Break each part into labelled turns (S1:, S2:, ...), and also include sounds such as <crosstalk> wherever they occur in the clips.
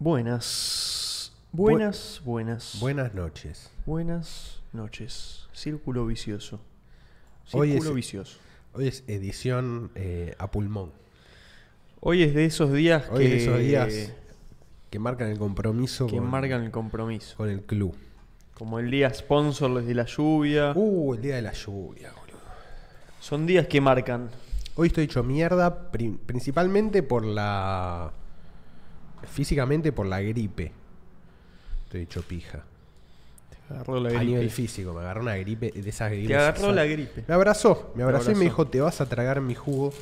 S1: Buenas. Buenas, buenas.
S2: Buenas noches.
S1: Buenas noches. Círculo vicioso.
S2: Hoy
S1: Círculo
S2: es-
S1: vicioso.
S2: Hoy es edición eh, a pulmón.
S1: Hoy es de esos días
S2: Hoy
S1: que,
S2: es esos días que marcan el compromiso
S1: que
S2: con,
S1: marcan el compromiso.
S2: con el club.
S1: Como el día sponsor desde la lluvia.
S2: Uh, el día de la lluvia, boludo.
S1: Son días que marcan.
S2: Hoy estoy hecho mierda pri- principalmente por la... Físicamente por la gripe. Estoy hecho pija.
S1: Agarró la
S2: A nivel
S1: gripe.
S2: físico, me agarró una gripe de esas gripes.
S1: Te agarró
S2: esas-
S1: la gripe.
S2: Me abrazó, me abrazó y
S1: abrazó.
S2: me dijo, te vas a tragar mi jugo.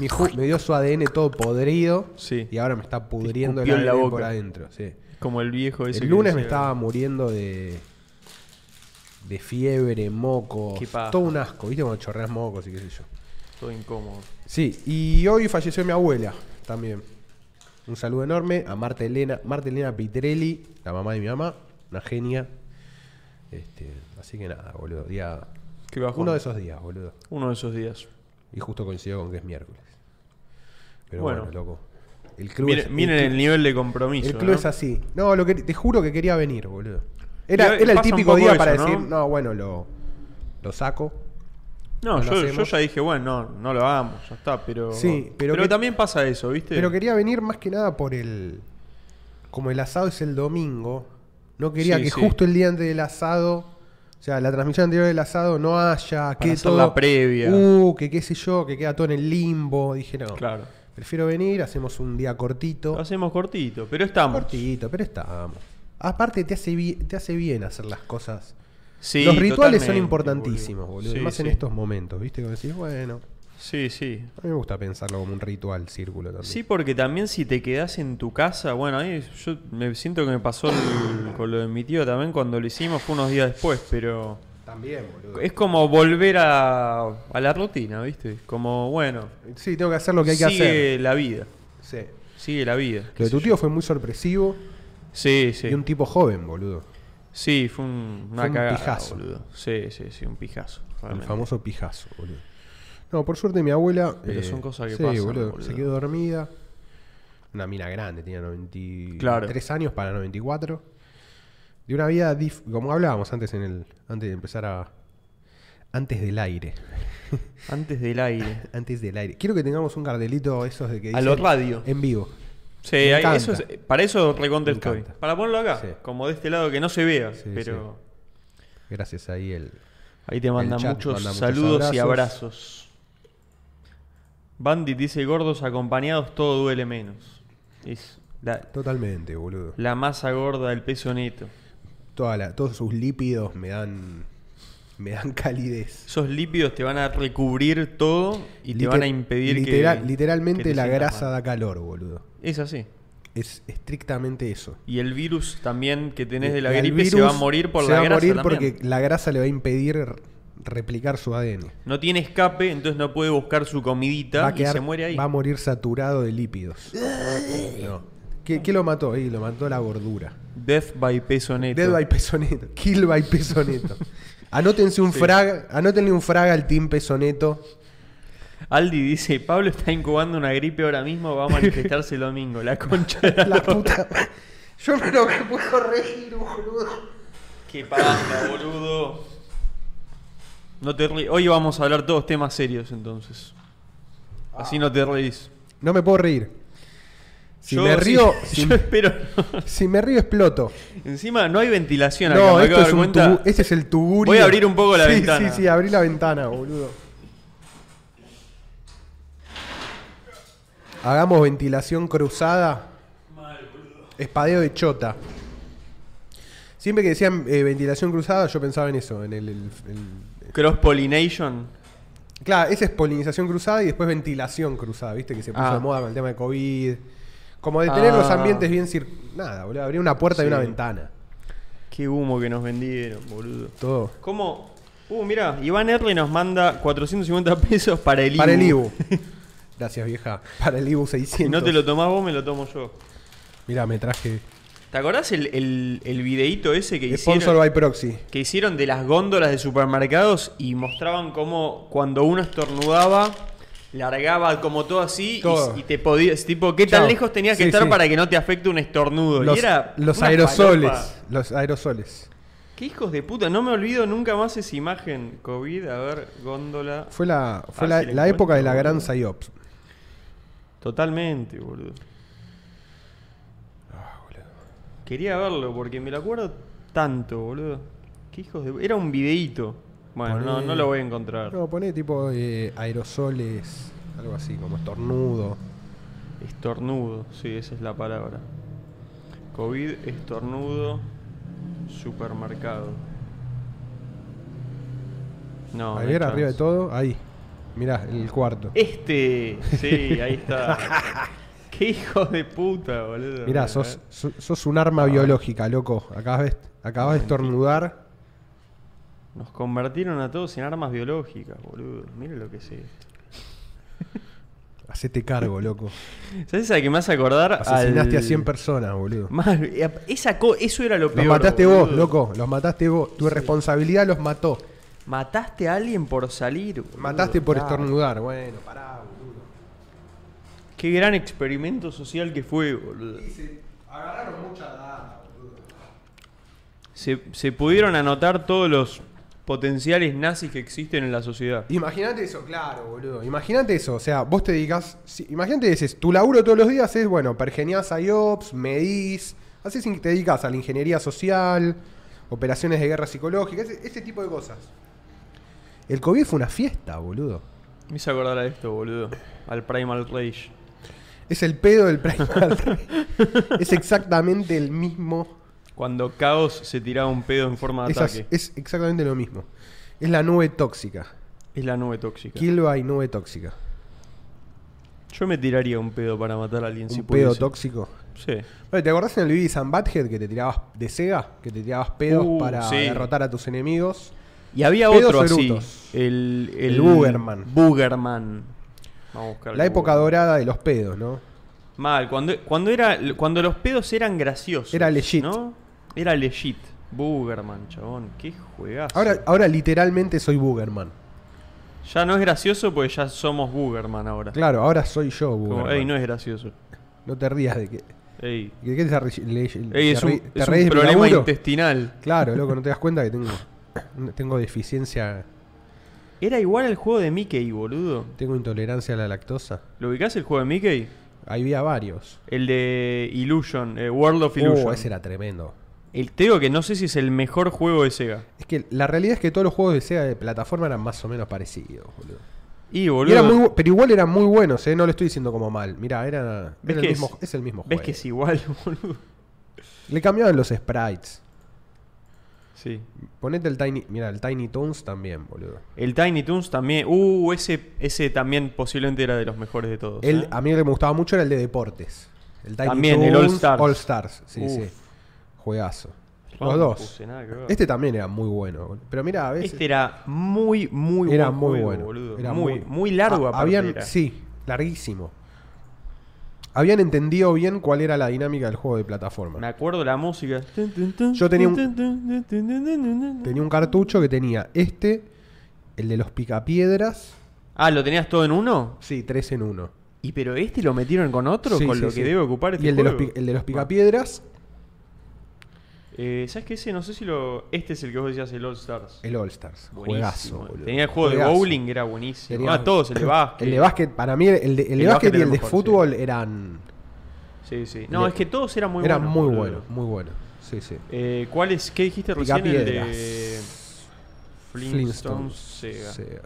S2: Mi ju- me dio su ADN todo podrido.
S1: Sí.
S2: Y ahora me está pudriendo el
S1: escupió en
S2: ADN
S1: la boca.
S2: por adentro. sí.
S1: Como el viejo ese.
S2: El
S1: que
S2: lunes me
S1: decía-
S2: estaba muriendo de. de fiebre, moco.
S1: Qué paja.
S2: Todo un asco, viste cuando chorreas mocos y qué sé yo.
S1: Todo incómodo.
S2: Sí, y hoy falleció mi abuela también. Un saludo enorme a Marta Elena, Marta Elena Pitrelli, la mamá de mi mamá, una genia. Este, así que nada, boludo. Día,
S1: Qué bajón.
S2: uno de esos días, boludo.
S1: Uno de esos días.
S2: Y justo coincidió con que es miércoles. Pero
S1: Bueno.
S2: bueno, loco. El club
S1: miren
S2: es,
S1: miren
S2: el,
S1: el
S2: club-
S1: nivel de compromiso.
S2: el club
S1: ¿no?
S2: es así. No, lo que, te juro que quería venir, boludo. Era,
S1: Y
S2: era el
S1: pasa un
S2: típico
S1: poco
S2: día
S1: eso,
S2: para
S1: ¿no?
S2: decir, no, bueno, lo, lo saco.
S1: No,
S2: No lo
S1: yo, yo
S2: hacemos.
S1: ya dije, bueno, no, no lo hagamos, ya está, pero.
S2: Sí, pero
S1: pero
S2: que-
S1: también pasa eso, ¿viste?
S2: Pero quería venir más que nada por el. Como el asado es el domingo, no quería
S1: Sí,
S2: que
S1: sí.
S2: justo el día antes del asado. O sea, la transmisión anterior del asado no haya, que
S1: hacer
S2: todo.
S1: la previa.
S2: Uh, que qué sé yo, que queda todo en el limbo. Dije, no.
S1: Claro.
S2: Prefiero venir, hacemos un día cortito.
S1: Lo hacemos cortito, pero estamos.
S2: Cortito, pero estamos. Aparte te hace, bi- te hace bien hacer las cosas.
S1: Sí,
S2: Los rituales son
S1: totalmente,
S2: importantísimos, boludo.
S1: Sí,
S2: más en
S1: sí.
S2: estos momentos, ¿viste? Como decís, bueno,
S1: Sí, sí.
S2: a mí me gusta pensarlo como un ritual, círculo también.
S1: Sí, porque también si te quedás en tu casa, bueno, ahí yo me siento que me pasó el- con lo de mi tío también cuando lo hicimos, fue unos días después, pero.
S2: También, boludo.
S1: Es como volver a, a la rutina, ¿viste? Como, bueno,
S2: Sí, tengo que hacer lo que hay que
S1: sigue
S2: hacer.
S1: la vida,
S2: Sí.
S1: sigue la vida.
S2: Lo de tu tío fue muy sorpresivo
S1: Sí, sí.
S2: y un tipo joven, boludo.
S1: Sí, fue un, una
S2: Fue un
S1: cagada,
S2: pijazo.
S1: boludo. Sí, sí, sí, un pijazo.
S2: El
S1: realmente.
S2: famoso pijazo, boludo. No, por suerte mi abuela. eh,
S1: Pero son cosas que
S2: sí,
S1: pasan,
S2: boludo,
S1: boludo.
S2: Se quedó dormida. Una mina grande, tenía 93
S1: Claro.
S2: años para 94. De una vida, dif- como hablábamos antes en el antes de empezar a. Antes del aire. <laughs>
S1: Antes del aire.
S2: Antes del aire. Quiero que tengamos un cartelito esos de que
S1: A lo radio.
S2: En vivo.
S1: Sí,
S2: Me
S1: hay-
S2: encanta.
S1: eso es- para eso recontra
S2: Me
S1: estoy.
S2: encanta.
S1: Para ponerlo acá,
S2: Sí.
S1: como de este lado que no se vea,
S2: Sí,
S1: pero
S2: Gracias ahí el.
S1: ahí te mandan
S2: chat
S1: muchos
S2: manda muchos
S1: saludos y
S2: abrazos.
S1: abrazos. Bandit dice, gordos acompañados todo duele menos. Es la,
S2: Totalmente, boludo.
S1: la masa gorda, el peso neto.
S2: Toda la- todos sus lípidos me dan. Me dan calidez.
S1: Esos lípidos te van a recubrir todo y te
S2: Liter-
S1: van a impedir que-
S2: litera-
S1: que...
S2: Literalmente
S1: te
S2: la
S1: sientas
S2: grasa
S1: mal.
S2: da calor, boludo.
S1: Es así.
S2: Es estrictamente eso.
S1: Y el virus también que tenés de la
S2: Al
S1: gripe se
S2: Eh, virus
S1: va a morir por
S2: se
S1: la
S2: va a
S1: grasa
S2: morir
S1: también.
S2: porque la grasa le va a impedir r- replicar su ADN.
S1: No tiene escape, entonces no puede buscar su comidita
S2: Va a,
S1: y
S2: quedar-
S1: se muere ahí.
S2: va a morir saturado de lípidos. No. ¿Qué, qué lo mató? ahí? lo mató la gordura.
S1: Death by peso neto.
S2: Dead by pesoneto. Kill by
S1: <laughs>
S2: pesoneto. Anótense un frag, anótenle un frag al team pesoneto.
S1: Aldi dice, Pablo está incubando una gripe ahora mismo, va a manifestarse el domingo. La concha de la
S2: La puta. Yo no lo puedo reír, boludo.
S1: Qué panda, boludo. No te ri- Hoy vamos a hablar todos temas serios entonces. Así no te reís.
S2: No me puedo reír. Si
S1: Yo- <laughs>
S2: me río,
S1: si-
S2: si,
S1: yo espero.
S2: si me río exploto.
S1: Encima no hay ventilación acá,
S2: No,
S1: me acabo
S2: esto
S1: de
S2: es
S1: dar
S2: un
S1: cuenta.
S2: tubu- este es el tugurio.
S1: Voy a abrir un poco la
S2: Sí,
S1: ventana.
S2: Sí, sí, abrí la ventana, boludo. Hagamos ventilación cruzada. Espadeo de chota. Siempre que decían eh, ventilación cruzada, yo pensaba en eso. En el, el- el-
S1: Cross pollination.
S2: Claro, esa es polinización cruzada y después ventilación cruzada, ¿viste? Que se puso
S1: Ah.
S2: de moda con el tema de COVID. Como de tener los
S1: Ah.
S2: ambientes bien cir... Nada, boludo. Abrir una puerta y
S1: Sí.
S2: una ventana.
S1: Qué humo que nos vendieron, boludo.
S2: Todo.
S1: ¿Cómo? Uh, mira, Iván R nos manda 450 pesos para el IBU.
S2: Para el IBU. <laughs> Gracias, vieja. Para el IBU
S1: Si
S2: 600.
S1: no te lo tomás vos, me lo tomo yo.
S2: Mira, me traje.
S1: ¿Te acordás el, el, el videíto ese que
S2: Sponsor
S1: hicieron,
S2: by proxy.
S1: que hicieron de las góndolas de supermercados y mostraban cómo cuando uno estornudaba Largaba como todo así y-
S2: Todo.
S1: Y, te podías, tipo, ¿qué tan
S2: Chao.
S1: lejos tenías que
S2: Sí,
S1: estar
S2: sí.
S1: para que no te afecte un estornudo? Y
S2: Los,
S1: era
S2: los
S1: una
S2: aerosoles.
S1: falopa.
S2: Los aerosoles.
S1: Qué hijos de puta, no me olvido nunca más esa imagen. COVID, a ver, góndola.
S2: Fue la, fue
S1: Ah,
S2: la,
S1: sí,
S2: la
S1: le
S2: época de
S1: encuentro,
S2: la gran
S1: boludo.
S2: PsyOps.
S1: Totalmente, boludo. Quería verlo porque me lo acuerdo tanto, boludo. Qué hijos de. Era un videíto. Bueno, no,
S2: Poné-
S1: no lo voy a encontrar.
S2: No, pone tipo eh, aerosoles, algo así, como estornudo.
S1: Estornudo, sí, esa es la palabra. COVID, estornudo, supermercado. No. no hay
S2: Javier
S1: chance.
S2: arriba de todo, ahí. Mirá, el cuarto.
S1: Este, sí, ahí
S2: <laughs>
S1: está. Qué hijo de puta, boludo.
S2: Mirá, sos, so- sos un arma biológica, loco. Acabas de, acabas de estornudar.
S1: Nos convirtieron a todos en armas biológicas, boludo. Mira lo que es esto.
S2: Hacete cargo, loco.
S1: ¿Sabes a qué me hace acordar?
S2: Asesinaste
S1: Al-
S2: a 100 personas, boludo.
S1: Mal, esa co- eso era lo
S2: Los
S1: peor.
S2: mataste
S1: boludo.
S2: vos, loco. Los mataste vos. Tu responsabilidad los mató.
S1: Mataste a alguien por salir. boludo.
S2: Mataste por
S1: Ah,
S2: estornudar. Bueno, pará, boludo.
S1: Qué gran experimento social que fue, boludo.
S2: Agarraron mucha data, boludo.
S1: Se, se pudieron anotar todos los potenciales nazis que existen en la sociedad.
S2: Imagínate eso, claro, boludo. Imagínate eso, o sea, vos te dedicas. si- Imagínate, dices, tu laburo todos los días es, bueno, pergeñás IOPS, medís, haces, te dedicas a la ingeniería social, operaciones de guerra psicológica, ese, ese tipo de cosas. El COVID fue una fiesta, boludo.
S1: Me hizo acordar a esto, boludo. Al Primal Rage.
S2: Es el pedo del Primal Rage. Es exactamente el mismo.
S1: Cuando Caos se tiraba un pedo en forma de
S2: Es, as-
S1: Ah, ataque. Es,
S2: es exactamente lo mismo. Es la nube tóxica.
S1: la nube tóxica.
S2: Kilva y nube tóxica.
S1: Yo me tiraría un pedo para matar a alguien si
S2: Un pedo
S1: pudiese.
S2: tóxico.
S1: Sí.
S2: Bueno, ¿Te acordás en el Beavis and Butthead que te tirabas de Sega? Que te tirabas pedos
S1: Uh,
S2: para
S1: sí.
S2: derrotar a tus enemigos.
S1: Y había
S2: Pedos
S1: otro así.
S2: erutos.
S1: El, el,
S2: El Boogerman.
S1: Boogerman. Vamos a buscar
S2: La
S1: el
S2: época
S1: Boogerman.
S2: dorada de los pedos, ¿no?
S1: Mal, cuando, cuando, era, cuando los pedos eran graciosos.
S2: Era legit.
S1: ¿no? Era legit. Boogerman, chabón. Qué juegazo.
S2: Ahora, ahora literalmente soy Boogerman.
S1: Ya no es gracioso porque ya somos Boogerman ahora.
S2: Claro, ahora soy yo
S1: Como,
S2: Boogerman.
S1: ey, no
S2: no,
S1: es gracioso.
S2: te rías de que.
S1: Ey,
S2: ¿De qué te, arri- le-
S1: Ey,
S2: te
S1: es un,
S2: arri- te
S1: es un
S2: reís de mi
S1: problema
S2: laburo?
S1: intestinal.
S2: Claro, loco, no te das cuenta que tengo. Tengo deficiencia.
S1: Era igual al juego de Mickey, boludo.
S2: Tengo intolerancia a la lactosa.
S1: ¿Lo ubicás el juego de Mickey?
S2: Ahí había varios.
S1: El de Illusion, eh, World of Illusion.
S2: Uh, ese era tremendo.
S1: El Teo que no sé si es el mejor juego de Sega.
S2: Es que la realidad es que todos los juegos de Sega de plataforma eran más o menos parecidos, boludo.
S1: Y
S2: Y
S1: boludo.
S2: eran muy bu- pero igual eran muy buenos, ¿eh? no lo estoy diciendo como mal. Mirá, era,
S1: ¿Ves
S2: era
S1: que
S2: el mismo,
S1: es-
S2: es, el mismo juego.
S1: Ves que es igual, <laughs> boludo.
S2: Le cambiaban los sprites.
S1: Sí.
S2: Ponete el Tiny. Mira, el Tiny Toons también, boludo.
S1: El Tiny Toons también. Uh, ese, ese también posiblemente era de los mejores de todos.
S2: El,
S1: ¿eh?
S2: a mí el que me gustaba mucho era el de deportes. El Tiny
S1: También, el All Stars.
S2: All Stars, sí,
S1: Uf.
S2: sí. Juegazo.
S1: No,
S2: Los
S1: no
S2: dos.
S1: puse nada que ver.
S2: Este también era muy bueno. boludo. Pero mira, a veces.
S1: Este era muy, muy
S2: era
S1: buen
S2: muy
S1: juego,
S2: bueno.
S1: boludo.
S2: Era
S1: muy, muy largo,
S2: Ah,
S1: aparte
S2: habían,
S1: era.
S2: Sí, larguísimo. Habían entendido bien cuál era la dinámica del juego de plataforma.
S1: Me acuerdo la música.
S2: Yo tenía un-
S1: un.
S2: Tenía un cartucho que tenía este, el de los picapiedras.
S1: Ah, ¿lo tenías todo en uno?
S2: Sí, tres en uno.
S1: ¿Y pero este lo metieron con otro?
S2: Sí,
S1: con
S2: sí,
S1: lo
S2: sí.
S1: que debe ocupar este
S2: Y el de, los,
S1: juego?
S2: pi- el de los picapiedras,
S1: Eh, ¿Sabes qué? Ese no sé si lo. Este es el que vos decías, el All Stars.
S2: el All Stars.
S1: Buenísimo.
S2: Juegazo, boludo.
S1: Tenía el juego de
S2: Juegazo.
S1: bowling, era buenísimo.
S2: Tenía-
S1: Ah, todos,
S2: <coughs>
S1: el de básquet.
S2: El de básquet, para mí, el de, el de
S1: El de
S2: básquet
S1: básquet
S2: y el de
S1: era mejor,
S2: fútbol eran,
S1: Sí, sí. No,
S2: Le-
S1: es que todos eran muy
S2: eran
S1: buenos.
S2: muy
S1: boludo.
S2: buenos, muy buenos. Sí, sí.
S1: Eh, ¿Cuál es? ¿Qué dijiste recién? El
S2: Picapiedras.
S1: de. Flintstones Sega.
S2: Sega.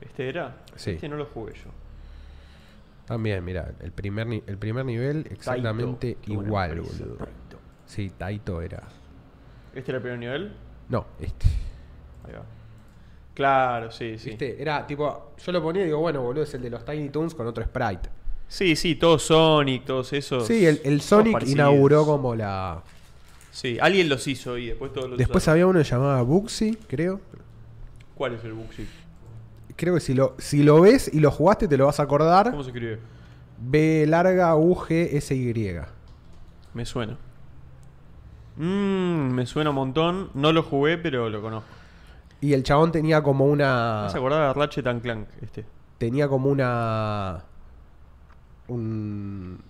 S1: ¿Este era?
S2: Sí.
S1: Este no lo jugué yo.
S2: También, mira, el primer, ni- el primer nivel exactamente
S1: Taito. Qué buena
S2: igual,
S1: empresa,
S2: boludo.
S1: Taito.
S2: Sí, Taito era.
S1: ¿Este era el primer nivel?
S2: No, este.
S1: Ahí va. Claro, sí, sí.
S2: Este, era tipo, yo lo ponía y digo, bueno, boludo, es el de los Tiny Toons con otro sprite.
S1: Sí, sí, todos Sonic, todos esos.
S2: Sí, el, el
S1: todos
S2: Sonic
S1: parecidos.
S2: inauguró como la.
S1: Sí, alguien los hizo y después todos los
S2: Después
S1: usaron.
S2: había uno que llamaba Buxi, creo.
S1: ¿Cuál es el Buxi?
S2: Creo que si lo, si lo ves y lo jugaste te lo vas a acordar.
S1: ¿Cómo se escribe?
S2: B larga U G S Y.
S1: Me suena. Mmm, me suena un montón. No lo jugué, pero lo conozco.
S2: Y el chabón tenía como
S1: ¿Me
S2: una.
S1: vas a acordar de Ratchet and Clank, este?
S2: tenía como una. Un.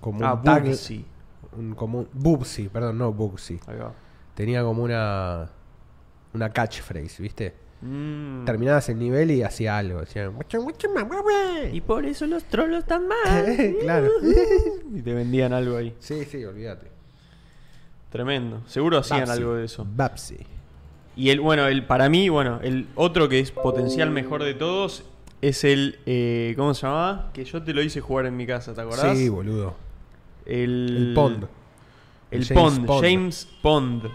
S2: Como
S1: Ah,
S2: un tag-
S1: Bugsy.
S2: un- como un- Bubsy, perdón, no Bugsy.
S1: Ahí va.
S2: Tenía como una. Una catchphrase, ¿viste?
S1: Mm.
S2: Terminabas el nivel y hacía algo. Decían, "Guacha, guacha, mamá, güey".
S1: Y por eso los trolos están <laughs> mal.
S2: claro.
S1: y te vendían algo ahí.
S2: sí, sí, olvídate.
S1: Tremendo. Seguro hacían
S2: Babsy.
S1: algo de eso.
S2: Babsy.
S1: Y el, bueno, el para mí, bueno, el otro que es potencial mejor de todos es el. eh, ¿Cómo se llamaba? Que yo te lo hice jugar en mi casa, ¿te acordás?
S2: Sí, boludo.
S1: el,
S2: El Pond.
S1: El
S2: James
S1: Pond,
S2: Pond.
S1: James Pond.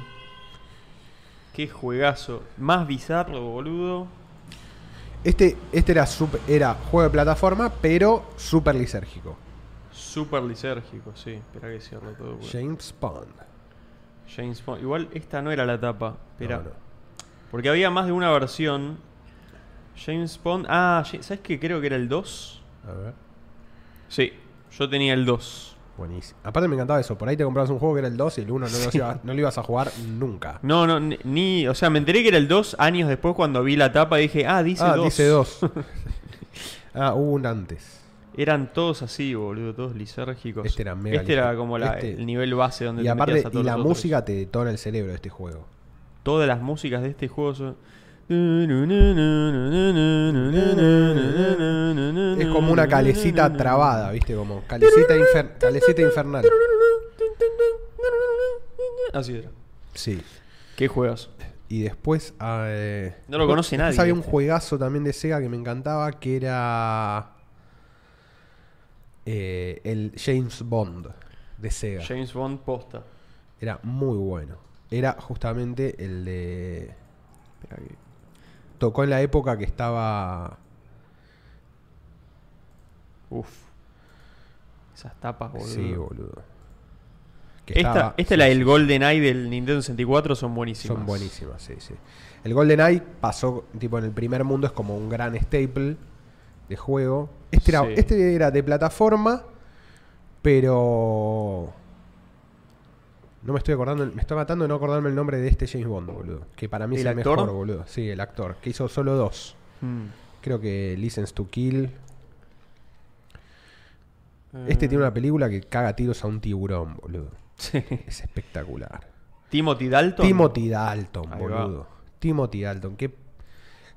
S1: Qué juegazo. Más bizarro, boludo.
S2: Este, este era, sup- era juego de plataforma, pero súper lisérgico.
S1: Súper lisérgico, sí. Espera que cierro todo. porque-
S2: James Bond.
S1: James Pond. Igual esta no era la tapa. Espera.
S2: No, no.
S1: Porque había más de una versión. James Bond. Ah, Ja- ¿sabes qué? Creo que era el 2.
S2: A ver.
S1: Sí, yo tenía el 2.
S2: Buenísimo. Aparte me encantaba eso. Por ahí te comprabas un juego que era el 2 y el 1 no, lo iba- no lo ibas a jugar nunca.
S1: No, no, ni- ni. O sea, me enteré que era el 2 años después cuando vi la tapa y dije, ah, dice
S2: ah,
S1: 2.
S2: dice
S1: <laughs>
S2: 2. ah, hubo un antes.
S1: Eran todos así, boludo, todos lisérgicos.
S2: Este era mega
S1: Este era
S2: lisérgico.
S1: como la-
S2: Este-
S1: el nivel base donde
S2: Y
S1: te
S2: aparte,
S1: metías a
S2: y
S1: todos
S2: la
S1: los otros.
S2: música te detona el cerebro de este juego.
S1: Todas las músicas de este juego son. Es
S2: Es como una calecita trabada, ¿viste? Como calecita, infer- calecita infernal.
S1: Así era.
S2: Sí.
S1: ¿Qué juegas?
S2: Y después. eh,
S1: No lo conoce
S2: después
S1: nadie,
S2: Había un
S1: este.
S2: juegazo también de Sega que me encantaba que era. eh, el James Bond de Sega.
S1: James Bond posta.
S2: Era muy bueno. Era justamente el de. Tocó en la época que
S1: Ah,
S2: estaba.
S1: Uf. Esas tapas, boludo.
S2: Sí, boludo. Que
S1: Esta,
S2: estaba-
S1: esta y la del GoldenEye del Nintendo 64 son buenísimas.
S2: Son buenísimas, sí, sí. El GoldenEye pasó, tipo, en el primer mundo es como un gran staple de juego. Este era,
S1: Sí.
S2: este era de plataforma, pero... No me estoy acordando, me está matando no acordarme el nombre de este James Bond, boludo. Que para mí es
S1: ¿El
S2: el
S1: actor?
S2: mejor, boludo. Sí, el actor, que hizo solo dos.
S1: Mm.
S2: Creo que License to Kill.
S1: Mm.
S2: Este tiene una película que caga tiros a un tiburón, boludo.
S1: Eh, Sí. <laughs>
S2: Es espectacular.
S1: Timothy Dalton.
S2: Timothy Dalton,
S1: Ahí va.
S2: boludo. Timothy Dalton, qué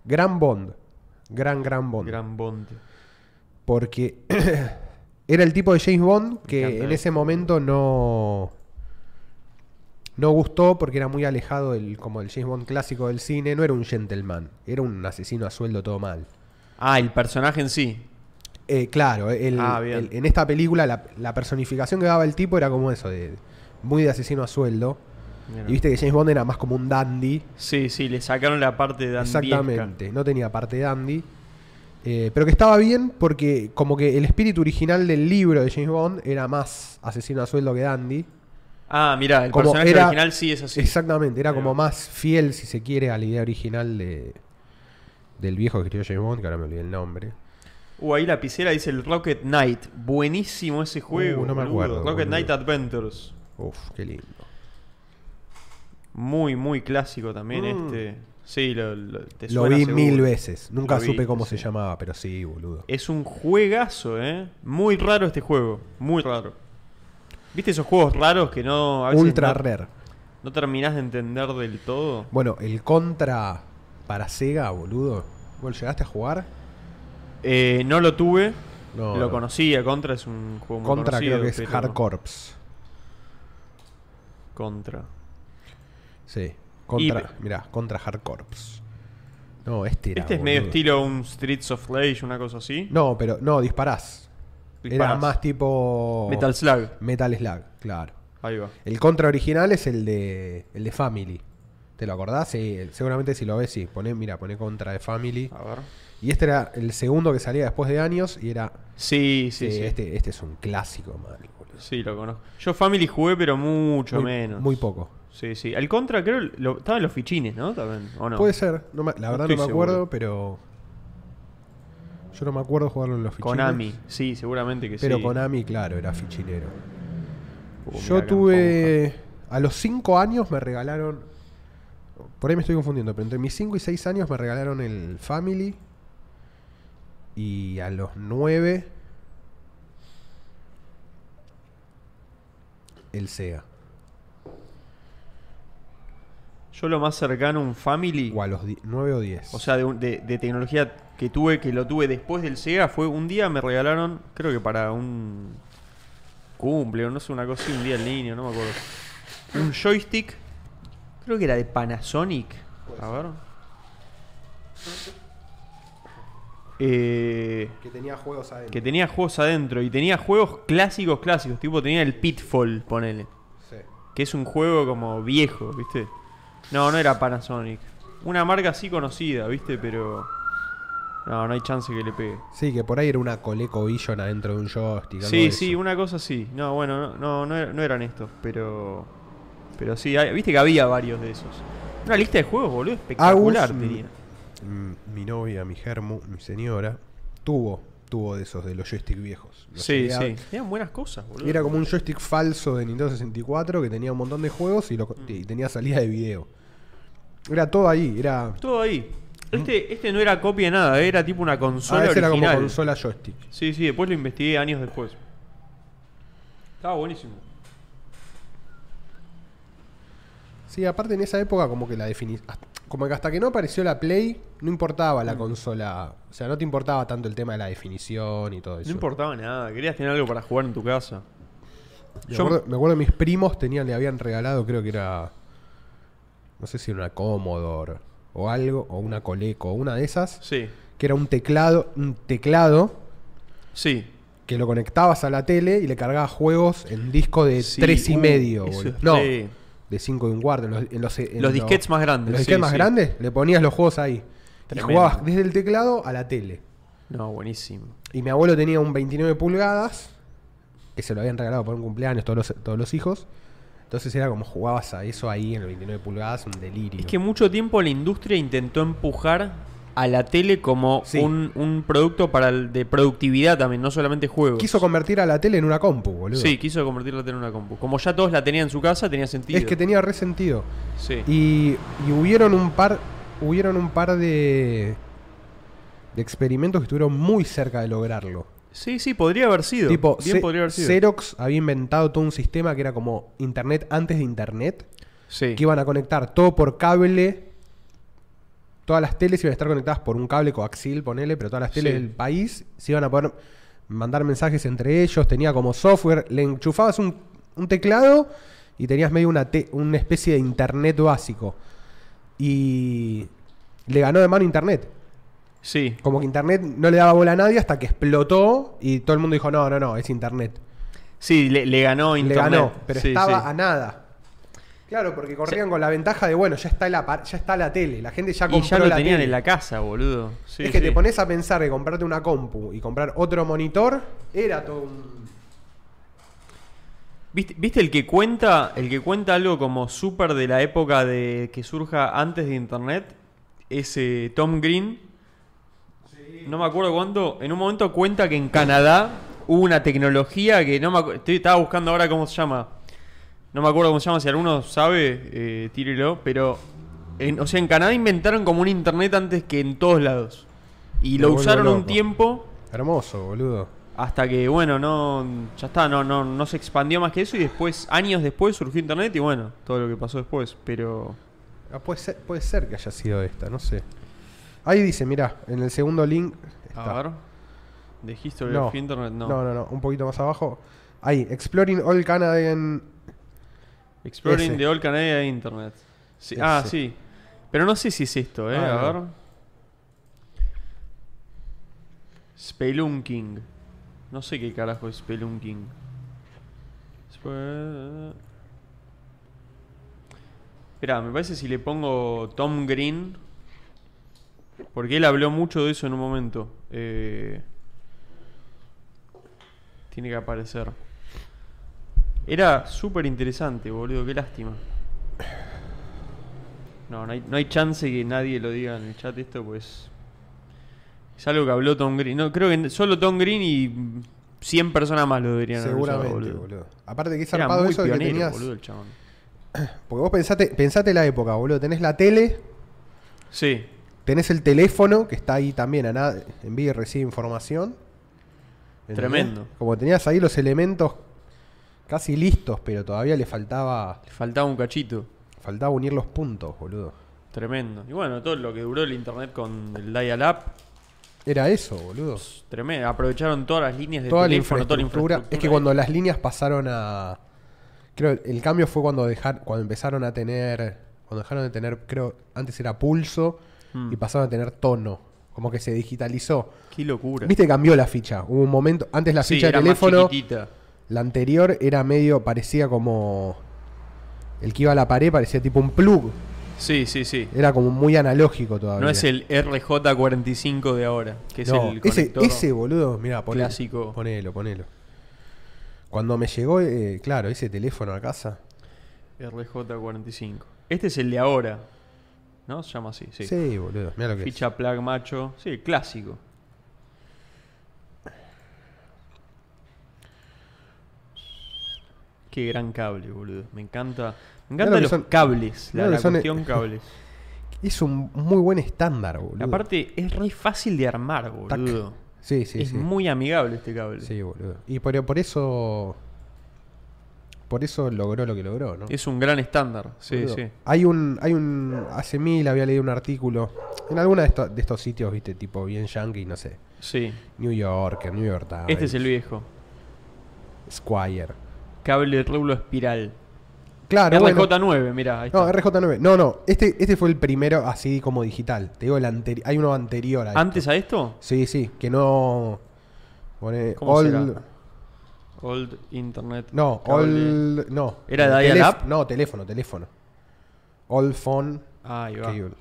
S2: gran Bond. Gran, gran Bond.
S1: Gran Bond.
S2: Porque <clears throat> era el tipo de James Bond
S1: Me
S2: que
S1: encanta
S2: en
S1: eso,
S2: ese momento no. No gustó porque era muy alejado del, como el James Bond clásico del cine. No era un gentleman, era un asesino a sueldo todo mal.
S1: Ah, el personaje en sí.
S2: Eh, claro, el-
S1: Ah, bien.
S2: el- en esta película la, la personificación que daba el tipo era como eso, de, muy de asesino a sueldo.
S1: Mira.
S2: Y viste que James Bond era más como un dandy.
S1: Sí, sí, le sacaron la parte de
S2: Exactamente, no tenía parte de Andy. Eh, pero que estaba bien porque como que el espíritu original del libro de James Bond era más asesino a sueldo que Dandy.
S1: Ah, mira, el
S2: Como
S1: personaje
S2: era-
S1: original sí es así.
S2: Exactamente, era
S1: Ahí
S2: como
S1: va.
S2: más fiel, si se quiere, a la idea original de, del viejo que escribió James Bond, que ahora me olvidé el nombre.
S1: Uh, ahí la piscera dice el Rocket Knight. Buenísimo ese juego.
S2: Uh, no me
S1: boludo.
S2: acuerdo,
S1: Rocket
S2: boludo.
S1: Knight Adventures.
S2: Uf, qué lindo.
S1: Muy, muy clásico también
S2: Mm.
S1: este. Sí, lo, lo- te
S2: Lo
S1: suena
S2: vi
S1: seguro.
S2: mil veces, nunca
S1: Lo vi,
S2: supe cómo
S1: sí.
S2: se llamaba, pero sí, boludo.
S1: Es un juegazo, ¿eh? Muy raro este juego. Muy raro. ¿Viste esos juegos raros que no. a veces
S2: Ultra
S1: no,
S2: rare.
S1: No terminás de entender del todo.
S2: Bueno, el contra para Sega, boludo. ¿Vos llegaste a jugar?
S1: Eh, no lo tuve.
S2: No,
S1: lo
S2: no.
S1: conocía. Contra es un juego muy
S2: Contra creo
S1: conocido,
S2: que es
S1: pero-
S2: Hard Corps.
S1: Contra.
S2: Sí.
S1: Y
S2: Contra,
S1: pe-
S2: mirá, contra Hard Corps. No, este era,
S1: este es medio
S2: boludo.
S1: estilo un Streets of Rage, una cosa así.
S2: No, pero no, disparás. Era
S1: Disparás.
S2: más tipo.
S1: Metal Slug.
S2: Metal Slug, claro.
S1: Ahí va.
S2: El contra original es el de. El de Family. ¿Te lo acordás? Sí, el- seguramente si lo ves, sí. Poné, mira, poné contra de Family.
S1: A ver.
S2: Y este era el segundo que salía después de años y era.
S1: Sí, sí,
S2: eh,
S1: sí.
S2: Este, este es un clásico, man. boludo.
S1: Sí, lo conozco. Yo Family jugué, pero mucho
S2: muy,
S1: menos.
S2: Muy poco.
S1: Sí, sí. El Contra, creo, lo, estaba en los fichines, ¿no? También, ¿o no?
S2: Puede ser, no me- la
S1: No
S2: verdad
S1: estoy
S2: no me acuerdo,
S1: seguro.
S2: pero. Yo no me acuerdo jugarlo en los fichines.
S1: Konami, sí, seguramente que
S2: Pero
S1: sí.
S2: Konami, claro, era fichilero.
S1: Uh, mirá
S2: Yo
S1: que
S2: tuve. A los 5 años me regalaron. Por ahí me estoy confundiendo, pero entre mis 5 y 6 años me regalaron el Family. Y a los 9. El SEA.
S1: Yo lo más cercano a un Family,
S2: O a los 9 o 10.
S1: o sea, de, un- de- de tecnología que tuve, que lo tuve después del Sega, fue un día me regalaron, creo que para un cumple o no sé, una cosa así, un día en línea, no me acuerdo. Un joystick, creo que era de Panasonic. A ver. Eh,
S2: que tenía juegos adentro.
S1: que tenía juegos adentro y tenía juegos clásicos, clásicos, tipo tenía el Pitfall, ponele.
S2: Sí.
S1: que es un juego como viejo, ¿viste? No, no era Panasonic. Una marca así conocida, ¿viste? Pero. No, no hay chance que le pegue.
S2: Sí, que por ahí era una Coleco Vision adentro de un joystick. algo
S1: Sí,
S2: de
S1: sí,
S2: eso.
S1: una cosa así. No, bueno, no, no, no, er- no eran estos, pero. Pero sí, hay- viste que había varios de esos. Una lista de juegos, boludo, espectacular
S2: Agus, mm,
S1: tenía.
S2: mi, mi novia, mi germo, mi señora, tuvo, tuvo de esos, de los joystick viejos. Los
S1: Sí, sí.
S2: tenía-
S1: Eran buenas cosas, boludo.
S2: y Era como un joystick falso de Nintendo 64 que tenía un montón de juegos y, lo- y tenía salida de video. Era todo ahí, era... ah,
S1: Todo ahí. Este, este no era copia de nada, era tipo una
S2: Mm. Ah,
S1: consola
S2: ese era
S1: original.
S2: como consola joystick.
S1: Sí, sí, después lo investigué años después. Estaba buenísimo.
S2: Sí, aparte en esa época como que la definición... Como que hasta que no apareció la Play, no importaba
S1: Mm.
S2: la consola. O sea, no te importaba tanto el tema de la definición y todo eso.
S1: No importaba nada, querías tener algo para jugar en tu casa.
S2: Me
S1: Yo-
S2: acuerdo, me acuerdo mis primos tenían, le habían regalado, creo que era. No sé si era una Commodore o algo, o una Coleco, una de esas,
S1: Sí,
S2: que era un teclado, un teclado
S1: sí.
S2: que lo conectabas a la tele y le cargabas juegos en disco de
S1: Sí,
S2: Eh, tres y
S1: uh,
S2: medio,
S1: eso
S2: boludo.
S1: es
S2: No,
S1: re-
S2: de 5 y un cuarto. En los, en los, en
S1: Los disquetes más grandes,
S2: Los
S1: sí,
S2: disquetes más
S1: sí.
S2: grandes, le ponías los juegos ahí.
S1: Tremendo.
S2: Y jugabas desde el teclado a la tele.
S1: No, buenísimo.
S2: Y mi abuelo tenía un 29 pulgadas, que se lo habían regalado por un cumpleaños todos los, todos los hijos. Entonces era como jugabas a eso ahí en el 29 pulgadas, un delirio.
S1: Es que mucho tiempo la industria intentó empujar a la tele como
S2: Sí.
S1: un, un producto para el de productividad también, no solamente juegos.
S2: Quiso convertir a la tele en una compu, boludo.
S1: Sí, quiso convertirla en una compu. Como ya todos la tenían en su casa, tenía sentido.
S2: es que tenía resentido.
S1: Sí.
S2: Y, y hubieron un par, hubieron un par de, de experimentos que estuvieron muy cerca de lograrlo.
S1: sí, sí, podría haber sido.
S2: Tipo,
S1: Bien
S2: Ce-
S1: podría haber sido.
S2: Xerox había inventado todo un sistema que era como internet antes de internet.
S1: Sí.
S2: que iban a conectar todo por cable. Todas las teles iban a estar conectadas por un cable coaxil, ponele, pero todas las teles
S1: Sí.
S2: del país se iban a poder mandar mensajes entre ellos. Tenía como software, le enchufabas un, un teclado y tenías medio una, te- una especie de internet básico. Y le ganó de mano internet.
S1: Sí.
S2: Como que internet no le daba bola a nadie hasta que explotó y todo el mundo dijo: No, no, no, es internet.
S1: Sí, le, le ganó Internet.
S2: Le ganó, pero
S1: Sí,
S2: estaba
S1: sí.
S2: a nada. Claro, porque corrían con la ventaja de, bueno, ya está la, par- ya está la tele, la gente ya
S1: Y
S2: compró
S1: ya lo
S2: la
S1: tenían
S2: tele.
S1: en la casa, boludo. Sí,
S2: es que te
S1: sí.
S2: pones a pensar que comprarte una compu y comprar otro monitor era todo un...
S1: ¿Viste, viste el que cuenta el que cuenta algo como súper de la época de que surja antes de internet? Ese Tom Green. No me acuerdo cuándo. En un momento cuenta que en Canadá hubo una tecnología que no me acu- estoy- Estaba buscando ahora cómo se llama. No me acuerdo cómo se llama. Si alguno sabe, eh, tírelo. Pero. en- o sea, en Canadá inventaron como un internet antes que en todos lados. Y
S2: Me
S1: lo
S2: vuelvo
S1: usaron un
S2: loco.
S1: tiempo.
S2: Hermoso, boludo.
S1: Hasta que, bueno, no. Ya está, no, no, no se expandió más que eso. Y después, años después, surgió internet y bueno, todo lo que pasó después. Pero.
S2: Ah, puede, ser, puede ser que haya sido esta, no sé. Ahí dice, mirá, en el segundo link...
S1: A
S2: Está.
S1: ver. ¿De History of Internet? No.
S2: no, no, no, un poquito más abajo. Ahí, Exploring All Canadian...
S1: Exploring
S2: Ese.
S1: the All Canadian Internet. Sí, ah,
S2: Ese.
S1: sí. Pero no sé si es esto, ¿eh?
S2: Ah,
S1: A
S2: no.
S1: ver. Spelunking. No sé qué carajo es Spelunking. Espera, me parece si le pongo Tom Green. Porque él habló mucho de eso en un momento. Eh, tiene que aparecer. Era súper interesante, boludo, qué lástima. No, no hay, no hay chance que nadie lo diga en el chat esto, pues. Es algo que habló Tom Green. No, creo que solo Tom Green y 100 personas más lo deberían haber usado,
S2: Seguramente, boludo. Aparte que es
S1: Era
S2: zarpado
S1: muy
S2: eso de que
S1: pionero,
S2: tenías...
S1: boludo, el chabón.
S2: Porque vos pensate, pensate la época, boludo. Tenés la tele,
S1: Sí,
S2: Tenés el teléfono, que está ahí también, a nada, envía y recibe información. ¿Entendés?
S1: Tremendo.
S2: Como tenías ahí los elementos casi listos, pero todavía le faltaba,
S1: Le faltaba un cachito.
S2: faltaba unir los puntos, boludo.
S1: Tremendo. Y bueno, todo lo que duró el internet con el dial-up,
S2: Era eso, boludo.
S1: tremendo. Aprovecharon todas las líneas de
S2: toda la
S1: teléfono, toda la
S2: infraestructura.
S1: infraestructura.
S2: Es que cuando las líneas pasaron a. Creo el cambio fue cuando dejar, cuando empezaron a tener. Cuando dejaron de tener, creo, antes era pulso
S1: Mm.
S2: y pasaron a tener tono. Como que se digitalizó.
S1: Qué locura.
S2: Viste, cambió la ficha. Hubo un momento. Antes la
S1: Sí,
S2: ficha
S1: era
S2: de
S1: más
S2: teléfono.
S1: chiquitita.
S2: La anterior era medio, parecía como. El que iba a la pared parecía tipo un plug.
S1: Sí, sí, sí.
S2: Era como muy analógico todavía.
S1: No es el RJ45 de ahora, que es
S2: No,
S1: el
S2: ese,
S1: conector.
S2: ese, boludo, mira, ponelo,
S1: clásico.
S2: ponelo, ponelo. Cuando me llegó, eh, claro, ese teléfono a casa.
S1: RJ45. Este es el de ahora. ¿No? Se llama así, sí.
S2: Sí, boludo, mira lo que
S1: Ficha plug macho. Sí, el clásico. Qué gran cable, boludo. Me encanta. Me
S2: Mirá
S1: encantan
S2: lo que
S1: los
S2: son-
S1: cables.
S2: mirá
S1: La,
S2: lo
S1: la
S2: que son- e-
S1: cuestión cables.
S2: <laughs> es. Es un muy buen estándar, boludo.
S1: Aparte, es re fácil de armar,
S2: Tac.
S1: boludo.
S2: sí, sí,
S1: es
S2: sí.
S1: muy amigable este cable.
S2: Sí, boludo. Y por, por eso. Por eso logró lo que logró, ¿no?
S1: Es un gran estándar. Sí,
S2: Boludo,
S1: sí.
S2: Hay un, hay un. Hace mil había leído un artículo. En alguna de, estos- de estos sitios, viste, tipo bien yankee, no sé.
S1: Sí.
S2: New Yorker, New York Times.
S1: Este es el viejo.
S2: Squire.
S1: Cable rulo espiral.
S2: Claro, Ah, bueno.
S1: RJ9, mira. Ahí
S2: No,
S1: está.
S2: RJ9. No, no. Este, este fue el primero así como digital. Te digo, el anteri- hay uno anterior a esto.
S1: ¿Antes a esto?
S2: Sí, sí. Que no. pone
S1: ¿Cómo
S2: all-
S1: será? Old Internet.
S2: No,
S1: cable.
S2: all. No.
S1: ¿Era
S2: Telef-
S1: dial-up?
S2: No, teléfono, teléfono. All phone
S1: Ahí va.
S2: cable.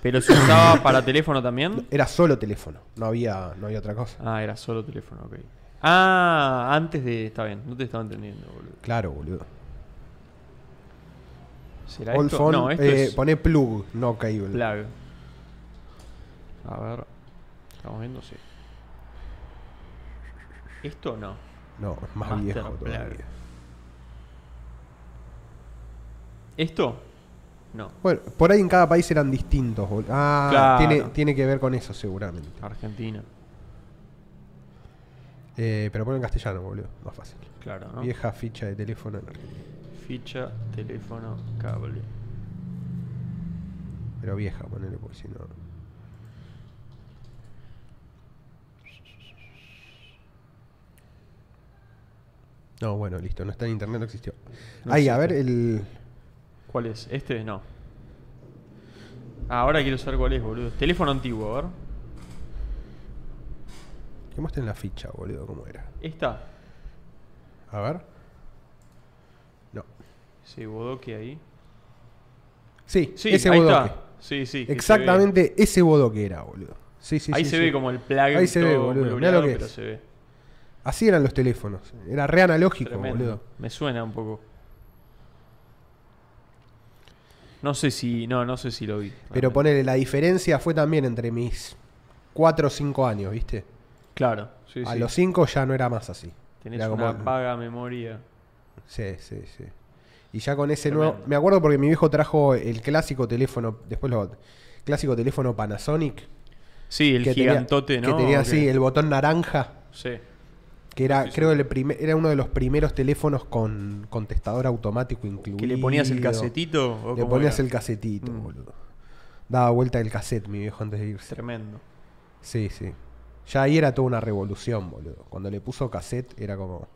S1: ¿Pero se
S2: <coughs>
S1: usaba para teléfono también?
S2: Era solo teléfono. No había, no había otra cosa.
S1: Ah, era solo teléfono, ok. Ah, antes de. Está bien, no te estaba entendiendo, boludo.
S2: Claro, boludo.
S1: ¿Será
S2: All
S1: esto?
S2: phone.
S1: no, esto
S2: eh,
S1: es
S2: Pone plug, no cable.
S1: plug. A ver. ¿Estamos viendo? Sí. ¿Esto no?
S2: No, es más
S1: Master
S2: viejo
S1: plug.
S2: todavía.
S1: ¿Esto? No.
S2: Bueno, por ahí en cada país eran distintos. bol- Ah,
S1: Claro.
S2: tiene, tiene que ver con eso seguramente.
S1: Argentina.
S2: Eh, pero ponlo en castellano, boludo. Más fácil.
S1: Claro, ¿no?
S2: Vieja ficha de teléfono. en Argentina.
S1: Ficha, teléfono, cable.
S2: Pero vieja, ponele por si no. No, bueno, listo. No está en internet, no existió.
S1: No
S2: Ahí, a ver,
S1: existe.
S2: el.
S1: ¿Cuál es? ¿Este? No. Ah, ahora quiero saber cuál es, boludo. Teléfono antiguo, a ver.
S2: Que muestren la ficha, boludo, cómo era.
S1: Esta.
S2: A ver. No.
S1: Sí, bodoque ahí.
S2: Sí,
S1: Sí,
S2: ese
S1: ahí
S2: bodoque.
S1: está. Sí, sí. que se ve.
S2: Exactamente ese bodoque era, boludo. Sí, sí,
S1: ahí
S2: sí,
S1: se
S2: sí.
S1: ve como el plug.
S2: Ahí se ve,
S1: todo
S2: boludo.
S1: muy
S2: Mirá lo
S1: blanco,
S2: que
S1: pero
S2: es.
S1: se ve.
S2: Así eran los teléfonos. Era re analógico,
S1: Tremendo.
S2: boludo.
S1: Me suena un poco. No sé si. No, no sé si lo vi.
S2: Pero
S1: realmente.
S2: ponele, la diferencia fue también entre mis 4 o 5 años, ¿viste?
S1: Claro. Sí,
S2: a
S1: sí.
S2: los 5 ya no era más así.
S1: Tenés
S2: era
S1: una
S2: como-
S1: vaga memoria.
S2: Sí, sí, sí. Y ya con ese
S1: Tremendo.
S2: nuevo. Me acuerdo porque mi viejo trajo el clásico teléfono. Después lo. Clásico teléfono Panasonic.
S1: Sí, el
S2: que tenía-
S1: gigantote, ¿no?
S2: Que tenía
S1: Ok.
S2: así el botón naranja.
S1: Sí.
S2: Que era,
S1: Sí, sí.
S2: creo, el primer, era uno de los primeros teléfonos con contestador automático incluido.
S1: Que le ponías el casetito. o
S2: Le
S1: cómo
S2: ponías
S1: era.
S2: el casetito,
S1: Mm.
S2: boludo. Daba vuelta el cassette, mi viejo, antes de irse.
S1: Tremendo.
S2: Sí, sí. Ya ahí era toda una revolución, boludo. Cuando le puso cassette era como.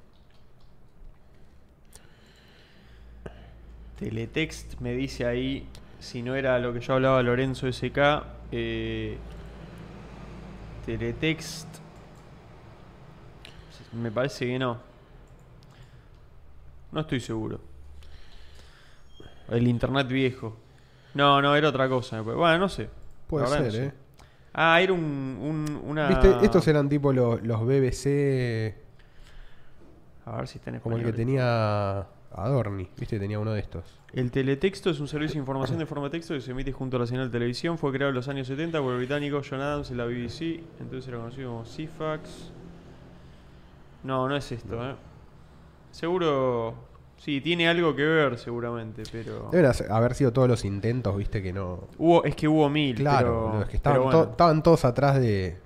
S1: Teletext me dice ahí, si no era lo que yo hablaba Lorenzo SK, eh, Teletext, me parece que no. No estoy seguro. El internet viejo. No, no, era otra cosa. me pare- Bueno, no sé.
S2: Puede
S1: La verdad que
S2: ser,
S1: no
S2: eh.
S1: sé. Ah, era un, un- una...
S2: ¿Viste? Estos eran tipo los, los BBC.
S1: A ver si está en
S2: Como el
S1: español.
S2: que tenía Adorni. ¿Viste? Tenía uno de estos.
S1: El teletexto es un servicio de información de forma de texto que se emite junto a la señal de televisión. Fue creado en los años 70 por el británico John Adams en la BBC. Entonces era conocido como CFAX. No, no es esto, ¿eh? Seguro Sí, tiene algo que ver seguramente, pero...
S2: Deben hacer- haber sido todos los intentos, viste, que no.
S1: Hubo, es que hubo mil.
S2: Claro,
S1: pero,
S2: boludo, es que estaban,
S1: pero bueno.
S2: to- estaban todos atrás de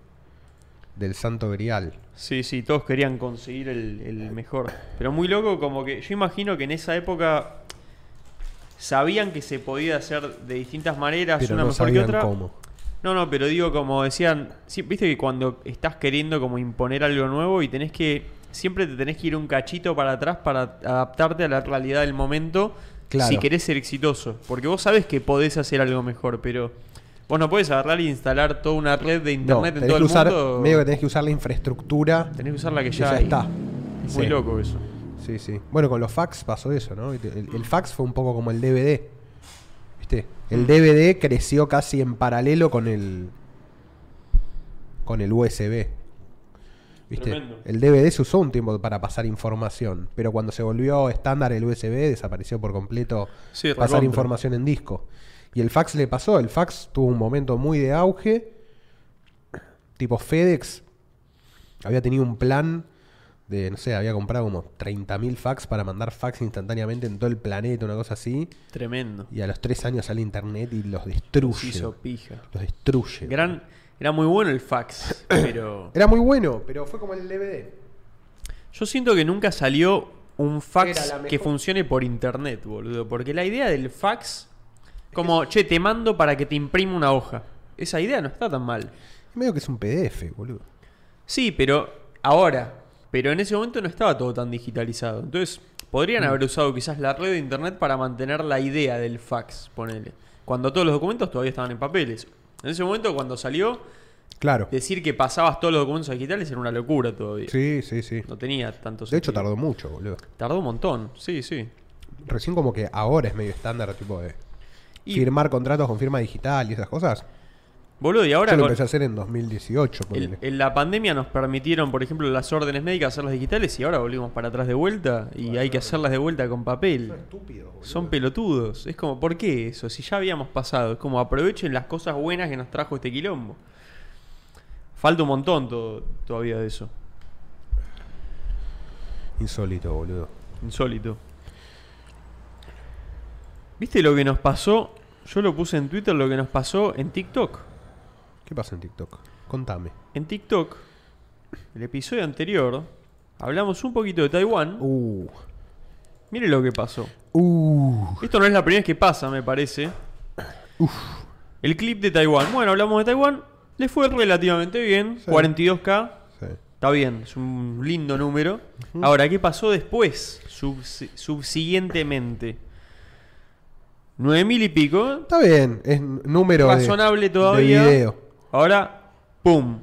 S2: del Santo Grial.
S1: Sí, sí, todos querían conseguir el, el mejor. Pero muy loco, como que yo imagino que en esa época sabían que se podía hacer de distintas maneras,
S2: Pero
S1: Ah, una
S2: no
S1: mejor que
S2: sabían
S1: otra.
S2: cómo.
S1: No, no, pero digo, como decían, sí, viste que cuando estás queriendo como imponer algo nuevo y tenés que, siempre te tenés que ir un cachito para atrás para adaptarte a la realidad del momento
S2: Claro.
S1: si querés ser exitoso. Porque vos sabés que podés hacer algo mejor, pero vos no podés agarrar y instalar toda una red de
S2: No,
S1: internet en
S2: tenés
S1: todo el
S2: que usar,
S1: mundo.
S2: medio que tenés que usar la infraestructura.
S1: Tenés que usar la que
S2: que
S1: ya,
S2: ya
S1: hay.
S2: está.
S1: Es muy
S2: Sí.
S1: loco eso.
S2: Sí, sí. Bueno, con los fax pasó eso, ¿no? El, el fax fue un poco como el DVD. ¿Viste? El DVD creció casi en paralelo con el. con el USB. ¿Viste?
S1: Tremendo.
S2: El DVD se usó un tiempo para pasar información, pero cuando se volvió estándar el USB desapareció por completo
S1: Sí,
S2: pasar
S1: recontra.
S2: información en disco. Y el fax le pasó, el fax tuvo un momento muy de auge, tipo FedEx, había tenido un plan de, no sé, había comprado como 30.000 fax para mandar fax instantáneamente en todo el planeta, una cosa así.
S1: Tremendo.
S2: Y a los tres años sale internet y los
S1: Se
S2: destruye.
S1: hizo pija.
S2: Los destruye.
S1: Gran, era muy bueno el
S2: <coughs>
S1: fax, pero
S2: Era muy bueno, pero fue como el DVD.
S1: yo siento que nunca salió un
S2: Era
S1: fax
S2: la mejor-
S1: que funcione por internet, boludo. Porque la idea del fax, como, che, te mando para que te imprima una hoja. Esa idea no está tan mal.
S2: Y medio que es un PDF, boludo.
S1: Sí, pero ahora. Pero en ese momento no estaba todo tan digitalizado. Entonces, podrían
S2: Mm.
S1: haber usado quizás la red de internet para mantener la idea del fax, ponele. Cuando todos los documentos todavía estaban en papeles. En ese momento, cuando salió,
S2: Claro.
S1: decir que pasabas todos los documentos digitales era una locura todavía.
S2: Sí, sí, sí.
S1: No tenía tanto
S2: De hecho
S1: sentido.
S2: tardó mucho, boludo.
S1: Tardó un montón, sí, sí.
S2: Recién como que ahora es medio estándar tipo de
S1: Y,
S2: firmar contratos con firma digital y esas cosas.
S1: boludo, y ahora
S2: Yo lo
S1: con-
S2: empecé a hacer en 2018.
S1: el-
S2: ponele.
S1: en la pandemia nos permitieron, por ejemplo, las órdenes médicas hacerlas digitales y ahora volvimos para atrás de vuelta y hay que hacerlas de vuelta con papel. Son pelotudos. Es como, ¿por qué eso? Si ya habíamos pasado. Es como, aprovechen las cosas buenas que nos trajo este quilombo. Falta un montón to- todavía de eso.
S2: Insólito, boludo.
S1: Insólito. ¿Viste lo que nos pasó? Yo lo puse en Twitter, lo que nos pasó en TikTok.
S2: ¿Qué pasa en TikTok? Contame.
S1: En TikTok, el episodio anterior, hablamos un poquito de Taiwán.
S2: Uh.
S1: Mire lo que pasó.
S2: Uh.
S1: Esto no es la primera vez que pasa, me parece. El clip de Taiwán. Bueno, hablamos de Taiwán. Le fue relativamente bien.
S2: Sí.
S1: 42K.
S2: Sí.
S1: Está bien, es un lindo número. Ahora, ¿qué pasó después? Subsi- subsiguientemente. 9.000 y pico.
S2: Está bien, es n- número de-
S1: Razonable todavía.
S2: De video.
S1: Ahora, ¡pum!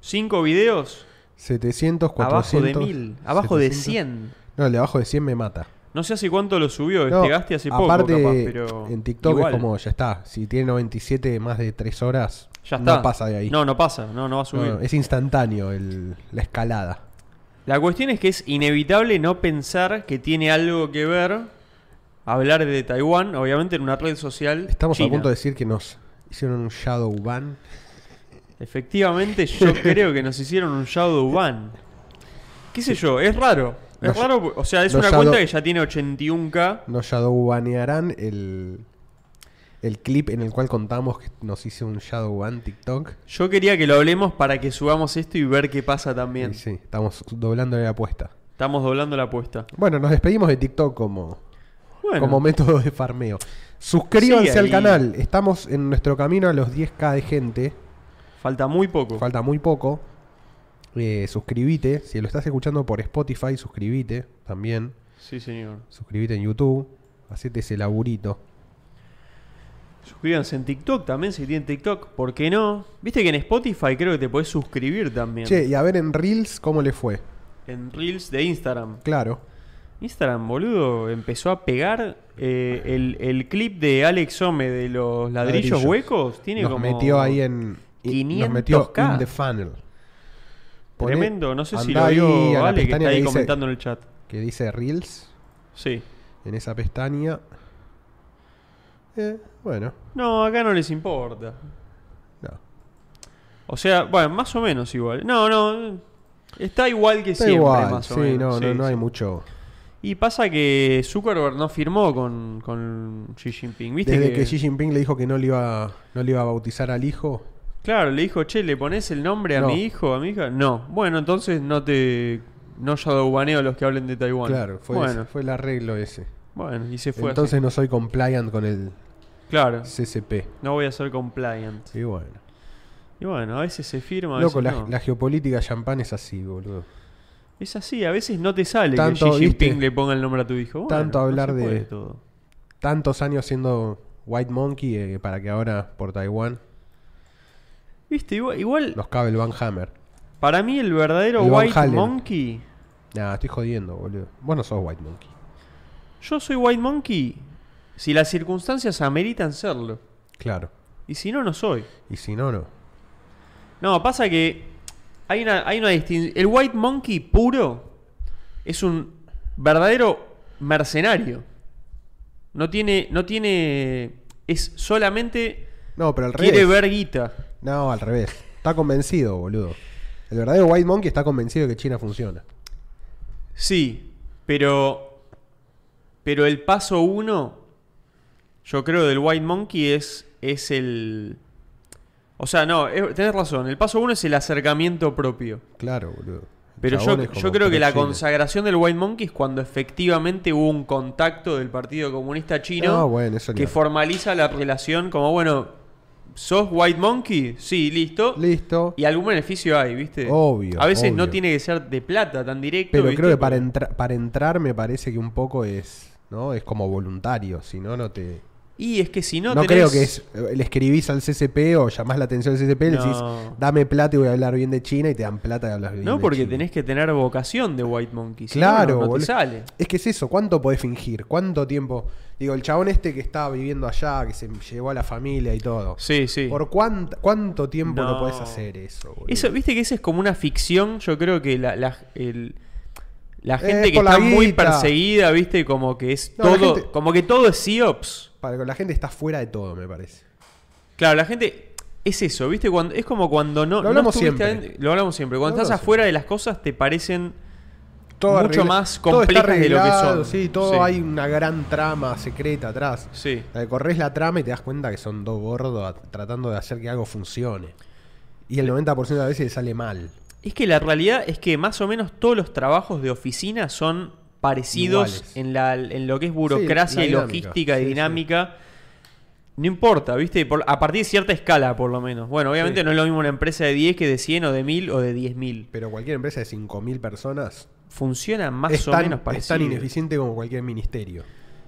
S1: 5 videos
S2: 700, 400.
S1: abajo de 1000. Abajo de
S2: 700.
S1: 100.
S2: No, el de abajo de 100 me mata.
S1: No sé hace cuánto lo subió,
S2: No,
S1: este gaste hace poco,
S2: aparte,
S1: capaz, pero.
S2: en TikTok
S1: igual,
S2: es como, ya está. Si tiene 97 más de 3 horas,
S1: Ya está.
S2: no pasa de ahí.
S1: No, no pasa, no, no va a
S2: No,
S1: subir.
S2: no, es instantáneo el- la escalada.
S1: La cuestión es que es inevitable no pensar que tiene algo que ver hablar de Taiwán, obviamente en una red social.
S2: Estamos a
S1: china.
S2: punto de decir que nos hicieron un shadow ban.
S1: Efectivamente,
S2: <laughs>
S1: yo creo que nos hicieron un shadow ban. ¿Qué sé yo? Es raro. Es
S2: No,
S1: raro, o sea, es
S2: no,
S1: una
S2: shadow-
S1: cuenta que ya tiene 81k.
S2: Nos shadow banearán el, el clip en el cual contamos que nos hizo un shadow ban TikTok.
S1: Yo quería que lo hablemos para que subamos esto y ver qué pasa
S2: Y
S1: también.
S2: sí, estamos doblándole la apuesta.
S1: Estamos doblando la apuesta.
S2: Bueno, nos despedimos de TikTok como,
S1: Bueno,
S2: como método de farmeo. Suscríbanse
S1: Sigue
S2: al
S1: ahí.
S2: canal. Estamos en nuestro camino a los 10k de gente.
S1: falta muy poco.
S2: Falta muy poco. Eh, suscribite. Si lo estás escuchando por Spotify, suscribite también.
S1: sí, señor.
S2: Suscribite en YouTube. Hacete ese laburito.
S1: Suscríbanse en TikTok también, si tienen TikTok. ¿Por qué no? Viste que en Spotify creo que te podés suscribir también.
S2: Che, y a ver en Reels cómo le fue.
S1: En Reels de Instagram.
S2: Claro.
S1: Instagram, boludo, empezó a pegar eh, el, el clip de Alex Ome de los ladrillos,
S2: Ladrillos.
S1: huecos. Tiene
S2: nos
S1: como
S2: metió ahí en. y- Nos
S1: 500K.
S2: metió en the funnel. Poné-
S1: Tremendo, no sé si
S2: andá
S1: lo
S2: ahí a
S1: vio
S2: la
S1: Ale que
S2: pestaña
S1: está ahí
S2: dice-
S1: comentando en el chat.
S2: que dice Reels.
S1: Sí.
S2: En esa pestaña. Eh, bueno,
S1: No, acá no les importa.
S2: no.
S1: O sea, bueno, más o menos igual. No, no. Está igual que
S2: Está
S1: siempre,
S2: igual.
S1: más o
S2: sí,
S1: menos.
S2: no, no,
S1: Sí,
S2: no hay
S1: sí.
S2: mucho.
S1: Y pasa que Zuckerberg no firmó con, con Xi Jinping, ¿viste?
S2: Desde que...
S1: que-
S2: Xi Jinping le dijo que no le iba, no le iba a bautizar al hijo.
S1: Claro, le dijo, che, ¿le pones el nombre a
S2: No.
S1: mi hijo, a mi hija? No. Bueno, entonces no te. No shadowbaneo a los que hablen de Taiwán.
S2: claro, fue, ese-
S1: Bueno,
S2: fue el arreglo ese.
S1: bueno y se fue.
S2: Entonces
S1: así. Ah.
S2: no soy compliant con el
S1: Claro,
S2: CCP.
S1: no voy a ser compliant.
S2: Y bueno.
S1: Y bueno, a veces se firma. A
S2: Loco,
S1: veces
S2: la,
S1: no.
S2: la geopolítica champán es así, boludo.
S1: Es así, a veces no te sale
S2: Tanto,
S1: que Xi Jinping
S2: ¿viste?
S1: le ponga el nombre a tu hijo. Bueno,
S2: Tanto
S1: no
S2: hablar
S1: se
S2: de-
S1: puede todo.
S2: Tantos años siendo White Monkey eh, para que ahora por Taiwán
S1: Viste, igual. igual
S2: nos cabe el Van Hammer.
S1: Para mí, el verdadero
S2: El Van
S1: White
S2: Halen.
S1: Monkey.
S2: Nah, estoy jodiendo, boludo. Vos no sos White Monkey.
S1: Yo soy White Monkey si las circunstancias ameritan serlo.
S2: Claro.
S1: Y si no, no soy.
S2: Y si no, no.
S1: No, pasa que hay una, hay una distinción. El White Monkey puro es un verdadero mercenario. No tiene. No tiene. Es solamente.
S2: No, pero al revés.
S1: Quiere ver guita.
S2: No, al revés. Está convencido, boludo. El verdadero White Monkey está convencido de que China funciona.
S1: Sí, pero. Pero el paso uno, yo creo, del White Monkey es, es el. O sea, no, es- tenés razón. El paso uno es el acercamiento propio.
S2: Claro, boludo.
S1: Pero yo,
S2: Chabón es
S1: yo
S2: como
S1: creo que la
S2: pro-China.
S1: consagración del White Monkey es cuando efectivamente hubo un contacto del Partido Comunista Chino
S2: No, Ah, bueno, eso
S1: que
S2: no.
S1: formaliza la relación como, bueno, ¿sos White Monkey? Sí, listo.
S2: Listo.
S1: Y algún beneficio hay, ¿viste?
S2: Obvio,
S1: A veces no
S2: obvio.
S1: tiene que ser de plata tan directo.
S2: Pero
S1: ¿viste?
S2: creo que para,
S1: Porque-
S2: entra- para entrar me parece que un poco es, ¿no? Es como voluntario, si no, no te...
S1: Y es que si no,
S2: No,
S1: tenés-
S2: creo que es, eh, le escribís al CCP o llamás la atención del CCP y le
S1: No.
S2: decís, dame plata y voy a hablar bien de China y te dan plata y hablas bien
S1: No,
S2: de
S1: porque
S2: China.
S1: tenés que tener vocación de White Monkey. si no, no,
S2: Claro,
S1: no te
S2: boludo.
S1: sale.
S2: Es que es eso, ¿cuánto podés fingir? ¿Cuánto tiempo? Digo, el chabón este que estaba viviendo allá, que se llevó a la familia y todo.
S1: Sí, sí.
S2: ¿Por cuánto, cuánto tiempo no.
S1: No.
S2: podés hacer eso, boludo?
S1: Eso, viste que esa es como una ficción. Yo creo que la, la- el- la gente que
S2: Eh, por la
S1: está muy
S2: guita.
S1: perseguida, viste, como que es
S2: No, la
S1: todo.
S2: gente-
S1: Como que todo es Siops.
S2: Para que la gente está fuera de todo, me parece.
S1: Claro, la gente. Es eso, ¿viste? Cuando, es como cuando no.
S2: Lo
S1: no
S2: hablamos
S1: estuviste
S2: siempre.
S1: adentro- lo hablamos siempre. Cuando
S2: Lo
S1: estás
S2: hablamos
S1: afuera de las cosas, te parecen.
S2: Todo
S1: Mucho
S2: arregla-
S1: más
S2: todo está
S1: complejas de lo que
S2: arreglado,
S1: son.
S2: Sí, todo
S1: Sí.
S2: hay una gran trama secreta atrás.
S1: Sí.
S2: La que corres la trama y te das cuenta que son dos gordos a- tratando de hacer que algo funcione. Y el 90% de las veces le sale mal.
S1: Es que la realidad es que más o menos todos los trabajos de oficina son parecidos
S2: Iguales.
S1: en, la, en lo que es burocracia
S2: la
S1: y
S2: dinámica.
S1: logística
S2: Sí,
S1: y
S2: sí.
S1: dinámica. No importa, ¿viste? Por- a partir de cierta escala, por lo menos. Bueno, obviamente
S2: Sí.
S1: no es lo mismo una empresa de 10 que de 100 o de 1000 o de 10.000.
S2: Pero cualquier empresa de 5.000 personas
S1: Funciona más
S2: es,
S1: o
S2: tan,
S1: menos
S2: es
S1: parecido.
S2: tan ineficiente como cualquier ministerio.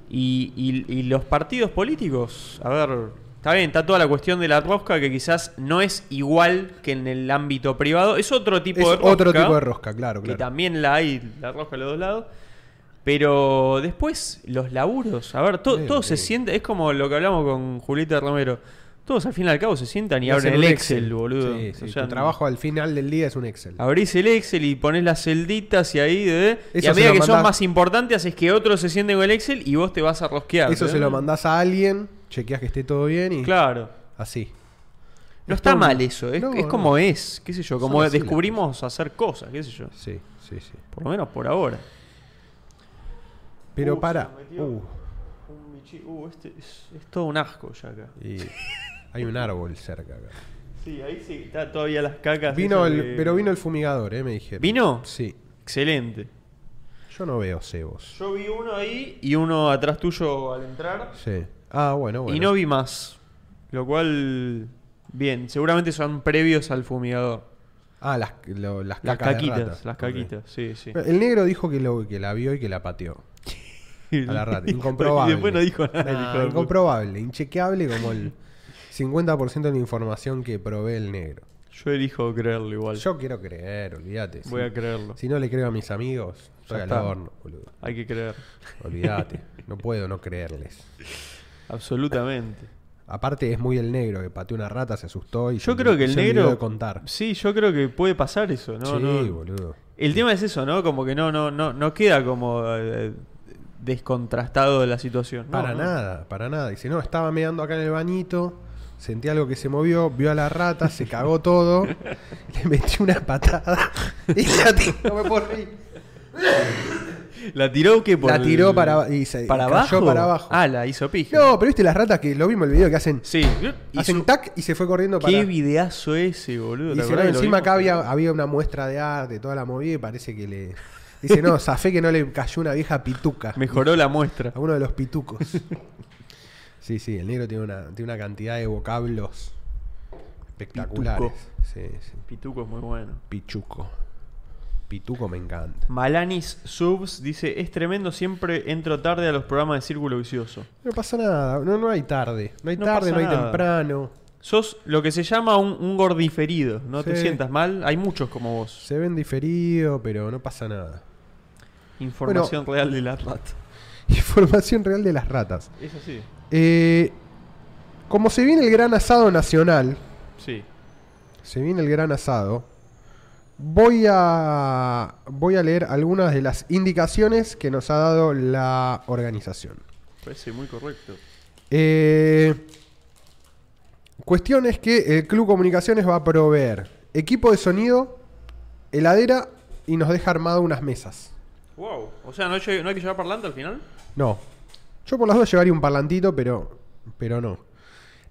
S1: Y, y- y los partidos políticos, a ver, está bien, está toda la cuestión de la rosca que quizás no es igual que en el ámbito privado. Es otro tipo
S2: es
S1: de rosca.
S2: otro tipo de rosca, claro,
S1: que
S2: claro.
S1: también la hay, la roja a los dos lados. Pero después, los laburos. A ver, to-
S2: Pero,
S1: todos se
S2: eh.
S1: sienten. Es como lo que hablamos con Julieta Romero. Todos al fin y al cabo se sientan y abren
S2: Hacen
S1: el
S2: un
S1: Excel, boludo.
S2: Sí, sí,
S1: O sea,
S2: tu trabajo al final del día es un Excel.
S1: Abrís el Excel y ponés las celditas y ahí. de- y
S2: Eso
S1: a
S2: se
S1: medida
S2: lo
S1: que son
S2: mandás-
S1: más importantes, es que otros se sienten con el Excel y vos te vas a rosquear.
S2: Eso
S1: ¿eh?
S2: se lo mandás a alguien, chequeás que esté todo bien y
S1: Claro.
S2: así.
S1: No
S2: Es
S1: está
S2: todo un-
S1: mal eso. Es,
S2: No,
S1: es
S2: no.
S1: como es. ¿Qué sé yo? Como
S2: así las
S1: descubrimos hacer cosas. ¿Qué sé yo?
S2: Sí, sí, sí.
S1: Por lo menos por ahora.
S2: Pero
S1: Uh,
S2: para.
S1: se metió. Un bichi- Uh, este es, es todo un asco ya acá. <laughs>
S2: y hay un árbol cerca acá.
S1: Sí, ahí sí está todavía las cacas.
S2: Vino
S1: esas
S2: el,
S1: de-
S2: pero vino el fumigador, eh, me dijeron.
S1: ¿Vino?
S2: Sí.
S1: Excelente.
S2: Yo no veo cebos.
S1: Yo vi uno ahí y uno atrás tuyo al entrar.
S2: Sí. Ah, bueno, bueno.
S1: Y no vi más. Lo cual. Bien, seguramente son previos al fumigador.
S2: Ah, las, lo- las
S1: Las
S2: cacas de
S1: caquitas,
S2: ratas.
S1: las
S2: Ok.
S1: caquitas, sí, sí. <laughs>
S2: El negro dijo que, lo, que la vio y que la pateó. A la rata.
S1: <laughs>
S2: Incomprobable.
S1: Y después no dijo nada. <laughs> el hijo
S2: Nah,
S1: de puta.
S2: Ah, incomprobable. Inchequeable como el 50% de la información que provee el negro.
S1: Yo elijo creerlo igual.
S2: Yo quiero creer, olvídate.
S1: Voy
S2: Si-
S1: a creerlo.
S2: Si no le creo a mis amigos, soy al
S1: está.
S2: horno, boludo.
S1: Hay que creer. <laughs>
S2: Olvídate. no puedo no creerles.
S1: Absolutamente.
S2: Aparte es muy el negro que pateó una rata, se asustó y
S1: Yo
S2: se-
S1: creo que el
S2: se olvidó
S1: negro.
S2: de contar.
S1: Sí, yo creo que puede pasar eso, ¿no?
S2: sí,
S1: no.
S2: boludo.
S1: El tema es eso, ¿no? Como que no, no, no, no queda como eh, descontrastado de la situación. No,
S2: Para
S1: no.
S2: nada, para nada. Dice, no, estaba meando acá en el bañito, sentí algo que se movió, vio a la rata, se cagó todo, <laughs> le metí una patada y la t- no me puedo reír.
S1: ¿La tiró que por
S2: La tiró
S1: el-
S2: para- y se
S1: para
S2: cayó
S1: abajo?
S2: para abajo.
S1: Ah, la hizo pija.
S2: No, pero viste las ratas que lo vimos en el video que hacen.
S1: Sí. Y
S2: hacen
S1: su-
S2: tac y se fue corriendo para.
S1: Qué videazo ese, boludo. ¿te
S2: Dice, no,
S1: acordás? Lo
S2: encima
S1: vimos.
S2: acá había, había una muestra de arte, toda la movida, y parece que le. Dice, no, zafé que no le cayó una vieja pituca.
S1: Mejoró
S2: <laughs>
S1: la muestra.
S2: A uno de los pitucos. sí, sí, el negro tiene una, tiene una cantidad de vocablos espectaculares.
S1: Pituco.
S2: Sí, sí.
S1: Pituco es muy bueno.
S2: Pichuco. Pituco me encanta.
S1: Malanis Subs dice, es tremendo, siempre entro tarde a los programas de Círculo Vicioso.
S2: No pasa nada, no, no hay tarde. No hay
S1: No
S2: tarde,
S1: pasa
S2: no hay
S1: nada.
S2: temprano.
S1: Sos lo que se llama un, un gordiferido, no te
S2: Sí.
S1: sientas mal, hay muchos como vos.
S2: Se ven diferido, pero no pasa nada. <laughs>
S1: Información real de la rata.
S2: Información real de las ratas.
S1: Es así,
S2: Eh, como se viene el gran asado nacional,
S1: sí.
S2: se viene el gran asado, voy a, voy a leer algunas de las indicaciones que nos ha dado la organización.
S1: Parece muy correcto.
S2: Eh, cuestión es que el Club Comunicaciones va a proveer equipo de sonido, heladera y nos deja armado unas mesas.
S1: Wow. O sea, ¿no, lle- no hay que llevar parlante al final?
S2: No. Yo por las dos llevaría un parlantito, pero, pero no.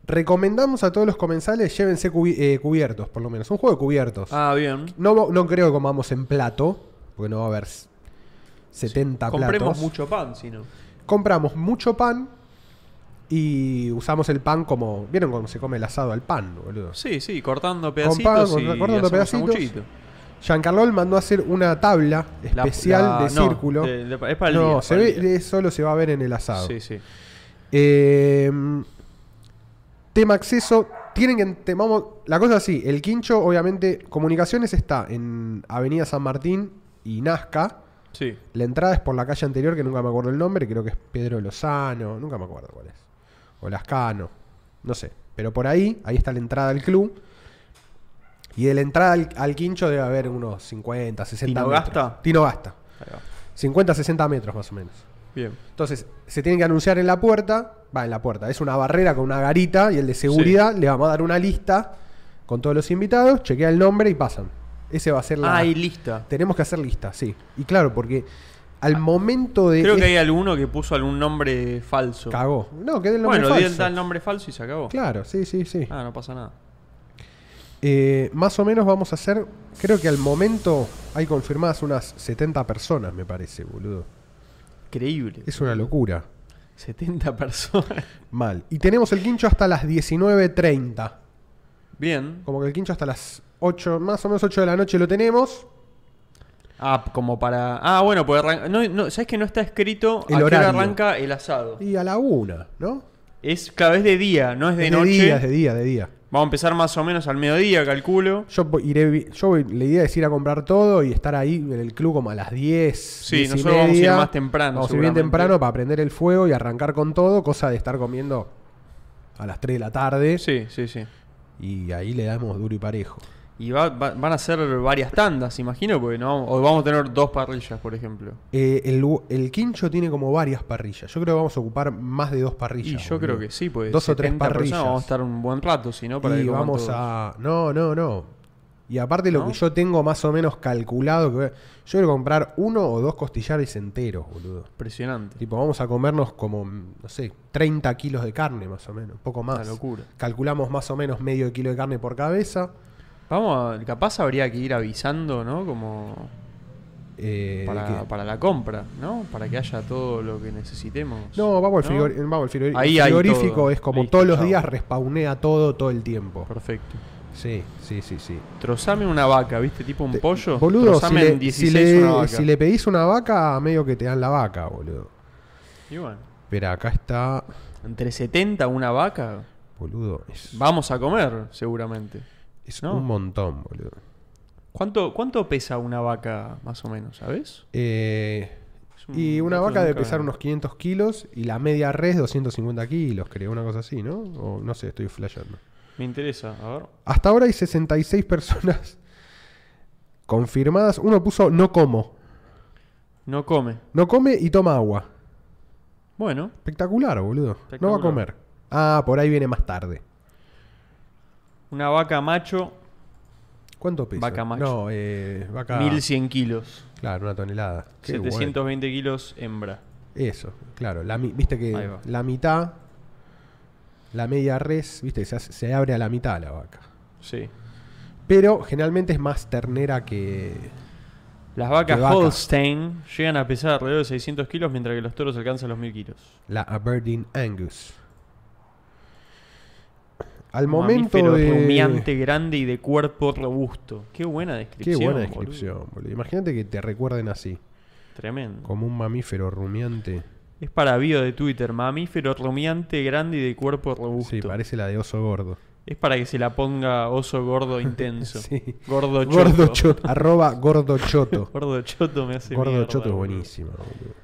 S2: Recomendamos a todos los comensales llévense cubi- eh, cubiertos, por lo menos. Un juego de cubiertos.
S1: Ah, bien.
S2: No, no creo que comamos en plato, porque no va a haber s- 70
S1: Compremos
S2: platos.
S1: mucho pan, si no.
S2: Compramos mucho pan y usamos el pan como. ¿Vieron cómo se come el asado al pan, boludo?
S1: Sí, sí, cortando
S2: pan,
S1: pedacitos
S2: con-
S1: y
S2: cortando
S1: hacemos
S2: pedacitos.
S1: sanguchito.
S2: Giancarlo mandó a hacer una tabla
S1: La-
S2: especial
S1: la-
S2: de
S1: no,
S2: círculo.
S1: de- de- es para el
S2: no,
S1: día,
S2: se
S1: para el
S2: ve,
S1: día.
S2: eh, solo se va a ver en el asado.
S1: Sí, sí.
S2: Eh, tema acceso. Tienen que. te- vamos, la cosa es así: el quincho, obviamente, comunicaciones está en Avenida San Martín y Nazca.
S1: Sí.
S2: La entrada es por la calle anterior, que nunca me acuerdo el nombre, creo que es Pedro Lozano, nunca me acuerdo cuál es. O Lascano, no sé. Pero por ahí, ahí está la entrada al club. Y de la entrada al, al quincho debe haber unos 50, 60
S1: ¿Tino
S2: metros.
S1: Gasta?
S2: Tino Gasta.
S1: Ahí va.
S2: 50, 60 metros más o menos.
S1: Bien.
S2: Entonces, se tienen que anunciar en la puerta. Va, en la puerta. Es una barrera con una garita y el de seguridad le vamos a dar una lista con todos los invitados. Chequea el nombre y pasan. Ese va a ser la...
S1: Ah, y lista.
S2: Tenemos que hacer lista, sí. Y claro, porque al momento de.
S1: Creo que
S2: es-
S1: hay alguno que puso algún nombre falso.
S2: Cagó. No, que dé el nombre
S1: Bueno, di
S2: falso.
S1: el tal nombre falso y se acabó.
S2: Claro, sí, sí, sí.
S1: Ah, no pasa nada.
S2: Eh, más o menos vamos a hacer. Creo que al momento hay confirmadas unas 70 personas, me parece, boludo.
S1: Increíble.
S2: Es una locura.
S1: 70 <laughs> personas.
S2: Mal. Y tenemos el quincho hasta las 19.30.
S1: Bien.
S2: Como que el quincho hasta las 8, más o menos 8 de la noche lo tenemos.
S1: Ah, como para. Ah, bueno, pues arran- no, no, ¿Sabes que no está escrito
S2: El
S1: a qué hora
S2: horario.
S1: arranca el asado?
S2: Y a la 1, ¿no?
S1: Es, claro, es de día, no es de
S2: Es
S1: noche.
S2: día, es de día, de día.
S1: Vamos a empezar más o menos al mediodía, calculo.
S2: Yo voy- iré, vi- yo voy- la idea es ir a comprar todo y estar ahí en el club como a las 10.
S1: Sí,
S2: 10 y
S1: nosotros vamos a ir
S2: media.
S1: más temprano,
S2: Vamos a ir bien
S1: seguramente.
S2: temprano para prender el fuego y arrancar con todo, cosa de estar comiendo a las 3 de la tarde.
S1: Sí, sí, sí.
S2: Y ahí le damos duro y parejo.
S1: Y va- va- van a ser varias tandas, imagino, porque no. O vamos a tener dos parrillas, por ejemplo.
S2: Eh, el, lu- el quincho tiene como varias parrillas. Yo creo que vamos a ocupar más de dos
S1: Y
S2: parrillas.
S1: yo
S2: boludo.
S1: creo que sí, pues.
S2: Dos o tres
S1: 70 personas,
S2: parrillas.
S1: Vamos a estar un buen rato, si no, para
S2: y
S1: que coman
S2: vamos
S1: todos.
S2: a. No, no, no. Y aparte lo
S1: ¿No?
S2: que yo tengo más o menos calculado, que yo voy a comprar uno o dos costillares enteros, boludo.
S1: Impresionante.
S2: Tipo, vamos a comernos como, no sé, 30 kilos de carne más o menos, poco más.
S1: Una locura.
S2: Calculamos más o menos medio kilo de carne por cabeza.
S1: Vamos a. Capaz habría que ir avisando, ¿no? Como.
S2: eh, ¿de
S1: Para,
S2: qué?
S1: para la compra, ¿no? Para que haya todo lo que necesitemos.
S2: No, vamos al, eh.
S1: ¿No?
S2: frigori- vamos al frigori-
S1: Ahí hay
S2: frigorífico,
S1: todo.
S2: es como
S1: Listo,
S2: todos los
S1: chao.
S2: días respawnea todo, todo el tiempo.
S1: Perfecto.
S2: Sí, sí, sí, sí.
S1: Trozame una vaca, ¿viste? Tipo un
S2: Te-
S1: pollo.
S2: Boludo, si
S1: Trozame en
S2: le,
S1: 16
S2: si le-
S1: una vaca.
S2: si le pedís una vaca, medio que te dan la vaca, boludo.
S1: Y bueno,
S2: Pero acá está,
S1: entre 70 una vaca,
S2: boludo, es,
S1: vamos a comer, seguramente.
S2: es
S1: no.
S2: un montón, boludo.
S1: ¿Cuánto, cuánto pesa una vaca, más o menos, sabes?
S2: Eh,
S1: Es un
S2: Y una
S1: dato
S2: vaca
S1: que
S2: debe
S1: nunca-
S2: pesar unos 500 kilos y la media res 250 kilos, creo, una cosa así, ¿no? O no sé, estoy flasheando.
S1: Me interesa, a ver.
S2: Hasta ahora hay 66 personas <laughs> confirmadas. Uno puso no como.
S1: No come.
S2: No come y toma agua.
S1: Bueno,
S2: Espectacular, boludo. No va a
S1: Espectacular.
S2: comer. Ah, por ahí viene más tarde.
S1: una vaca macho,
S2: ¿Cuánto pesa?
S1: Vaca macho.
S2: No, eh, vaca.
S1: 1100 kilos.
S2: Claro, una tonelada. Qué bueno.
S1: 720 kilos hembra.
S2: Eso, claro. La, mi- viste
S1: Ahí
S2: que
S1: va.
S2: la mitad, la media res, viste que se, hace- se abre a la mitad la vaca.
S1: Sí.
S2: Pero generalmente es más ternera que.
S1: Las vacas
S2: Qué vaca.
S1: Holstein llegan a pesar alrededor de 600 kilos, mientras que los toros alcanzan los 1000 kilos.
S2: La Aberdeen Angus. Al
S1: Mamífero
S2: momento de.
S1: rumiante, grande y de cuerpo robusto. Qué buena
S2: Qué
S1: descripción.
S2: buena
S1: boludo.
S2: descripción, boludo. Imagínate que te recuerden así,
S1: Tremendo.
S2: como un mamífero rumiante.
S1: Es para bio de Twitter. Mamífero rumiante, grande y de cuerpo robusto.
S2: Sí, parece la de oso gordo.
S1: Es para que se la ponga oso gordo intenso.
S2: <laughs> Sí.
S1: Gordo choto.
S2: Gordo choto. arroba
S1: <laughs>
S2: gordo choto.
S1: Gordo choto me hace
S2: gordo
S1: mierda,
S2: choto es
S1: boludo.
S2: buenísimo. boludo.